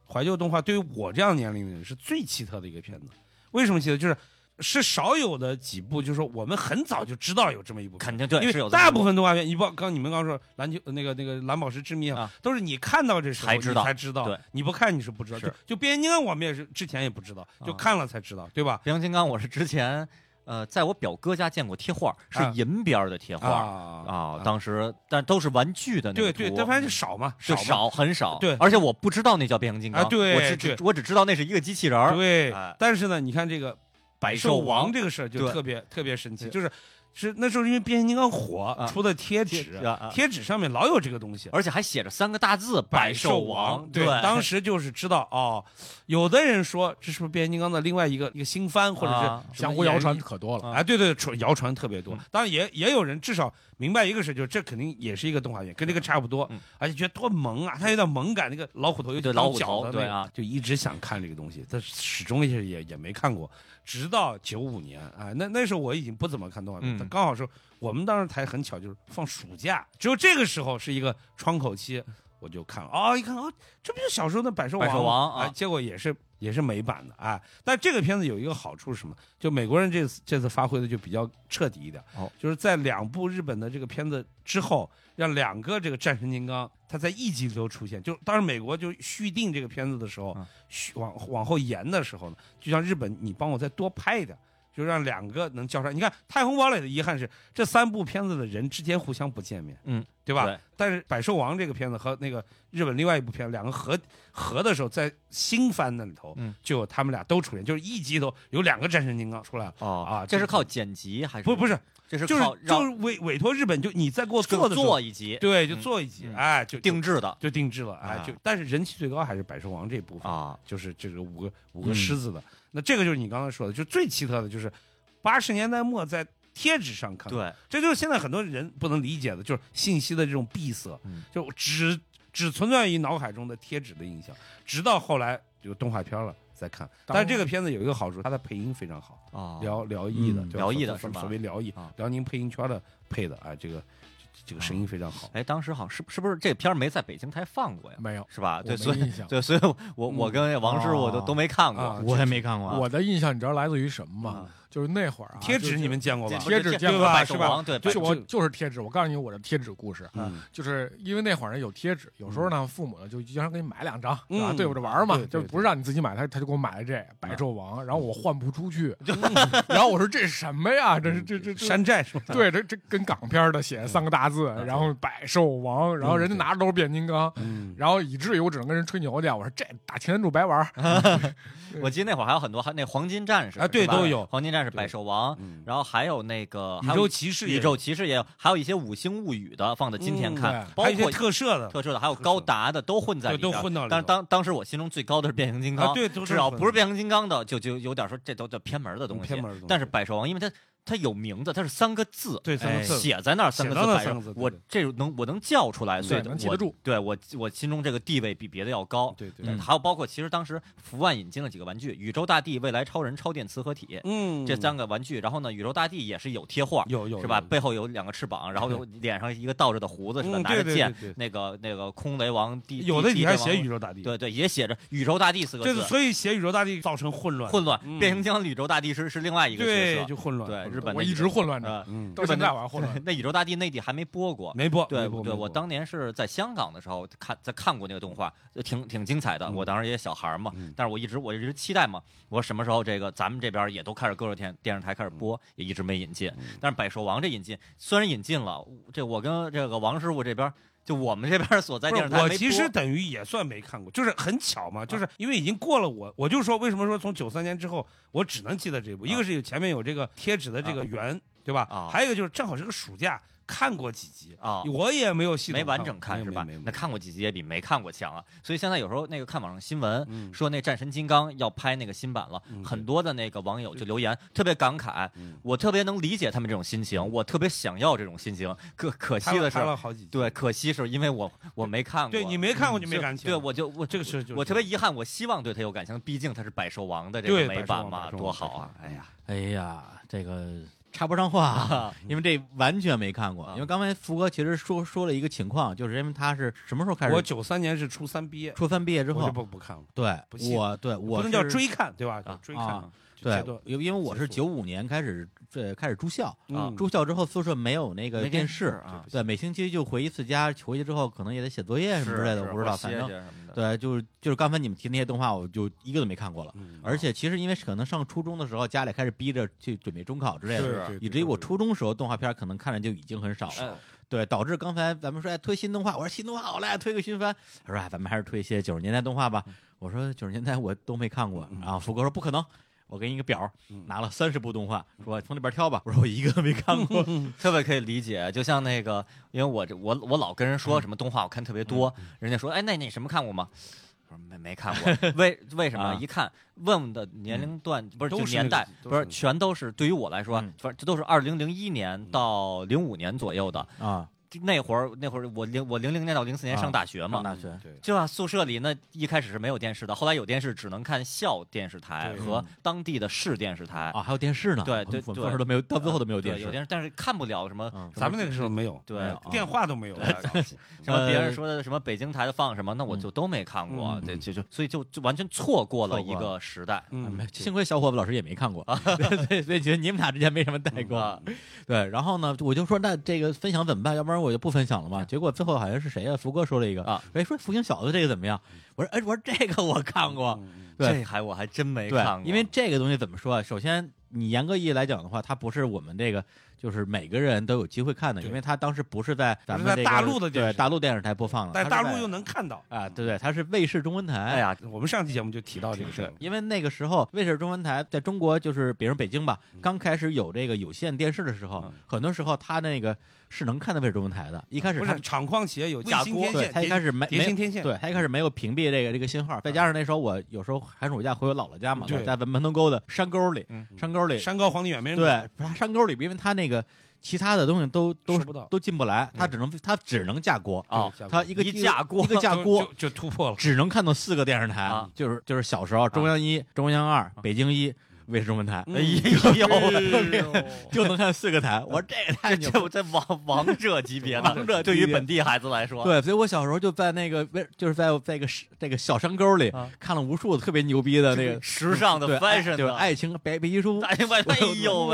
Speaker 4: 怀旧动画对于我这样年龄的人是最奇特的一个片子。为什么奇特？就是是少有的几部，就是说我们很早就知道有这么一部片
Speaker 2: 肯定对，
Speaker 4: 因
Speaker 2: 是有
Speaker 4: 为
Speaker 2: 这么
Speaker 4: 大
Speaker 2: 一个
Speaker 4: 部分动画片，你包刚你们刚说篮球那个那个蓝宝石之谜啊
Speaker 2: 啊，
Speaker 4: 都是你看到这时候
Speaker 2: 才知道
Speaker 4: 你才知道，
Speaker 2: 对，
Speaker 4: 你不看你是不知道。
Speaker 2: 是
Speaker 4: 就就变形金刚我们也是之前也不知道，就
Speaker 2: 啊
Speaker 4: 看了才知道，对吧？
Speaker 2: 变形金刚，我是之前呃，在我表哥家见过贴画儿，是
Speaker 4: 啊
Speaker 2: 银边儿的贴画儿
Speaker 4: 啊
Speaker 2: 啊。当时，但都是玩具的那
Speaker 4: 对
Speaker 2: 个
Speaker 4: 对，
Speaker 2: 图
Speaker 4: 但反正就少嘛，
Speaker 2: 就
Speaker 4: 嘛
Speaker 2: 少很少。
Speaker 4: 对
Speaker 2: 而且我不知道那叫变形金刚，
Speaker 4: 啊对
Speaker 2: 我只只
Speaker 4: 对
Speaker 2: 我只知道那是一个机器人儿。
Speaker 4: 对
Speaker 2: 哎，
Speaker 4: 但是呢，你看这个
Speaker 2: 百
Speaker 4: 兽
Speaker 2: 兽
Speaker 4: 王
Speaker 2: 王
Speaker 4: 这个事儿就
Speaker 2: 对
Speaker 4: 特别特别神奇，
Speaker 2: 对
Speaker 4: 就是是那时候因为变形金刚火
Speaker 2: 啊
Speaker 4: 出的贴
Speaker 2: 贴
Speaker 4: 纸
Speaker 2: 纸啊啊，
Speaker 4: 贴纸上面老有这个东西。
Speaker 2: 而且还写着三个大字“
Speaker 4: 百
Speaker 2: 兽
Speaker 4: 王，
Speaker 2: 对，
Speaker 4: 当时就是知道哦，有的人说这是不是变形金刚的另外一个一个新番，或者
Speaker 2: 啊
Speaker 4: 是什么
Speaker 3: 江湖
Speaker 4: 演
Speaker 3: 谣
Speaker 4: 绎
Speaker 3: 传可多了，
Speaker 4: 哎，对对，传谣传特别
Speaker 2: 嗯
Speaker 4: 多。当然也也有人至少明白一个事，就是这肯定也是一个动画片，跟这个差不多
Speaker 2: 嗯，
Speaker 4: 而且觉得多萌啊，它有点萌感，那个老虎头有
Speaker 2: 对
Speaker 4: 点
Speaker 2: 老虎
Speaker 4: 角
Speaker 2: 头
Speaker 4: 的，那
Speaker 2: 对
Speaker 4: 个，
Speaker 2: 啊，
Speaker 4: 就一直想看这个东西，但是始终也也也没看过，直到九五年啊、哎那那时候我已经不怎么看动画片，
Speaker 2: 嗯
Speaker 4: 但刚好是我们当时台很巧，就是放暑假，只有这个时候是一个窗口期，我就看了，哦，一看哦，这不就小时候的百兽王
Speaker 2: 百
Speaker 4: 吗？
Speaker 2: 兽王啊
Speaker 4: 哎结果也是也是美版的啊、哎但这个片子有一个好处是什么？就美国人这次这次发挥的就比较彻底一点，
Speaker 2: 哦，
Speaker 4: 就是在两部日本的这个片子之后，让两个这个战神金刚它在一集里头出现，就当时美国就续订这个片子的时候
Speaker 2: 嗯，
Speaker 4: 续往往后延的时候呢，就像日本，你帮我再多拍一点。就让两个能交上。你看《太空堡垒》的遗憾是，这三部片子的人之间互相不见面，
Speaker 2: 嗯，
Speaker 4: 对吧？
Speaker 2: 对
Speaker 4: 但是《百兽王》这个片子和那个日本另外一部片子两个合合的时候，在新番那里头，
Speaker 2: 嗯
Speaker 4: 就有他们俩都出现，就是一集头有两个战神金刚出来了。
Speaker 2: 哦
Speaker 4: 啊
Speaker 2: 这
Speaker 4: 这
Speaker 2: 是靠剪辑还是
Speaker 4: 不，不是，
Speaker 2: 这是
Speaker 4: 就是
Speaker 2: 靠
Speaker 4: 就是
Speaker 2: 让
Speaker 4: 委委托日本，就你再给我
Speaker 2: 就
Speaker 4: 做的时候
Speaker 2: 做，一集
Speaker 4: 对，就
Speaker 2: 嗯
Speaker 4: 做一集，
Speaker 2: 嗯
Speaker 4: 哎，就
Speaker 2: 定制的
Speaker 4: 就定制了，哎
Speaker 2: 啊，
Speaker 4: 就但是人气最高还是《百兽王》这部分，
Speaker 2: 啊，
Speaker 4: 就是这个五个五
Speaker 2: 嗯
Speaker 4: 个狮子的。那这个就是你刚才说的，就最奇特的就是八十年代末在贴纸上看到
Speaker 2: 对，
Speaker 4: 这就是现在很多人不能理解的，就是信息的这种闭塞，
Speaker 2: 嗯
Speaker 4: 就只只存在于脑海中的贴纸的印象，直到后来有动画片了，在看。
Speaker 3: 当
Speaker 4: 但是这个片子有一个好处，它的配音非常好，
Speaker 2: 啊，
Speaker 4: 辽辽艺的，
Speaker 2: 嗯
Speaker 4: 对吧
Speaker 2: 辽艺的
Speaker 4: 所
Speaker 2: 是吧
Speaker 4: 所谓辽艺
Speaker 2: 啊，
Speaker 4: 辽宁配音圈的配的啊，这个这个声音非常好。
Speaker 2: 哎，当时好像是是不是这片儿没在北京台放过呀？
Speaker 3: 没有，
Speaker 2: 是
Speaker 1: 啊
Speaker 2: 吧？
Speaker 3: 我
Speaker 2: 对，
Speaker 3: 没
Speaker 2: 所以
Speaker 3: 印象
Speaker 2: 对，所以我我我跟王师傅我都
Speaker 3: 啊
Speaker 2: 都没看过
Speaker 4: 嗯啊。
Speaker 1: 我也没看过啊。
Speaker 3: 我的印象你知道来自于什么吗？就是那会儿啊，
Speaker 4: 贴纸
Speaker 3: 就
Speaker 4: 你们见过吧？
Speaker 3: 贴纸见
Speaker 4: 对
Speaker 3: 过
Speaker 4: 吧？
Speaker 2: 百
Speaker 4: 是
Speaker 2: 手
Speaker 4: 吧
Speaker 2: 王？对，
Speaker 3: 就是
Speaker 4: 百
Speaker 3: 我
Speaker 4: 这
Speaker 3: 就是贴纸，我告诉你我的贴纸故事，啊
Speaker 4: 嗯
Speaker 3: 就是因为那会儿呢有贴纸，有时候呢父母呢就经常给你买两张，
Speaker 4: 嗯
Speaker 3: 啊，对付着玩儿嘛，
Speaker 4: 对对
Speaker 3: 就
Speaker 4: 对嗯
Speaker 3: 不是让你自己买，他他就给我买了这百兽王，然后我换不出去， (laughs) 然后我说这是什么呀？这是这这这。
Speaker 4: 山嗯嗯寨是
Speaker 2: (laughs)
Speaker 4: 吧？
Speaker 3: 对，这这跟港片儿的写三个大字，然后百兽王，然后人家拿着都是变形金刚，
Speaker 4: 嗯，
Speaker 3: 然后以至于我只能跟人吹牛去，我说这打擎天柱白玩儿，
Speaker 2: 我记得那会儿还有很多，还有那黄金战士
Speaker 4: 啊对
Speaker 2: 是吧
Speaker 4: 都有
Speaker 2: 黄金战士、百兽王，
Speaker 4: 嗯
Speaker 2: 然后还有那个
Speaker 4: 宇
Speaker 2: 还有
Speaker 4: 宙骑士也
Speaker 2: 宇宙骑士也有，还有一些五星物语的放到今天看
Speaker 3: 嗯，
Speaker 2: 包
Speaker 4: 还有一些
Speaker 2: 括
Speaker 4: 特摄的，
Speaker 2: 特摄的，还有高达的都混在里
Speaker 4: 对都
Speaker 2: 边儿
Speaker 4: 混到里
Speaker 2: 但是
Speaker 4: 头
Speaker 2: 当当时我心中最高的是变形金刚，
Speaker 4: 啊对都
Speaker 2: 至
Speaker 4: 是
Speaker 2: 少
Speaker 4: 混嗯
Speaker 2: 不是变形金刚的，就就有点说这都叫偏门的东西。
Speaker 4: 偏门的东西
Speaker 2: 但是百兽王，因为它它有名字，它是三个字，
Speaker 4: 对三个字
Speaker 2: 哎写在那儿三个字
Speaker 4: 写到那
Speaker 2: 摆
Speaker 4: 三
Speaker 2: 上
Speaker 4: 个字，对
Speaker 2: 我
Speaker 4: 对
Speaker 2: 这能我能叫出来，所以
Speaker 3: 对能
Speaker 2: 我
Speaker 3: 记得住。
Speaker 2: 对我我心中这个地位比别的要高。
Speaker 4: 对对
Speaker 2: 嗯还有包括其实当时福万引进了几个玩具，宇宙大帝、未来超人、超电磁合体。
Speaker 4: 嗯，
Speaker 2: 这三个玩具，然后呢，宇宙大帝也是有贴画，
Speaker 4: 有有
Speaker 2: 是吧？
Speaker 4: 有
Speaker 2: 背后有两个翅膀，然后有脸上一个倒着的胡子，是吧？
Speaker 4: 嗯
Speaker 2: 拿
Speaker 4: 对
Speaker 2: 着
Speaker 4: 对
Speaker 2: 剑
Speaker 4: 对对，
Speaker 2: 那个那个空雷王地，
Speaker 4: 有的
Speaker 2: 地
Speaker 4: 底下
Speaker 2: 地雷
Speaker 4: 写
Speaker 2: 王
Speaker 4: 宇宙大帝，
Speaker 2: 对对，也写着宇宙大帝四个
Speaker 4: 这
Speaker 2: 字
Speaker 4: 个，所以写宇宙大帝造成混乱，
Speaker 2: 混乱。
Speaker 4: 嗯
Speaker 2: 变形金刚宇宙大帝是是另外一个角
Speaker 4: 对
Speaker 2: 色，
Speaker 4: 就混乱，
Speaker 2: 对
Speaker 4: 混
Speaker 2: 日
Speaker 4: 乱
Speaker 2: 本
Speaker 3: 我
Speaker 2: 那
Speaker 3: 一
Speaker 2: 个
Speaker 3: 直混乱着，
Speaker 2: 呃，
Speaker 4: 嗯，
Speaker 3: 到现在我还混乱着。
Speaker 2: 那宇宙大帝那地还没播过。
Speaker 4: 没播，
Speaker 2: 对
Speaker 4: 没播
Speaker 2: 对，
Speaker 4: 没播
Speaker 2: 我当年是在香港的时候看，在看过那个动画，就挺挺精彩的。
Speaker 4: 嗯
Speaker 2: 我当时也小孩儿嘛，
Speaker 4: 嗯
Speaker 2: 但是我一直我一直期待嘛，我什么时候这个咱们这边也都开始各个电电视台
Speaker 4: 嗯
Speaker 2: 开始播，也一直没引进。但是百兽王这引进虽然引进了，这我跟这个王师傅这边，就我们这边所在
Speaker 4: 不
Speaker 2: 电
Speaker 4: 是
Speaker 2: 视台没
Speaker 4: 我
Speaker 2: 播啊
Speaker 4: 其实等于也算没看过，就是很巧嘛，就是因为已经过了我，我就说为什么说从九三年之后我只能记得这部，一个是有前面有这个贴纸的这个圆，对吧
Speaker 2: 啊？
Speaker 4: 还有一个就是正好是个暑假看过几集
Speaker 2: 啊
Speaker 4: 我也没有系统
Speaker 2: 没完整
Speaker 4: 看
Speaker 2: 看
Speaker 4: 过
Speaker 2: 是吧
Speaker 4: 没没没？
Speaker 2: 那看过几集也比没看过强啊。所以现在有时候那个看网上新闻、
Speaker 4: 嗯
Speaker 2: 说那战神金刚要拍那个新版了，
Speaker 4: 嗯
Speaker 2: 很多的那个网友就留言特别感慨，
Speaker 4: 嗯
Speaker 2: 我特别能理解他们这种心情，我特别想要这种心情。可可惜
Speaker 4: 拍了
Speaker 2: 的是
Speaker 4: 拍，了好几集，
Speaker 2: 对，可惜是因为我我没看过，
Speaker 4: 对你没看过
Speaker 2: 嗯
Speaker 4: 就没感情
Speaker 2: 对，我就我
Speaker 4: 这个是就是
Speaker 2: 我特别遗憾，我希望对他有感情，毕竟他是百兽王的这
Speaker 4: 对
Speaker 2: 个美
Speaker 4: 百兽
Speaker 2: 版
Speaker 4: 王
Speaker 2: 嘛，
Speaker 4: 百兽王
Speaker 2: 多
Speaker 4: 百兽
Speaker 2: 好啊！
Speaker 4: 王
Speaker 2: 哎呀，
Speaker 1: 哎呀，这个插不上话
Speaker 2: (laughs)
Speaker 1: 啊，因为这完全没看
Speaker 2: 啊
Speaker 1: 过。因为刚才福哥其实说说了一个情况，就是因为他是什么时候开始？
Speaker 4: 我九三年是初三毕业，
Speaker 1: 初三毕业之
Speaker 4: 我
Speaker 1: 后
Speaker 4: 就，不不看了，
Speaker 1: 对
Speaker 4: 不信
Speaker 1: 我对我
Speaker 4: 不能叫
Speaker 1: 是
Speaker 4: 追看，对吧
Speaker 2: 啊？
Speaker 4: 追
Speaker 1: 啊
Speaker 4: 看，就
Speaker 1: 对
Speaker 4: 阶段，
Speaker 1: 因为因为我是
Speaker 4: 结
Speaker 1: 九
Speaker 4: 束
Speaker 1: 五年开始这开始住校，
Speaker 4: 嗯
Speaker 1: 住校之后宿舍没有那个
Speaker 2: 没
Speaker 1: 电
Speaker 2: 电
Speaker 1: 视
Speaker 2: 视啊
Speaker 1: 对，每星期就回一次家，回去之后可能也得写作业什么之类的，
Speaker 2: 是
Speaker 1: 我不知道，
Speaker 2: 或
Speaker 1: 反
Speaker 2: 歇
Speaker 1: 正
Speaker 2: 歇什么的
Speaker 1: 对，就是就是刚才你们提那些动画，我就一个都没看过了。
Speaker 4: 嗯
Speaker 1: 而且其实因为可能上初中的时候，家里开始逼着去准备中考之类
Speaker 3: 是
Speaker 1: 的
Speaker 3: 对，
Speaker 1: 以至于我初中时候动画片可能看的就已经很少了
Speaker 2: 哎。
Speaker 1: 对，导致刚才咱们说哎推新动画，我说新动画好嘞，推个新番。他说哎，咱们还是推一些九十年代动画吧。我说九十年代我都没看过。然后福哥说不可能。我给你一个表儿，拿了三十部动画，说哎从里边挑吧。我说我一个都没看过，
Speaker 2: 特别可以理解，就像那个，因为我这我我老跟人说什么动画我看特别多，人家说哎那那什么看过吗？我说没没看过， (laughs) 为为什么？
Speaker 1: 啊
Speaker 2: 一看问的年龄段、不是
Speaker 4: 都
Speaker 2: 就是年代，不
Speaker 4: 那个都
Speaker 2: 是
Speaker 4: 是那个
Speaker 2: 全嗯都是对于我来说，
Speaker 1: 嗯
Speaker 2: 反正这都是二零零一年到零五年左右的
Speaker 1: 啊，
Speaker 2: 就那会儿，那会儿我零我零零年到零四年嗯啊上大学嘛，
Speaker 1: 上大学
Speaker 4: 对
Speaker 2: 就啊，宿舍里那一开始是没有电视的，后来有电视，只能看校电视台
Speaker 4: 对
Speaker 2: 和当地的市电视台。
Speaker 1: 啊，还有电视呢，
Speaker 2: 对对
Speaker 1: 我们
Speaker 2: 对
Speaker 1: 当时都没有，到最后都没有
Speaker 2: 嗯对
Speaker 1: 电视
Speaker 2: 有。电视，但是看不了什么
Speaker 1: 嗯。
Speaker 2: 什么
Speaker 4: 咱们那个时候没有，
Speaker 2: 对
Speaker 4: 没有
Speaker 1: 啊
Speaker 4: 电话都没有，
Speaker 2: 什么别
Speaker 1: 呃嗯
Speaker 2: 人说的什么北京台的放什么，那我就都没看过，对，就就所以就就完全错过了一个时代。
Speaker 4: 嗯
Speaker 1: 没幸亏小伙子老师也没看过，啊对对，所以觉得你们俩之间没什么代沟。 (laughs) 对，然后呢，我就说那这个分享怎么办？要不然我就不分享了嘛。结果最后好像是谁呀、福哥说了一个
Speaker 2: 啊，
Speaker 1: 哎，说福星小子这个怎么样？我说，哎，我说这个我看
Speaker 4: 嗯
Speaker 1: 过，对
Speaker 2: 这还我还真没
Speaker 1: 对
Speaker 2: 看过，，
Speaker 1: 因为这个东西怎么说啊？首先，你严格意义来讲的话，它不是我们这个就是每个人都有机会看的，
Speaker 4: 对
Speaker 1: 因为它当时不是在咱们、
Speaker 4: 不是在
Speaker 1: 这个
Speaker 4: 大陆的电视
Speaker 1: 对大陆电视台播放的，
Speaker 2: 啊
Speaker 4: 但
Speaker 1: 它是
Speaker 4: 大陆
Speaker 1: 在
Speaker 4: 又能看到。
Speaker 1: 啊，对对，它是卫视中文台。
Speaker 2: 哎呀，
Speaker 4: 我们上期节目就提到这个事
Speaker 1: 是
Speaker 4: 儿，
Speaker 1: 因为那个时候卫视中文台在中国就是，比如北京吧，刚开始有这个有线电视的时候
Speaker 4: 嗯，
Speaker 1: 很多时候它那个是能看到卫视中文台的。一开始
Speaker 4: 不
Speaker 1: 它
Speaker 4: 是厂矿企业有卫星天
Speaker 1: 对，
Speaker 4: 线，
Speaker 1: 它一开始没
Speaker 4: 叠
Speaker 1: 没
Speaker 4: 星天线，
Speaker 1: 对，它一开始没有屏蔽这个这个信号，再加上那时候我有时候寒暑假回我姥姥家嘛，
Speaker 4: 对
Speaker 1: 在门头沟的山沟里
Speaker 2: 嗯，
Speaker 1: 山沟里，
Speaker 4: 山高皇帝远没人管。
Speaker 1: 对，它山沟里，因为它那个。其他的东西都都
Speaker 4: 收不到嗯
Speaker 1: 都进不来，它只能它只能架锅
Speaker 2: 啊
Speaker 4: 对架锅
Speaker 1: 它一个
Speaker 2: 一架锅
Speaker 1: 一个架锅
Speaker 4: 就就突破了。
Speaker 1: 只能看到四个电视台，
Speaker 2: 啊
Speaker 1: 就是就是小时候中央一、中央二、北京一、卫视中文台，
Speaker 2: (laughs) 哎 (laughs) 呦，
Speaker 1: 就能看四个台。我说这也太
Speaker 2: 嗯这
Speaker 1: 牛
Speaker 2: 这这王王者级别
Speaker 1: 王者
Speaker 2: 的，对
Speaker 1: 级
Speaker 2: 于
Speaker 1: 别
Speaker 2: 本地孩子来说，
Speaker 1: 对，所以我小时候就在那个卫，就是在在一个是这个小山沟里、
Speaker 2: 啊
Speaker 1: 看了无数特别牛逼的那个
Speaker 2: 时尚的
Speaker 1: 对
Speaker 2: fashion
Speaker 1: 对
Speaker 2: 的
Speaker 1: 爱情白皮书。
Speaker 2: 哎
Speaker 1: (laughs)
Speaker 2: 呦喂，哎呦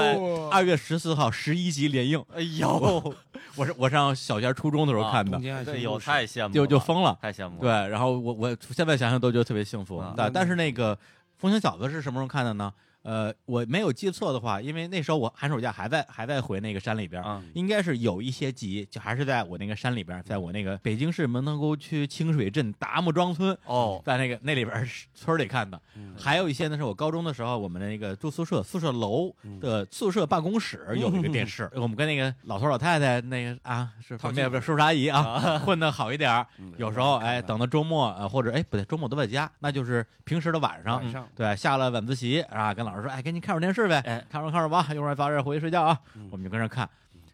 Speaker 2: 喂，
Speaker 1: 二月十四号十一集连映，
Speaker 2: 哎呦，
Speaker 1: 我是我上小学初中的时候
Speaker 2: 啊
Speaker 1: 看的
Speaker 4: 中，间还
Speaker 2: 这
Speaker 4: 是
Speaker 2: 有太羡慕了，
Speaker 1: 就就疯了。
Speaker 2: 太羡慕
Speaker 1: 对
Speaker 2: 了。，嗯
Speaker 1: 然后我我现在想想都觉得特别幸福
Speaker 2: 啊。
Speaker 1: 但但是那个《风情小子》是什么时候看的呢？呃，我没有记错的话，因为那时候我寒暑假还在还在回那个山里边儿
Speaker 2: 啊，
Speaker 1: 应该是有一些集就还是在我那个山里边儿，在我那个北京市门头沟区清水镇达木庄村。
Speaker 2: 哦，
Speaker 1: 在那个那里边儿是村儿里看的，还有一些呢是我高中的时候，我们那个住宿舍，宿舍楼的宿舍办公室有一个电视，我们跟那个老头儿老太太那个啊是
Speaker 4: 套
Speaker 1: 旁
Speaker 4: 近
Speaker 1: 边
Speaker 4: 乎
Speaker 1: 叔叔阿姨啊混的好一点儿
Speaker 4: 嗯，
Speaker 1: 有时候哎等到周末呃或者哎不对周末都在家，那就是平时的晚上，
Speaker 4: 晚上
Speaker 1: 对下了晚自习啊跟老师说哎给你看会儿电视呗，
Speaker 2: 哎
Speaker 1: 看会儿看会儿吧，一会儿早点回去睡觉啊
Speaker 4: 嗯，
Speaker 1: 我们就跟着看，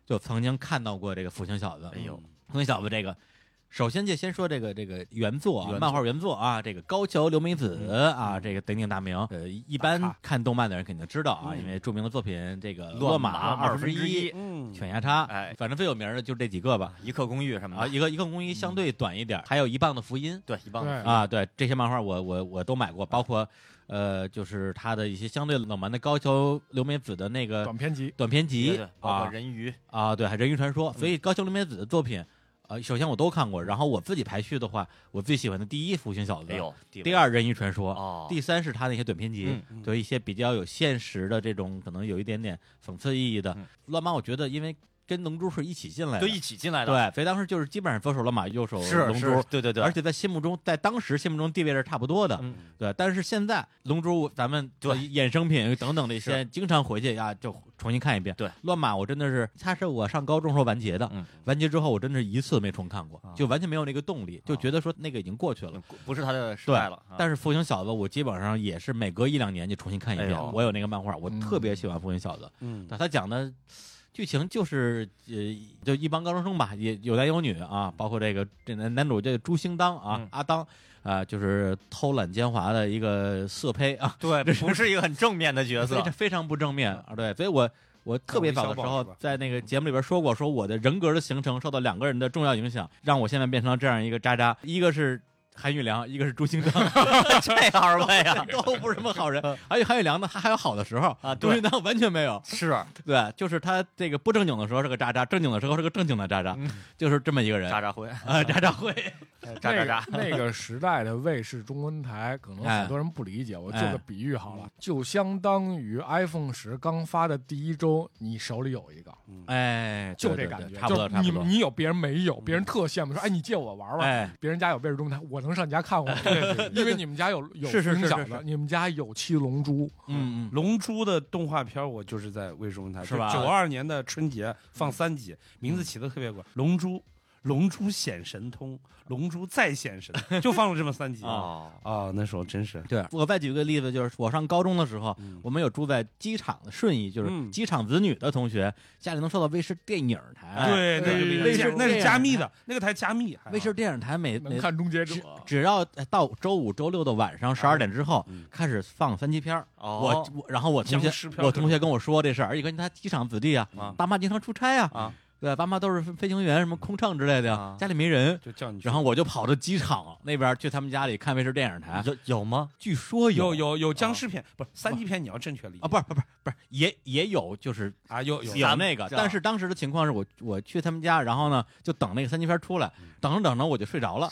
Speaker 1: 就曾经看到过这个《父亲小子》，
Speaker 2: 哎呦，
Speaker 1: 风云小子这个，首先就先说这个这个原作啊，
Speaker 2: 原作
Speaker 1: 漫画原作啊，这个高桥留美子啊，这个鼎鼎大名。呃，一般看动漫的人肯定知道啊，
Speaker 4: 嗯
Speaker 1: 因为著名的作品这个《
Speaker 2: 乱
Speaker 1: 马
Speaker 2: 马
Speaker 1: 二
Speaker 2: 分之
Speaker 1: 一》
Speaker 2: 一
Speaker 1: 《
Speaker 4: 嗯，
Speaker 1: 犬牙叉》，
Speaker 2: 哎
Speaker 1: 反正最有名的就这几个吧。
Speaker 2: 一刻公寓什么
Speaker 1: 啊，
Speaker 2: 的，
Speaker 1: 一个一个公益
Speaker 2: 嗯
Speaker 1: 相对短一点，还有一磅的福音。
Speaker 2: 对，一帮
Speaker 3: 对
Speaker 4: 嗯
Speaker 1: 啊，对这些漫画我我我都买过，包括呃，就是他的一些相对冷门的高桥留美子的那个
Speaker 3: 短篇集，
Speaker 1: 短篇集
Speaker 2: 对对，包括
Speaker 1: 啊，
Speaker 2: 人嗯鱼，
Speaker 1: 啊，对，还《人鱼传说》，所以高桥留美子的作品，呃，首先我都看过，然后我自己排序的话，我最喜欢的第一《福星小子
Speaker 2: 哎》，呦，
Speaker 1: 第二《人鱼传说》，
Speaker 2: 哦，
Speaker 1: 第三是他那些短篇集
Speaker 2: 嗯，
Speaker 1: 对一些比较有现实的这种，可能有一点点讽刺意义的
Speaker 2: 嗯
Speaker 1: 乱马，我觉得因为跟龙珠是一起进来的
Speaker 2: 就，一起进来的，
Speaker 1: 对，所以当时就是基本上左手乱马，右手
Speaker 2: 是
Speaker 1: 龙
Speaker 2: 是
Speaker 1: 珠，，
Speaker 2: 对对对，
Speaker 1: 而且在心目中，在当时心目中地位是差不多的，
Speaker 2: 嗯
Speaker 1: 对，但是现在《龙珠》咱们
Speaker 2: 对
Speaker 1: 呃衍生品等等这些，经常回去啊就重新看一遍。
Speaker 2: 对
Speaker 1: 乱码我真的是，它是我上高中时候完结的，
Speaker 2: 嗯
Speaker 1: 完结之后我真的是一次没重看过，
Speaker 2: 啊
Speaker 1: 就完全没有那个动力，就
Speaker 2: 啊
Speaker 1: 觉得说那个已经过去了。
Speaker 2: 嗯不是他的时
Speaker 1: 对
Speaker 2: 代了，啊，
Speaker 1: 但是《复兴小子》我基本上也是每隔一两年就重新看一遍。
Speaker 2: 哎呦
Speaker 1: 我有那个漫画，我
Speaker 3: 嗯
Speaker 1: 特别喜欢《复兴小子》
Speaker 4: 嗯，
Speaker 1: 但他讲的剧情就是呃，就一帮高中生吧，也有男有女啊，包括这个这男男主这个朱兴当啊，
Speaker 2: 嗯
Speaker 1: 阿当啊、就是偷懒奸猾的一个色胚啊，
Speaker 2: (laughs) 对，不是一个很正面的 (laughs) 角
Speaker 1: 所以
Speaker 2: 色
Speaker 1: (laughs)
Speaker 2: 嗯
Speaker 1: 这，非常不正面啊。对，所以我我特别早的时
Speaker 4: 看过
Speaker 1: 候
Speaker 4: 一小宝是吧
Speaker 1: 在那个节目里边说过，说我的人格的形成受到两个人的重要影响，让我现在变成了这样一个渣渣，一个是。韩玉良，一个是朱兴
Speaker 2: (laughs)
Speaker 1: 当，
Speaker 2: 这二位 (laughs) 啊，
Speaker 1: 都不是什么好人。而且韩玉良呢，他嗯还有好的时候 (laughs)
Speaker 2: 啊对
Speaker 1: 朱兴当完全没有。
Speaker 2: 是
Speaker 1: 对，就是他这个不正经的时候是个渣渣，正经的时候是个正经的渣渣，
Speaker 2: 嗯
Speaker 1: 就是这么一个人
Speaker 2: 渣渣
Speaker 1: (laughs)
Speaker 2: 辉，
Speaker 1: 啊，渣渣会，
Speaker 2: 渣渣渣，
Speaker 3: (laughs) 那个那个时代的卫视中文台，可能
Speaker 1: 哎
Speaker 3: 很多人不理解，我做
Speaker 1: 哎
Speaker 3: 个比喻好了，就相当于 iPhone 十刚发的第一周，你手里有一个，
Speaker 1: 哎，
Speaker 3: 就
Speaker 1: 对对
Speaker 3: 这感
Speaker 1: 对
Speaker 3: 觉，
Speaker 1: 差不多，
Speaker 3: 就
Speaker 1: 差不
Speaker 3: 你
Speaker 1: 多。嗯
Speaker 3: 你有，别人没有，别人特羡慕说，哎，你借我玩玩，
Speaker 1: 哎，
Speaker 3: 别人家有《贝尔中台》，我能上你家看看吗？因为你们家有有
Speaker 1: 是是是
Speaker 3: 风小
Speaker 1: 是是
Speaker 3: 子，你们家有七龙珠，
Speaker 1: 嗯嗯，
Speaker 4: 龙珠的动画片儿我就是在卫视中文台，
Speaker 1: 是吧嗯
Speaker 4: 九二年的春节放三集，名字起的特别怪，《龙珠》《龙珠显神通》《龙珠再显神》，就放了这么三集啊
Speaker 2: 哦，
Speaker 4: 啊！那时候真是，
Speaker 1: 对我再举个例子，就是我上高中的时候，
Speaker 4: 嗯
Speaker 1: 我们有住在机场的顺义，就是
Speaker 4: 嗯
Speaker 1: 机场子女的同学，家里能收到卫视电影台，
Speaker 4: 哎对，那就
Speaker 1: 卫
Speaker 4: 卫
Speaker 1: 视
Speaker 4: 视那
Speaker 1: 这
Speaker 4: 是
Speaker 1: 样
Speaker 4: 加密的，那个台加密，还好
Speaker 1: 卫视电影台每
Speaker 3: 能
Speaker 1: 每
Speaker 3: 看《终结者
Speaker 1: 只》。只要呃到周五、周六的晚上十二点之后
Speaker 4: 嗯
Speaker 1: 开始放三级片儿，我
Speaker 2: 哦
Speaker 1: 我然后我同学
Speaker 4: 僵尸片儿
Speaker 1: 我同学跟我说这事儿，而且跟他机场子弟啊，
Speaker 2: 啊
Speaker 1: 爸妈经常出差啊，
Speaker 2: 啊，
Speaker 1: 对，爸妈都是飞行员、什么空乘之类的呀，
Speaker 2: 啊
Speaker 1: 家里没人，
Speaker 4: 就叫你去，
Speaker 1: 然后我就跑到机场那边去他们家里看卫视电影台，
Speaker 2: 有有吗？
Speaker 1: 据说
Speaker 4: 有
Speaker 1: 有啊
Speaker 4: 有有僵尸片，不是三级片，你要正确理解
Speaker 1: 啊，不是不是不是，也也有就是
Speaker 4: 啊，有有
Speaker 1: 有那个，
Speaker 2: 这
Speaker 1: 但是当时的情况是我我去他们家，然后呢就等那个三级片出来，
Speaker 2: 嗯
Speaker 1: 等着等着我就睡
Speaker 2: (laughs)
Speaker 1: 着了，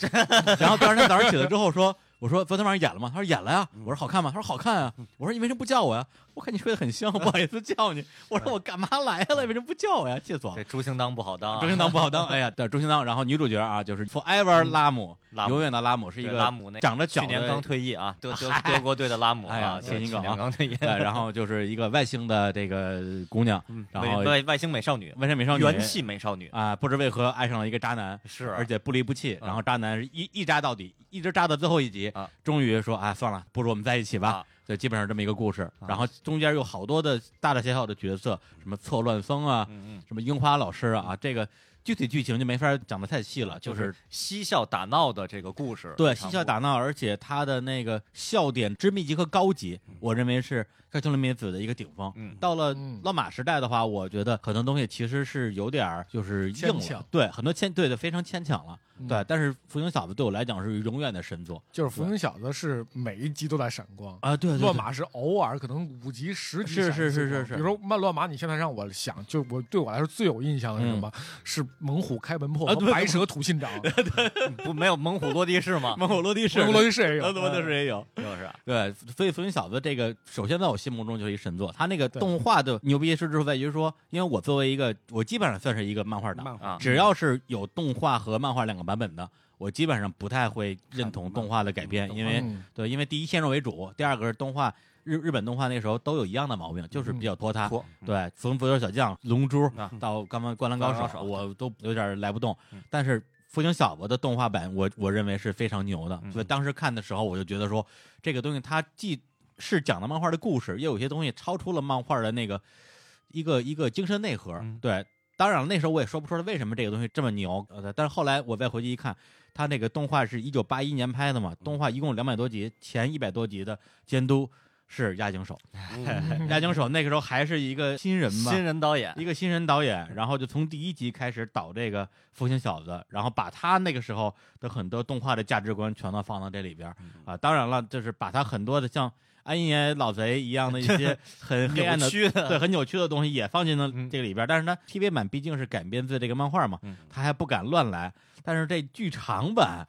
Speaker 1: 然后第二天早上起来之后说。我说昨天晚上演了吗？他说演了呀。
Speaker 2: 嗯
Speaker 1: 我说好看吗？他说好看啊。我说你为什么不叫我呀？我看你睡得很香，不好意思叫你。我说我干嘛来了？为什么不叫我呀？气死我了
Speaker 2: 这！朱兴当不好当啊，
Speaker 1: 周星当不好当，哎呀，对，周星当，然后女主角啊，就是 Forever 拉姆，
Speaker 2: 拉姆
Speaker 1: 永远的拉姆是一
Speaker 2: 嗯对
Speaker 1: 个
Speaker 2: 拉姆那
Speaker 1: 长着脚
Speaker 2: 去
Speaker 1: 的
Speaker 2: 年刚退役啊，德德德国队的拉姆
Speaker 1: 哎呀
Speaker 2: 啊，
Speaker 1: 谢谢
Speaker 2: 对
Speaker 1: 你
Speaker 2: 去
Speaker 1: 梗啊
Speaker 2: 年刚退役，
Speaker 1: 对，然后就是一个外星的这个姑娘，然后
Speaker 2: 嗯外外外星美少女，
Speaker 1: 外星美少女
Speaker 2: 元气美少女，
Speaker 1: 啊，不知为何爱上了一个渣男，
Speaker 2: 是
Speaker 1: 而且不离不弃，
Speaker 2: 嗯
Speaker 1: 然后渣男是一一渣到底，一直渣到最后一集，
Speaker 2: 啊
Speaker 1: 终于说啊，算了，不如我们在一起吧。
Speaker 2: 啊
Speaker 1: 就基本上这么一个故事，
Speaker 2: 嗯
Speaker 1: 然后中间有好多的大大小小的角色，什么错乱风啊，
Speaker 2: 嗯嗯，
Speaker 1: 什么樱花老师啊，这个具体剧情就没法讲的太细了，
Speaker 2: 就
Speaker 1: 就是
Speaker 2: 是嬉笑打闹的这个故事，
Speaker 1: 对，
Speaker 2: 这场
Speaker 1: 嬉笑
Speaker 2: 故
Speaker 1: 打闹，而且他的那个笑点之密集和高级，我认为是开丘林美子的一个顶峰。
Speaker 2: 嗯
Speaker 1: 到了
Speaker 3: 嗯
Speaker 1: 乱马时代的话，我觉得很多东西其实是有点儿就是
Speaker 3: 牵
Speaker 1: 硬了
Speaker 3: 强，
Speaker 1: 对，很多牵对的非常牵强了。
Speaker 3: 嗯
Speaker 1: 对，但是《福星小子》对我来讲是永远的神作
Speaker 3: 就是《福星小子》是每一集都在闪光，
Speaker 1: 啊！对
Speaker 3: 乱马是偶尔可能五集十集
Speaker 1: 是
Speaker 3: 闪一次
Speaker 1: 是是
Speaker 3: 光
Speaker 1: 是是
Speaker 3: 比如说慢乱马，你现在让我想，就我对我来说最有印象的是什么？是猛虎开门破
Speaker 1: 啊 (laughs)
Speaker 3: 和
Speaker 1: 对
Speaker 3: 白蛇吐信长，
Speaker 2: 事不没有猛虎落地式吗？
Speaker 1: (laughs) 猛虎落地式，
Speaker 3: 中国罗辑是也有，
Speaker 1: 很多的
Speaker 3: 嗯
Speaker 1: 是也有。
Speaker 2: 就是啊
Speaker 1: 对，所以《福星小子》这个，首先在我心目中就是一神作。他那个
Speaker 3: 对
Speaker 1: 动画的牛逼是之处在于说，因为我作为一个，我基本上算是一个漫画党，
Speaker 4: 漫
Speaker 2: 啊
Speaker 4: 画，
Speaker 1: 只要是有动画和漫画两个版本的，我基本上不太会认同动画的改编，
Speaker 4: 嗯
Speaker 1: 因为
Speaker 3: 嗯
Speaker 1: 对，因为第一先入为主，第二个是动画日日本动画那时候都有一样的毛病，就是比较嗯拖沓。
Speaker 2: 拖
Speaker 4: 嗯
Speaker 1: 对，从《足球小将》《龙珠》
Speaker 2: 啊
Speaker 1: 到刚刚《灌篮高手
Speaker 2: 灌篮》高手
Speaker 1: 我都有点来不动
Speaker 2: 嗯。
Speaker 1: 但是《福星小子》的动画版我，我认为是非常牛的，
Speaker 2: 嗯
Speaker 1: 所以当时看的时候，我就觉得说这个东西它既是讲了漫画的故事，也有一些东西超出了漫画的那个一个一个精神内核。
Speaker 2: 嗯
Speaker 1: 对，当然了，那时候我也说不出来为什么这个东西这么牛，呃，但是后来我再回去一看，它那个动画是一九八一年拍的
Speaker 2: 嗯
Speaker 1: 嘛，动画一共两百多集，前一百多集的监督是押井守，
Speaker 4: 嗯
Speaker 1: 押井守那个时候还是一个新人嘛。
Speaker 2: 嗯新人导 (laughs) 演
Speaker 1: 一个新人导演，然后就从第一集开始导这个《福星小子》，然后把他那个时候的很多动画的价值观全都放到这里边儿
Speaker 2: 嗯
Speaker 1: 啊。当然了，就是把他很多的像安爷老贼一样的一些很黑暗的
Speaker 2: 扭曲的
Speaker 1: 对很扭曲的东西也放进了这个里边儿。但是呢，TV 版毕竟是改编自这个漫画嘛 (laughs)
Speaker 2: 嗯，
Speaker 1: 他还不敢乱来。但是这剧场版，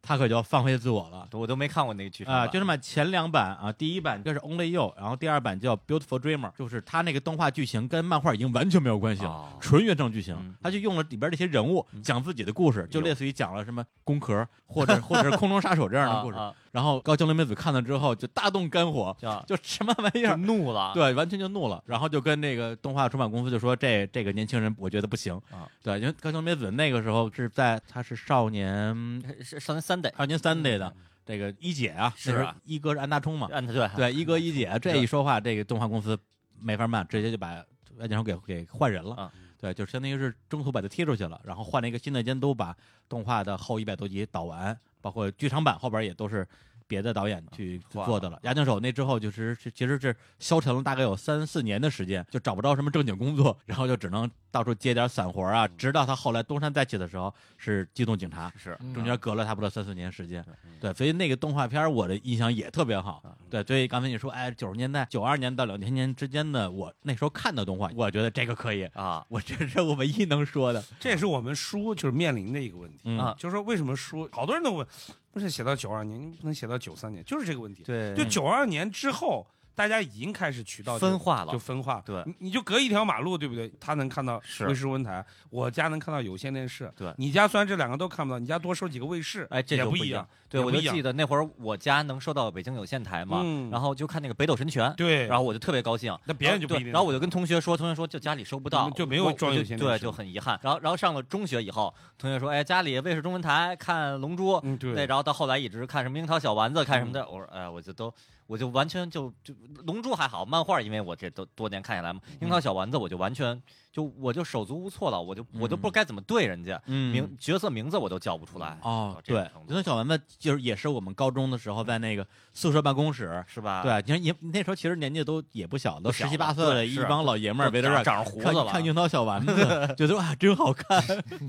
Speaker 1: 他可就放飞自我了。
Speaker 2: 我都没看过那个剧场
Speaker 1: 啊、
Speaker 2: 版
Speaker 1: 就这么前两版啊，第一版就是 Only You，然后第二版叫 Beautiful Dreamer，就是它那个动画剧情跟漫画已经完全没有关系了，
Speaker 2: 哦
Speaker 1: 纯原创剧情
Speaker 2: 嗯，
Speaker 1: 它就用了里边这些人物、讲自己的故事，就类似于讲了什么宫壳或者或者是空中杀手这样的故事。
Speaker 2: (laughs) 啊啊
Speaker 1: 然后高桥留美子看了之后就大动肝火，
Speaker 2: 叫
Speaker 1: 就什么玩意
Speaker 2: 就
Speaker 1: 儿。
Speaker 2: 怒了，
Speaker 1: 对，完全就怒了，然后就跟那个动画出版公司就说这这个年轻人我觉得不行
Speaker 2: 啊，
Speaker 1: 对，因为高桥留美子那个时候是在她是少年
Speaker 2: 呃是上三代，嗯
Speaker 1: 二年三队的这个一姐啊，
Speaker 2: 是
Speaker 1: 那
Speaker 2: 啊
Speaker 1: 时候一哥是安大冲嘛，
Speaker 2: 按他嗯对
Speaker 1: 对，一哥一姐这一说话，这个动画公司没法办，直接就把外景手给给换人了
Speaker 2: 啊。
Speaker 1: 对，就相当于是中途把他踢出去了，然后换了一个新的监督，把动画的后一百多集导完，包括剧场版后边也都是别的导演去
Speaker 2: 啊换
Speaker 1: 做的了。押井守那之后，就是是其实是消沉了大概有三四年的时间，就找不着什么正经工作，然后就只能到处接点散活啊。直到他后来东山再起的时候，是机动警察，
Speaker 2: 嗯是
Speaker 3: 嗯
Speaker 1: 中间隔了差不多三四年时间，
Speaker 2: 嗯
Speaker 1: 对，所以那个动画片儿我的印象也特别好，对，所以刚才你说，哎，九十年代、九二年到两千年之间的，我那时候看的动画，我觉得这个可以，
Speaker 2: 啊
Speaker 1: 我这是我唯一能说的，
Speaker 4: 这也是我们书就是面临的一个问题，
Speaker 1: 嗯
Speaker 2: 啊
Speaker 4: 就是说为什么书好多人都问，为什么写到九二年，你不能写到九三年，就是这个问题。
Speaker 2: 对
Speaker 4: 就九二年之后，大家已经开始渠道就
Speaker 2: 分化了
Speaker 4: 就分化。
Speaker 2: 对
Speaker 4: 你你就隔一条马路，对不对？他能看到
Speaker 2: 是
Speaker 4: 卫视温台，我家能看到有线电视。
Speaker 2: 对
Speaker 4: 你家虽然这两个都看不到，你家多收几个卫视，
Speaker 2: 哎，这
Speaker 4: 也
Speaker 2: 就
Speaker 4: 不
Speaker 2: 一
Speaker 4: 样。。
Speaker 2: 对，
Speaker 4: 也
Speaker 2: 我
Speaker 4: 不
Speaker 2: 就
Speaker 4: 一样
Speaker 2: 记得那会儿我家能收到北京有线台嘛，
Speaker 4: 嗯
Speaker 2: 然后就看那个《北斗神拳》，
Speaker 4: 对
Speaker 2: 然后我就特别高兴。
Speaker 4: 那别人就不
Speaker 2: 对
Speaker 4: 一定嗯
Speaker 2: 然后我就跟同学说，同学说就家里收不到，
Speaker 4: 就没有
Speaker 2: 我
Speaker 4: 装
Speaker 2: 我就
Speaker 4: 有线电
Speaker 2: 对，
Speaker 4: 视
Speaker 2: 就很遗憾。然后然后上了中学以后，同学说，哎，家里卫视中文台看《龙珠》，
Speaker 4: 嗯对
Speaker 2: 然后到后来一直看什么《樱桃小丸子》，看什么
Speaker 4: 嗯
Speaker 2: 的，我说，哎，我就都。我就完全就就《龙珠》还好，漫画因为我这都多年看下来嘛，《樱
Speaker 4: 嗯
Speaker 2: 桃小丸子》我就完全就我就手足无措了，我就我都不知道该怎么对人家，
Speaker 1: 嗯
Speaker 2: 名角色名字我都叫不出来
Speaker 1: 哦，
Speaker 2: 这种
Speaker 1: 对
Speaker 2: 程，度
Speaker 1: 那小丸子就是也是我们高中的时候在那个宿舍办公室，
Speaker 2: 是吧？
Speaker 1: 对，你看也那时候其实年纪都也不小，都
Speaker 2: 啊小
Speaker 1: 十
Speaker 2: 了
Speaker 1: 七八岁了，
Speaker 2: 对
Speaker 1: 一
Speaker 2: 是
Speaker 1: 帮老爷们儿围着这
Speaker 2: 长
Speaker 1: 儿
Speaker 2: 长胡子
Speaker 1: 看
Speaker 2: 了，
Speaker 1: 看樱桃小丸
Speaker 2: (laughs)
Speaker 1: 子，觉得哇真好看，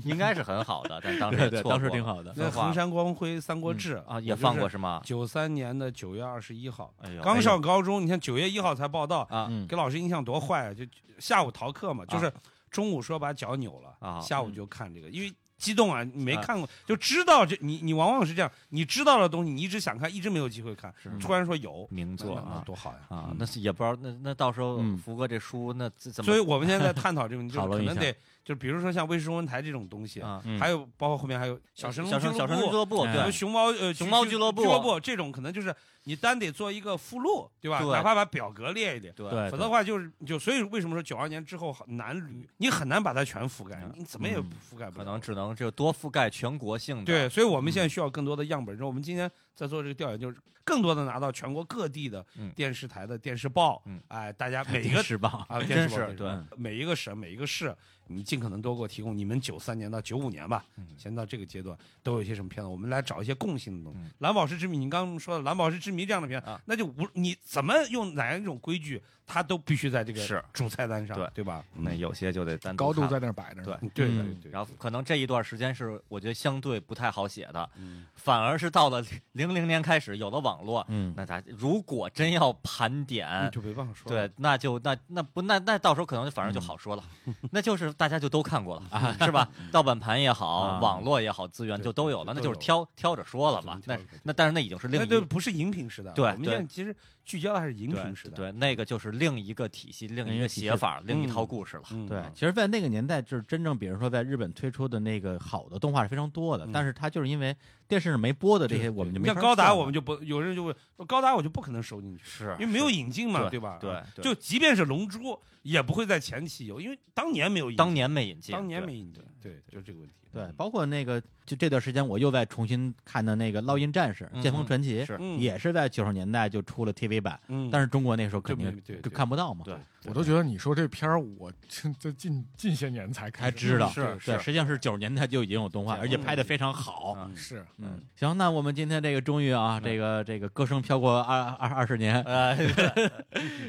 Speaker 2: 应该是很好的，但当时
Speaker 1: 对
Speaker 2: 也
Speaker 1: 对，
Speaker 2: 错
Speaker 1: 当时
Speaker 2: 过
Speaker 1: 挺
Speaker 2: 了
Speaker 1: 好的，嗯
Speaker 4: 那衡山光辉《三国志》
Speaker 2: 啊，也放过是吗？
Speaker 4: 九三年的九月二十一号，
Speaker 2: 哎呦，
Speaker 4: 刚上高中，你看九月一号才报道，
Speaker 2: 啊
Speaker 1: 嗯
Speaker 4: 给老师印象多坏啊！就下午逃课嘛，就是中午说把脚扭了，
Speaker 2: 啊
Speaker 4: 下午就看这个，因为激动啊！你没看过，就知道这你你往往是这样，你知道的东西，你一直想看，一直没有机会看，突然说有
Speaker 2: 名作
Speaker 4: 那那
Speaker 2: 嗯啊
Speaker 4: 多好呀！
Speaker 2: 啊，那是也不知道，那那到时候
Speaker 1: 嗯
Speaker 2: 福哥这书那怎怎么？
Speaker 4: 所以我们现在在探讨这
Speaker 2: (laughs)
Speaker 4: 个问题，就
Speaker 2: 讨
Speaker 4: 是可
Speaker 2: 论一下
Speaker 4: 能得就是比如说像卫视中文台这种东西
Speaker 2: 啊嗯
Speaker 4: 还有包括后面还有小神龙
Speaker 2: 小神小神龙
Speaker 4: 俱
Speaker 2: 俱乐部
Speaker 4: 什
Speaker 2: 对
Speaker 4: 么熊猫呃
Speaker 2: 熊猫俱乐部
Speaker 4: 俱乐部这种可能就是你单得做一个附录，对吧？
Speaker 2: 对
Speaker 4: 哪怕把表格列一列，
Speaker 2: 哎对
Speaker 1: 对
Speaker 4: 否则的话就是就所以为什么说九二年之后很难捋，你很难把它全覆盖
Speaker 2: 嗯，
Speaker 4: 你怎么也覆盖
Speaker 2: 可
Speaker 4: 不了。
Speaker 2: 能嗯只能就多覆盖全国性的。
Speaker 4: 对，，所以我们现在需要更多的样本。然后我们今天在做这个调研，就是更多的拿到全国各地的
Speaker 2: 嗯
Speaker 4: 电视台的电视报，
Speaker 2: 嗯
Speaker 4: 哎，大家每一
Speaker 1: 电
Speaker 4: 个
Speaker 1: 视报
Speaker 4: 啊，电
Speaker 2: 真
Speaker 4: 视报
Speaker 2: 是对，
Speaker 4: 每一个省每一个市，你尽可能多给我提供你们九三年到九五年吧，
Speaker 2: 嗯
Speaker 4: 先到这个阶段都有一些什么片子，我们来找一些共性的东西。蓝宝石之谜》，你刚刚说的《蓝宝石之谜》这样的片，
Speaker 2: 嗯啊
Speaker 4: 那就无你怎么用哪一种规矩，它都必须在这
Speaker 2: 是
Speaker 4: 个主菜单上，
Speaker 2: 对
Speaker 4: 对吧？
Speaker 2: 那有些就得单独
Speaker 3: 高度
Speaker 2: 看
Speaker 3: 在那儿摆着呢。
Speaker 2: 对。
Speaker 4: 对对
Speaker 1: 嗯
Speaker 4: 对。
Speaker 2: 然后可能这一段时间是我觉得相对不太好写的，反而是到了零零年开始有了网络，
Speaker 1: 嗯
Speaker 2: 那咱如果真要盘
Speaker 4: 你
Speaker 2: 点，
Speaker 4: 就没办法说了
Speaker 2: 对，那就那那不那那到时候可能反正就好说了，
Speaker 4: 嗯
Speaker 2: 那就是大家就都看过了，是
Speaker 4: (laughs)
Speaker 2: 吧？盗版盘也好，
Speaker 1: 啊
Speaker 2: 网络也好，资源就都有了，
Speaker 4: 啊对
Speaker 2: 那
Speaker 4: 对
Speaker 2: 就是挑挑着说了嘛那
Speaker 4: 对。挑着说
Speaker 2: 那但是那已经是另
Speaker 4: 那
Speaker 2: 一
Speaker 4: 都不是荧屏时代，
Speaker 2: 对
Speaker 4: 我们
Speaker 2: 对
Speaker 4: 现在其实聚焦的还是荧
Speaker 2: 对
Speaker 4: 屏时代，
Speaker 2: 对，那个就是另一个体系、另一个写法、另一套故事了。
Speaker 4: 嗯
Speaker 1: 对，其实，在那个年代，就是真正，比如说在日本推出的那个好的动画是非常多
Speaker 2: 嗯
Speaker 1: 的，但是它就是因为电视上没播的这些，我们就没
Speaker 4: 像
Speaker 1: 法
Speaker 4: 高达，
Speaker 1: 看
Speaker 4: 我们就不有人就问说高达，我就不可能收进去，
Speaker 2: 是
Speaker 4: 嗯因为没有引进嘛，
Speaker 2: 对
Speaker 4: 对吧？
Speaker 2: 对
Speaker 4: 啊
Speaker 2: 对
Speaker 4: 就即便是龙珠，也不会在前期有，因为当年没有引进，
Speaker 2: 当年没引进，
Speaker 4: 当年
Speaker 2: 对
Speaker 4: 没引进，对，就是这个问题。
Speaker 2: 嗯
Speaker 1: 对，包括那个，就这段时间我又在重新看的那个《烙印战士》
Speaker 2: 嗯
Speaker 1: 剑锋传奇》
Speaker 2: 是
Speaker 4: 嗯
Speaker 1: 也是在九十年代就出了 TV 版，
Speaker 4: 嗯
Speaker 1: 但是中国那时候肯
Speaker 4: 就
Speaker 1: 定
Speaker 4: 没对
Speaker 1: 就
Speaker 4: 对
Speaker 1: 看不到嘛，
Speaker 2: 对
Speaker 3: 我都觉得你说这片儿，我这这近近些年才开
Speaker 1: 才
Speaker 3: 始
Speaker 1: 知道，
Speaker 2: 是
Speaker 1: 对，
Speaker 2: 是
Speaker 1: 实际上是九十年代就已经有动画，而且拍的非常好。
Speaker 2: 嗯
Speaker 3: 是
Speaker 1: 嗯，行，那我们今天这个终于啊，这个这个歌声飘过二二二十年，
Speaker 2: 呃，
Speaker 4: 嗯 (laughs)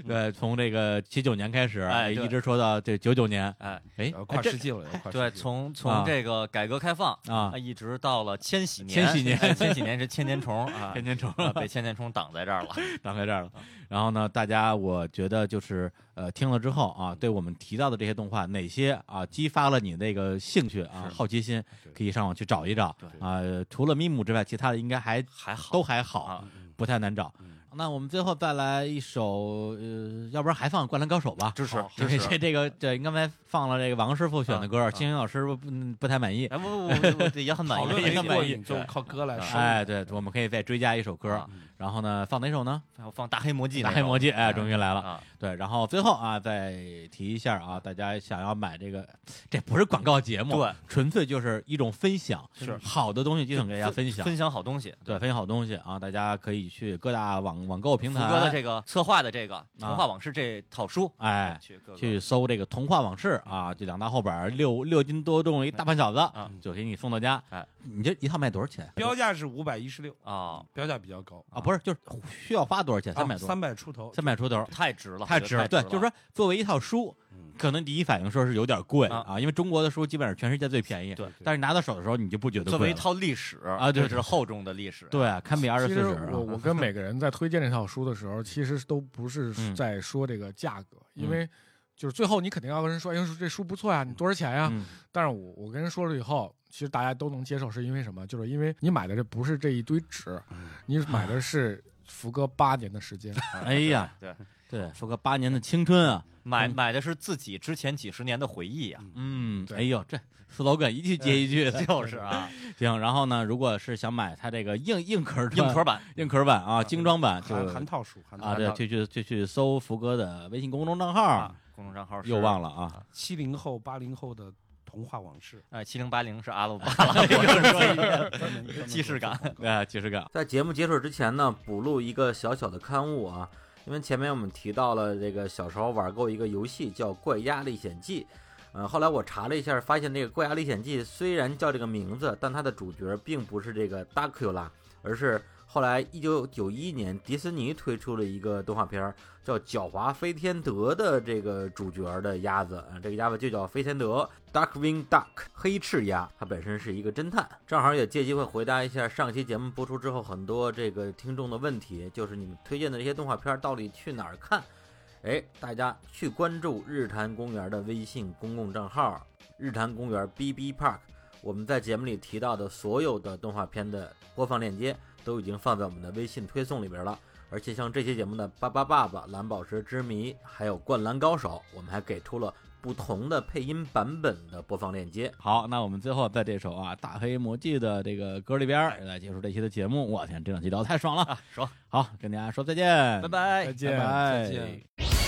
Speaker 1: 对，从这个七九年开始，啊
Speaker 2: 哎对
Speaker 1: 一直说到这九九年，
Speaker 2: 哎，
Speaker 1: 哎
Speaker 4: 呃，跨
Speaker 1: 这
Speaker 4: 世纪了，跨世纪
Speaker 2: 对，
Speaker 4: 了
Speaker 2: 从
Speaker 1: 啊
Speaker 2: 从这个改革开放
Speaker 1: 啊
Speaker 2: 呃一直到了千禧年，
Speaker 1: 千禧年
Speaker 2: 哎 (laughs) 千禧年是千年虫
Speaker 1: (laughs)
Speaker 2: 啊，
Speaker 1: 天天成
Speaker 2: 啊被千年虫挡在这儿了。
Speaker 1: 挡在这儿了。然后呢，大家我觉得就是呃，听了之后啊，对我们提到的这些动画，哪些啊激发了你那个兴趣啊、好奇心，可以上网去找一找啊、除了咪姆之外，其他的应该还
Speaker 2: 还好
Speaker 1: 都还好，
Speaker 4: 嗯
Speaker 2: 啊嗯
Speaker 1: 不太难找。那我们最后再来一首，呃，要不然还放《灌篮高手》吧。
Speaker 2: 支持
Speaker 1: 因
Speaker 2: 支
Speaker 1: 为
Speaker 2: 持
Speaker 1: 这这个这刚才放了这个王师傅
Speaker 2: 啊
Speaker 1: 选的歌，青云老师不嗯不太满意。
Speaker 2: 哎，不不不，我也很满
Speaker 4: 讨
Speaker 2: 意，
Speaker 4: 论
Speaker 2: 也
Speaker 4: 没
Speaker 2: 很满
Speaker 4: 过
Speaker 2: 意
Speaker 4: 瘾，。就靠歌来说。
Speaker 1: 哎，对，我们可以再追加一首歌
Speaker 2: 啊，
Speaker 1: 然后呢，放哪首呢？
Speaker 2: 还有放大黑魔记
Speaker 1: 大
Speaker 2: 那个，
Speaker 1: 黑魔记，哎，终于来了。
Speaker 2: 啊，
Speaker 1: 对，然后最后啊，再提一下啊，大家想要买这个，这不是广告节目，
Speaker 2: 对，
Speaker 1: 纯粹就是一种分享，
Speaker 2: 是
Speaker 1: 好的东西就想给大家分享，
Speaker 2: 分享好东西。
Speaker 1: 对，分享好东西啊，大家可以去各大网网购平
Speaker 2: 福
Speaker 1: 台，啊
Speaker 2: 哥的这个策划的这个《童话往事》这套书，啊
Speaker 1: 哎，
Speaker 2: 去各个
Speaker 1: 去搜这个《童话往事》啊，这两大厚本儿，六六斤多重一大胖小子，
Speaker 2: 啊
Speaker 1: 就给你送到家。
Speaker 2: 哎，
Speaker 1: 你这一套卖多少钱？
Speaker 4: 标价是五百一十六，
Speaker 1: 嗯
Speaker 2: 啊，
Speaker 4: 标价比较高，啊
Speaker 1: 啊，不是，就是需要花多少钱？三百多，
Speaker 4: 三百出头，
Speaker 1: 三百出头。
Speaker 2: 太值了，
Speaker 1: 太
Speaker 2: 我觉
Speaker 1: 值
Speaker 2: 得
Speaker 1: 了，
Speaker 2: 太
Speaker 1: 对，就是说作为一套书，可能第一反应说是有点贵
Speaker 2: 啊
Speaker 1: 啊，因为中国的书基本上全世界最便宜，
Speaker 2: 对，
Speaker 1: 但是拿到手的时候你就不觉得
Speaker 2: 作为
Speaker 1: 贵
Speaker 2: 一
Speaker 1: 了，
Speaker 2: 套历史
Speaker 1: 啊对
Speaker 2: 这是厚重的历史，
Speaker 1: 对，啊堪比二十
Speaker 3: 其
Speaker 1: 四
Speaker 3: 实
Speaker 1: 史
Speaker 3: 我
Speaker 1: 啊，
Speaker 3: 我跟每个人在推荐这套书的时候，其实都不是
Speaker 1: 嗯
Speaker 3: 在说这个价格，因为就是最后你肯定要跟人说，哎呦，这书不错呀，你多少钱呀？
Speaker 1: (laughs) 嗯
Speaker 3: 但是我我跟人说了以后，其实大家都能接受，是因为什么？就是因为你买的这不是这一堆纸，你买的是福哥八年的时间。
Speaker 1: 哎呀，
Speaker 2: 啊对，
Speaker 1: 对，说个八年的青春啊，
Speaker 2: 买
Speaker 1: 嗯
Speaker 2: 买的是自己之前几十年的回忆啊，
Speaker 1: 嗯，
Speaker 3: 对
Speaker 1: 哎呦，这 slogan 一句接一句的，
Speaker 2: 就是啊，
Speaker 1: 行。然后呢，如果是想买它这个硬硬壳
Speaker 2: 硬壳
Speaker 1: 版、
Speaker 2: 版
Speaker 1: 硬壳版啊，精装版就
Speaker 4: 韩韩套书，韩
Speaker 1: 啊，
Speaker 4: 套
Speaker 1: 对，就去就去搜福哥的微信公众账号
Speaker 2: 啊，，公众账号是
Speaker 1: 又忘了啊，
Speaker 4: 七零后、八零后的童话往事，
Speaker 2: 哎，七零八零是阿鲁巴
Speaker 1: (laughs)
Speaker 2: 了，又是
Speaker 4: 专门专门
Speaker 2: 既视感。
Speaker 1: 哎，即视感。
Speaker 12: 在节目结束之前呢，补录一个小小的刊物啊，因为前面我们提到了这个小时候玩过一个游戏叫《怪鸭历险记》，呃，后来我查了一下，发现这个《怪鸭历险记》虽然叫这个名字，但它的主角并不是这个 Dracula，而是后来一九九一年迪士尼推出了一个动画片儿叫《狡猾飞天德》的这个主角的鸭子，啊，这个鸭子就叫飞天德 （Darkwing Duck） 黑翅鸭，它本身是一个侦探。正好也借机会回答一下上期节目播出之后很多这个听众的问题，就是你们推荐的这些动画片儿到底去哪儿看？哎，大家去关注日坛公园的微信公共账号“日坛公园 BB Park”，
Speaker 1: 我们在节目里提到的所有的动画片的播放链接都已经放在我们的微信推送里边了。而且像这期节目的《巴巴爸爸》《蓝宝石之谜》还有《灌篮高手》，我们还给出了不同的配音版本的播放链接。
Speaker 2: 好，那我们最后在这首啊大黑魔记的这个歌里边
Speaker 1: 哎
Speaker 2: 儿来结束这期的节目。
Speaker 1: 啊
Speaker 2: 我天，这两期聊得太爽了，
Speaker 4: 爽！
Speaker 2: 好，跟大家说再见，
Speaker 4: 拜拜，
Speaker 13: 再见
Speaker 2: 拜拜
Speaker 14: 再见。